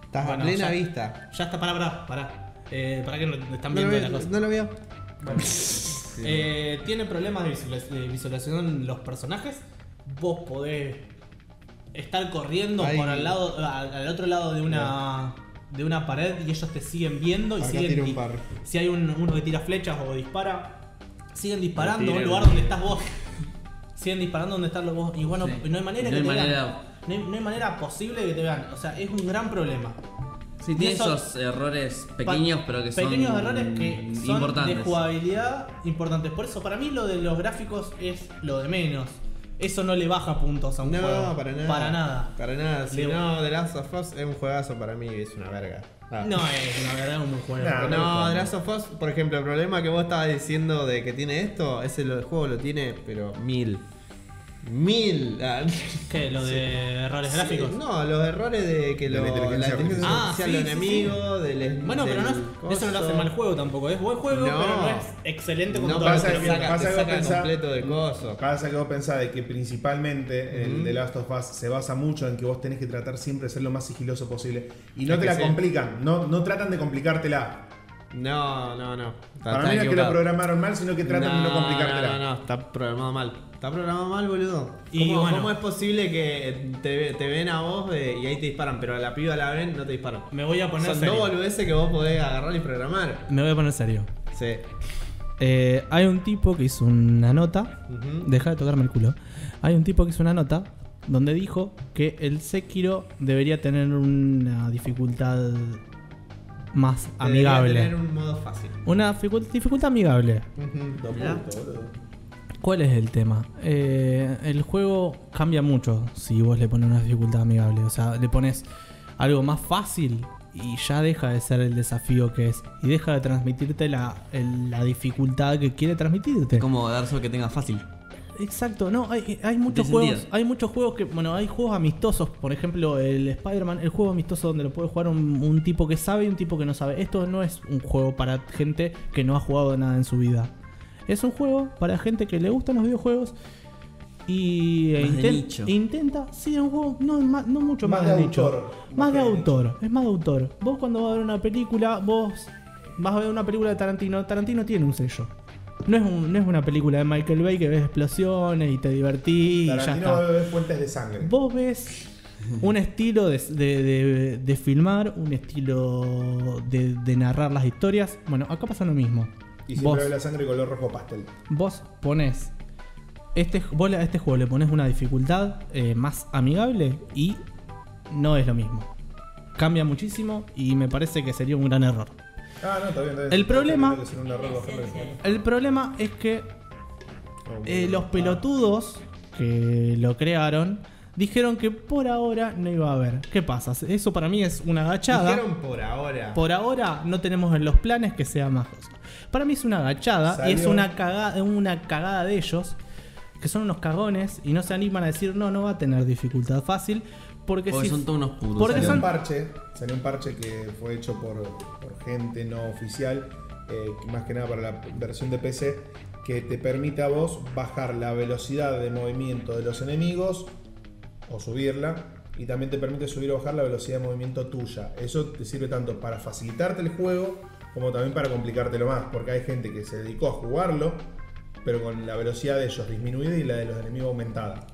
Speaker 4: Estás
Speaker 3: Bueno,
Speaker 4: a plena
Speaker 3: ya-
Speaker 4: vista.
Speaker 3: Ya está, pará, pará, pará. Eh, pará que no están
Speaker 4: No lo,
Speaker 3: viendo la
Speaker 4: veo,
Speaker 3: cosa.
Speaker 4: no lo veo.
Speaker 3: Eh, tiene problemas de, visualiz- de visualización los personajes. Vos podés estar corriendo
Speaker 4: Ahí.
Speaker 3: por al lado, al, al otro lado de una de una pared y ellos te siguen viendo y
Speaker 1: Acá
Speaker 3: siguen
Speaker 1: tira un
Speaker 3: di-
Speaker 1: par.
Speaker 3: si hay un- uno que tira flechas o dispara siguen disparando
Speaker 4: Tira
Speaker 3: a un
Speaker 4: el-
Speaker 3: lugar donde estás vos siguen disparando donde estás vos y bueno
Speaker 5: Sí.
Speaker 3: no hay manera
Speaker 5: No
Speaker 3: que
Speaker 5: hay
Speaker 3: te
Speaker 5: manera-
Speaker 3: vean. No hay, no hay manera posible que te vean o sea es un gran problema
Speaker 5: Sí, tiene
Speaker 3: Y eso-
Speaker 5: esos errores pequeños,
Speaker 3: Pa-
Speaker 5: pero que
Speaker 3: pequeños
Speaker 5: son
Speaker 3: errores que son
Speaker 5: importantes.
Speaker 3: de jugabilidad importantes. Por eso, para mí, lo de los gráficos es lo de menos. Eso no le baja puntos a un
Speaker 4: No,
Speaker 3: juego.
Speaker 4: para nada.
Speaker 3: Para nada.
Speaker 4: Para nada. Si
Speaker 3: Le-
Speaker 4: no, The Last of Us es un juegazo para mí, es una verga. Ah.
Speaker 3: No es, la verdad, un buen juego.
Speaker 1: Nah.
Speaker 4: No,
Speaker 1: no.
Speaker 4: The Last of Us, por ejemplo, el problema que vos estabas diciendo de que tiene esto, ese lo- el juego lo tiene, pero mil. Mil. Ah,
Speaker 3: ¿Qué? ¿Lo de errores
Speaker 4: sí,
Speaker 3: gráficos?
Speaker 4: No, los errores de que
Speaker 1: De
Speaker 4: lo,
Speaker 1: la inteligencia
Speaker 3: artificial.
Speaker 4: artificial,
Speaker 3: Ah,
Speaker 4: los
Speaker 3: sí, sí,
Speaker 4: enemigos, del
Speaker 3: Bueno, pero no, es- eso no lo hace mal juego tampoco. Es buen juego,
Speaker 4: No.
Speaker 3: pero no es excelente como
Speaker 4: No
Speaker 3: todo
Speaker 1: pasa
Speaker 3: lo que
Speaker 4: pasa,
Speaker 1: que-
Speaker 3: viene.
Speaker 1: pasa
Speaker 4: te
Speaker 1: que vos
Speaker 4: saca
Speaker 1: pensás-
Speaker 4: completo de coso.
Speaker 1: Pasa que vos pensás de que principalmente el The Last of Us se basa mucho en que vos tenés que tratar siempre de ser lo más sigiloso posible. Y no
Speaker 4: Es
Speaker 1: te
Speaker 4: que
Speaker 1: la
Speaker 4: sí.
Speaker 1: complican, no, no tratan de complicártela.
Speaker 4: No, no, no. Está-
Speaker 1: Para mí no
Speaker 4: está
Speaker 1: es que lo
Speaker 4: equivocado.
Speaker 1: programaron mal, sino que tratan de no complicártela.
Speaker 4: No, no, está programado mal. Está programado mal, boludo.
Speaker 3: Y
Speaker 4: ¿Cómo,
Speaker 3: bueno.
Speaker 4: cómo es posible que eh, te, te ven a vos eh, y ahí te disparan, pero a la piba la ven, no te disparan?
Speaker 3: Me voy a poner
Speaker 4: Son dos
Speaker 3: serio.
Speaker 4: boludeces que vos podés agarrar y programar.
Speaker 3: Me voy a poner serio.
Speaker 4: Sí.
Speaker 3: Eh, hay un tipo que hizo una nota.
Speaker 4: Ujú.
Speaker 3: Deja de tocarme el culo. Hay un tipo que hizo una nota donde dijo que el Sekiro debería tener una dificultad más
Speaker 4: Debería
Speaker 3: amigable.
Speaker 4: tener un modo fácil.
Speaker 3: Una dificu- dificultad amigable. ¿Cuál es el tema? Eh, el juego cambia mucho si vos le pones una dificultad amigable. O sea, le pones algo más fácil y ya deja de ser el desafío que es. Y deja de transmitirte la, el- la dificultad que quiere transmitirte.
Speaker 5: Como Dark Souls que tenga fácil.
Speaker 3: Exacto, no, hay, hay muchos
Speaker 5: Tiene
Speaker 3: juegos.
Speaker 5: sentido.
Speaker 3: Hay muchos juegos que, bueno, hay juegos amistosos. Por ejemplo, el Spider-Man, el juego amistoso donde lo puede jugar un, un tipo que sabe y un tipo que no sabe. Esto no es un juego para gente que no ha jugado nada en su vida. Es un juego para gente que le gustan los videojuegos y e
Speaker 5: Más de
Speaker 3: inten-
Speaker 5: nicho.
Speaker 3: intenta. Sí, es un juego no, es más- no mucho
Speaker 1: Más
Speaker 3: más,
Speaker 1: de
Speaker 3: de nicho.
Speaker 1: autor.
Speaker 3: Más de
Speaker 1: Ok.
Speaker 3: autor, es más de autor. Vos cuando vas a ver una película, vos vas a ver una película de Tarantino. Tarantino tiene un sello. No es, un- no es una película de Michael Bay que ves explosiones y te divertís y ya
Speaker 1: Tarantino
Speaker 3: está.
Speaker 1: bebe fuentes de sangre.
Speaker 3: Vos ves un estilo de, de- de- de filmar, un estilo de, de narrar las historias. Bueno, acá pasa lo mismo.
Speaker 1: Y siempre
Speaker 3: Vos,
Speaker 1: bebe la sangre color rojo pastel.
Speaker 3: vos pones. Este, vos le- a este juego le pones una dificultad eh, más amigable y no es lo mismo. Cambia muchísimo y me parece que sería un gran error.
Speaker 1: Ah, no, está bien, está bien.
Speaker 3: El problema-
Speaker 1: Tiene que ser un error bajarlo de-
Speaker 3: El problema es que
Speaker 1: Oh,
Speaker 3: Eh, los
Speaker 1: ah.
Speaker 3: pelotudos que lo crearon dijeron que por ahora no iba a haber. ¿Qué pasa? Eso para mí es una agachada.
Speaker 4: Dijeron por ahora.
Speaker 3: por ahora no tenemos en los planes que sea más. Para mí es una agachada y es
Speaker 1: Salió.
Speaker 3: una cagada, una cagada de ellos, que son unos cagones y no se animan a decir no, no va a tener dificultad fácil. Porque
Speaker 5: Porque
Speaker 3: si-
Speaker 5: son todos unos putos. ¿eh?
Speaker 3: Por
Speaker 5: ¿sabes?
Speaker 1: Salió
Speaker 3: eso-
Speaker 1: un parche, salió un parche que fue hecho por, por gente no oficial, eh, que más que nada para la versión de PC, que te permite a vos bajar la velocidad de movimiento de los enemigos o subirla, y también te permite subir o bajar la velocidad de movimiento tuya. Eso te sirve tanto para facilitarte el juego como también para complicártelo más, porque hay gente que se dedicó a jugarlo, pero con la velocidad de ellos disminuida y la de los enemigos aumentada.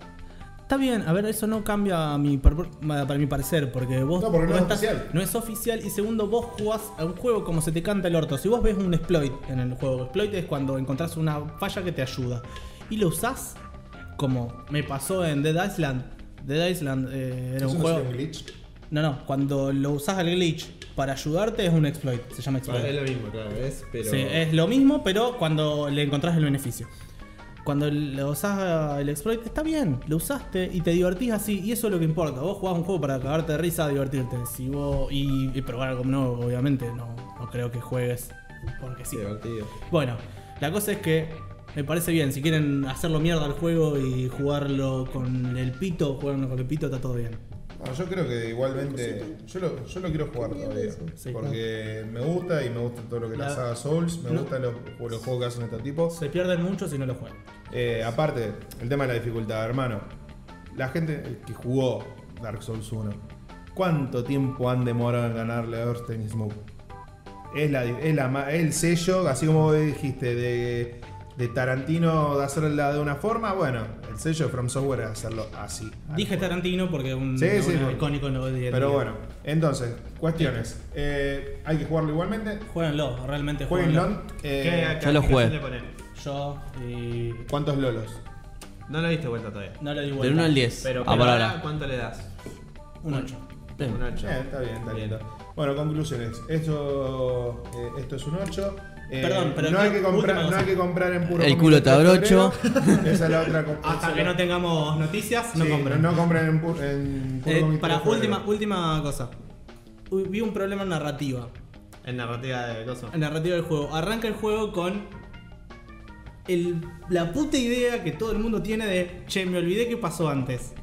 Speaker 3: Está bien, a ver, eso no cambia a mi, par- para mi parecer, porque vos
Speaker 1: No, porque no
Speaker 3: vos
Speaker 1: es oficial.
Speaker 3: no es oficial y segundo, vos jugás a un juego como se te canta el orto. Si vos ves un exploit en el juego, exploit es cuando encontrás una falla que te ayuda y lo usás como me pasó en Dead Island. Dead Island eh, era
Speaker 1: ¿Eso
Speaker 3: un
Speaker 1: no
Speaker 3: juego...
Speaker 1: sería un glitch?
Speaker 3: No, no, cuando lo usás al glitch para ayudarte es un exploit, se llama exploit.
Speaker 4: Es lo mismo, claro, es, pero.
Speaker 3: Sí, es lo mismo, pero cuando le encontrás el beneficio. Cuando lo usás el exploit, está bien, lo usaste y te divertís así, y eso es lo que importa. Vos jugás un juego para cagarte de risa, divertirte. Si vos, y, y probar algo nuevo, obviamente, no, no creo que juegues porque sí.
Speaker 4: divertido.
Speaker 3: Bueno, la cosa es que me parece bien, si quieren hacerlo mierda al juego y jugarlo con el pito, jugarlo con el pito, está todo bien.
Speaker 1: No, yo creo que igualmente. Yo lo, yo lo quiero jugar todavía.
Speaker 3: Sí,
Speaker 1: porque me gusta y me gusta todo lo que es la,
Speaker 3: La-
Speaker 1: saga Souls. Me
Speaker 3: no.
Speaker 1: gustan los, los juegos que hacen este tipo.
Speaker 3: Se pierden mucho si no lo juegan.
Speaker 1: Eh, aparte, el tema de la dificultad, hermano. La gente que jugó Dark Souls 1, ¿cuánto tiempo han demorado en ganarle a Orsten y Smoke? Es, la, es la ma- el sello, así como vos dijiste, de, de Tarantino de hacerla de una forma. Bueno, el sello de From Software es hacerlo así.
Speaker 3: Dije Tarantino porque es un,
Speaker 1: Sí, sí,
Speaker 3: un
Speaker 1: por-
Speaker 3: icónico no de-
Speaker 1: Pero bueno, entonces, cuestiones. Eh, hay que jugarlo igualmente.
Speaker 3: Jueguenlo, realmente
Speaker 1: Jueguen
Speaker 3: jueguenlo.
Speaker 1: LOL. Eh,
Speaker 5: Ya lo jugué.
Speaker 3: Yo y.
Speaker 1: ¿Cuántos lolos?
Speaker 4: No lo diste vuelta todavía.
Speaker 3: No le di
Speaker 5: Del
Speaker 3: vuelta.
Speaker 5: 1 al 10.
Speaker 4: Pero,
Speaker 5: Ah,
Speaker 4: pero
Speaker 5: por
Speaker 4: ahora,
Speaker 5: ahora.
Speaker 4: ¿cuánto le das?
Speaker 3: Un 8.
Speaker 5: Bien.
Speaker 4: Un 8.
Speaker 1: Eh, está bien, está lindo. Bueno, conclusiones. Esto, eh, esto es un 8. Eh,
Speaker 3: Perdón, pero
Speaker 1: no,
Speaker 3: ¿qué
Speaker 1: hay que comprar,
Speaker 3: última cosa?
Speaker 1: no hay que comprar en puro.
Speaker 5: El
Speaker 1: Comic
Speaker 5: culo
Speaker 1: de
Speaker 5: tabrocho.
Speaker 1: febrero. Esa es la otra. com-
Speaker 3: Hasta
Speaker 1: esa
Speaker 3: que
Speaker 1: es la-
Speaker 3: no tengamos noticias,
Speaker 1: sí,
Speaker 3: no compren.
Speaker 1: No compren en, pu- en puro
Speaker 3: Eh,
Speaker 1: Comic de
Speaker 3: para
Speaker 1: febrero.
Speaker 3: última, última cosa. Hu- Vi un problema en narrativa.
Speaker 4: En narrativa de cosas.
Speaker 3: En narrativa del juego. Arranca el juego con el- la puta idea que todo el mundo tiene de che, me olvidé qué pasó antes.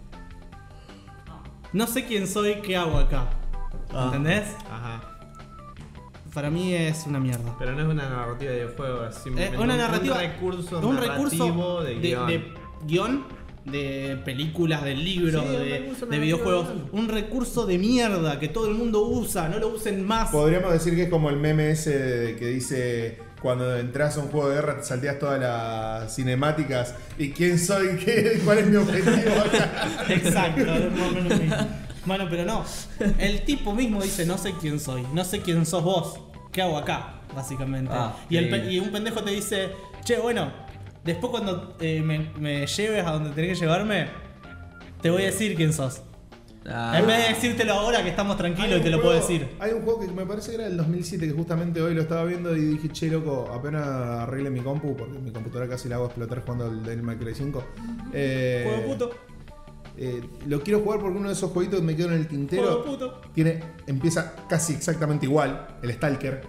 Speaker 3: No sé quién soy, qué hago acá.
Speaker 4: Ah.
Speaker 3: ¿Entendés?
Speaker 4: Ajá.
Speaker 3: Para mí es una mierda.
Speaker 4: Pero no es una narrativa de videojuego, es
Speaker 3: Es
Speaker 4: simplemente
Speaker 3: Eh, una narrativa.
Speaker 4: un recurso,
Speaker 3: un
Speaker 4: narrativo
Speaker 3: recurso
Speaker 4: de guión.
Speaker 3: de guión, de películas, de libros,
Speaker 4: Sí, un
Speaker 3: de,
Speaker 4: recurso
Speaker 3: de
Speaker 4: narrativo
Speaker 3: videojuegos.
Speaker 4: de guión.
Speaker 3: Un recurso de mierda que todo el mundo usa, no lo usen más.
Speaker 1: Podríamos decir que es como el meme ese de- que dice cuando entras a un juego de guerra te salteas todas las cinemáticas y quién soy, ¿Qué- cuál es mi objetivo acá.
Speaker 3: Exacto, más o menos lo mismo. Bueno, pero no. El tipo mismo dice, no sé quién soy, no sé quién sos vos, ¿qué hago acá? Básicamente.
Speaker 5: Ah,
Speaker 3: y, el
Speaker 5: sí.
Speaker 3: pe- y un pendejo te dice, che, bueno, después cuando eh, me, me lleves a donde tenés que llevarme, te voy a decir quién sos.
Speaker 5: Ah,
Speaker 3: En vez de decírtelo ahora que estamos
Speaker 1: Hay
Speaker 3: tranquilos y
Speaker 1: un
Speaker 3: te lo
Speaker 1: juego-
Speaker 3: puedo decir.
Speaker 1: Hay un juego que me parece que era del 2007 que justamente hoy lo estaba viendo y dije, che, loco, apenas arregle mi compu porque mi computadora casi la hago explotar jugando al del Cry 5. Eh,
Speaker 3: Juego puto,
Speaker 1: eh, lo quiero jugar porque uno de esos jueguitos que me quedo en el
Speaker 3: juego
Speaker 1: tintero.
Speaker 3: puto.
Speaker 1: Tiene, empieza casi exactamente igual, el Stalker.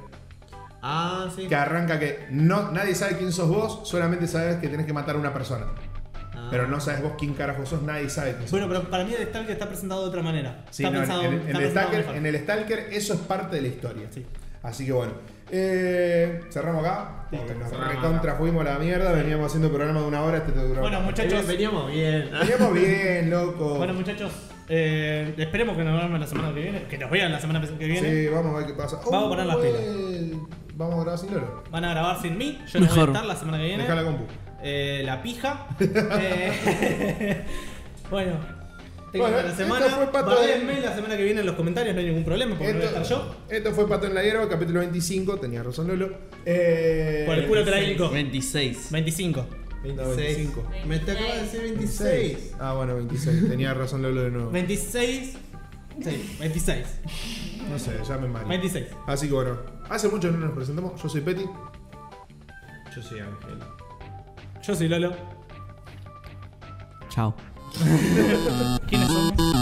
Speaker 4: Ah, sí.
Speaker 1: que arranca que no, nadie sabe quién sos vos, solamente sabes que tenés que matar a una persona.
Speaker 4: Ah.
Speaker 1: Pero no sabes vos quién carajo sos, nadie sabe quién sos.
Speaker 3: Bueno, pero para mí el Stalker está presentado de otra manera.
Speaker 1: Sí,
Speaker 3: está
Speaker 1: no, en-
Speaker 3: pensado,
Speaker 1: en, en
Speaker 3: está
Speaker 1: el
Speaker 3: presentado
Speaker 1: Stalker,
Speaker 3: mejor.
Speaker 1: en el Stalker eso es parte de la historia.
Speaker 3: Sí.
Speaker 1: Así que bueno. Eh, cerramos acá.
Speaker 3: Sí,
Speaker 1: porque nos
Speaker 4: cerramos
Speaker 1: recontra
Speaker 4: acá.
Speaker 1: fuimos a la mierda. Veníamos haciendo programa de una hora, este te duró.
Speaker 3: Bueno, muchachos.
Speaker 4: veníamos bien.
Speaker 1: Veníamos bien, loco.
Speaker 3: Bueno, muchachos, eh, esperemos que nos vean la semana que viene. Que nos vean la semana que viene.
Speaker 1: sí, vamos a ver qué pasa.
Speaker 3: Vamos a poner las pilas.
Speaker 1: eh, Vamos a grabar sin loro.
Speaker 3: Van a grabar sin mí. Yo no voy
Speaker 5: Mejor.
Speaker 3: a estar la semana que viene.
Speaker 1: Dejá la compu.
Speaker 3: Eh, la pija. Eh, bueno. Tengo
Speaker 1: Bueno,
Speaker 3: la
Speaker 1: esto
Speaker 3: semana.
Speaker 1: fue Pato
Speaker 3: Bádenme
Speaker 1: de-
Speaker 3: la semana que viene en los comentarios, no hay ningún problema porque no voy a estar yo.
Speaker 1: esto fue Pato en la Hierba, capítulo 25. Tenías razón, Lolo. Eh,
Speaker 3: Por el culo te la hinco.
Speaker 5: 26.
Speaker 3: 25.
Speaker 1: 25.
Speaker 4: 25. Me te acabo de decir 26.
Speaker 1: 26. Ah, bueno, 26. Tenía razón Lolo de nuevo.
Speaker 3: 26. Sí, 26.
Speaker 1: No sé, ya me mal.
Speaker 3: 26.
Speaker 1: Así que bueno, hace mucho que no nos presentamos. Yo soy Peti.
Speaker 4: Yo soy Ángel.
Speaker 3: Yo soy Lolo.
Speaker 5: Chao.
Speaker 3: ¿Quiénes somos?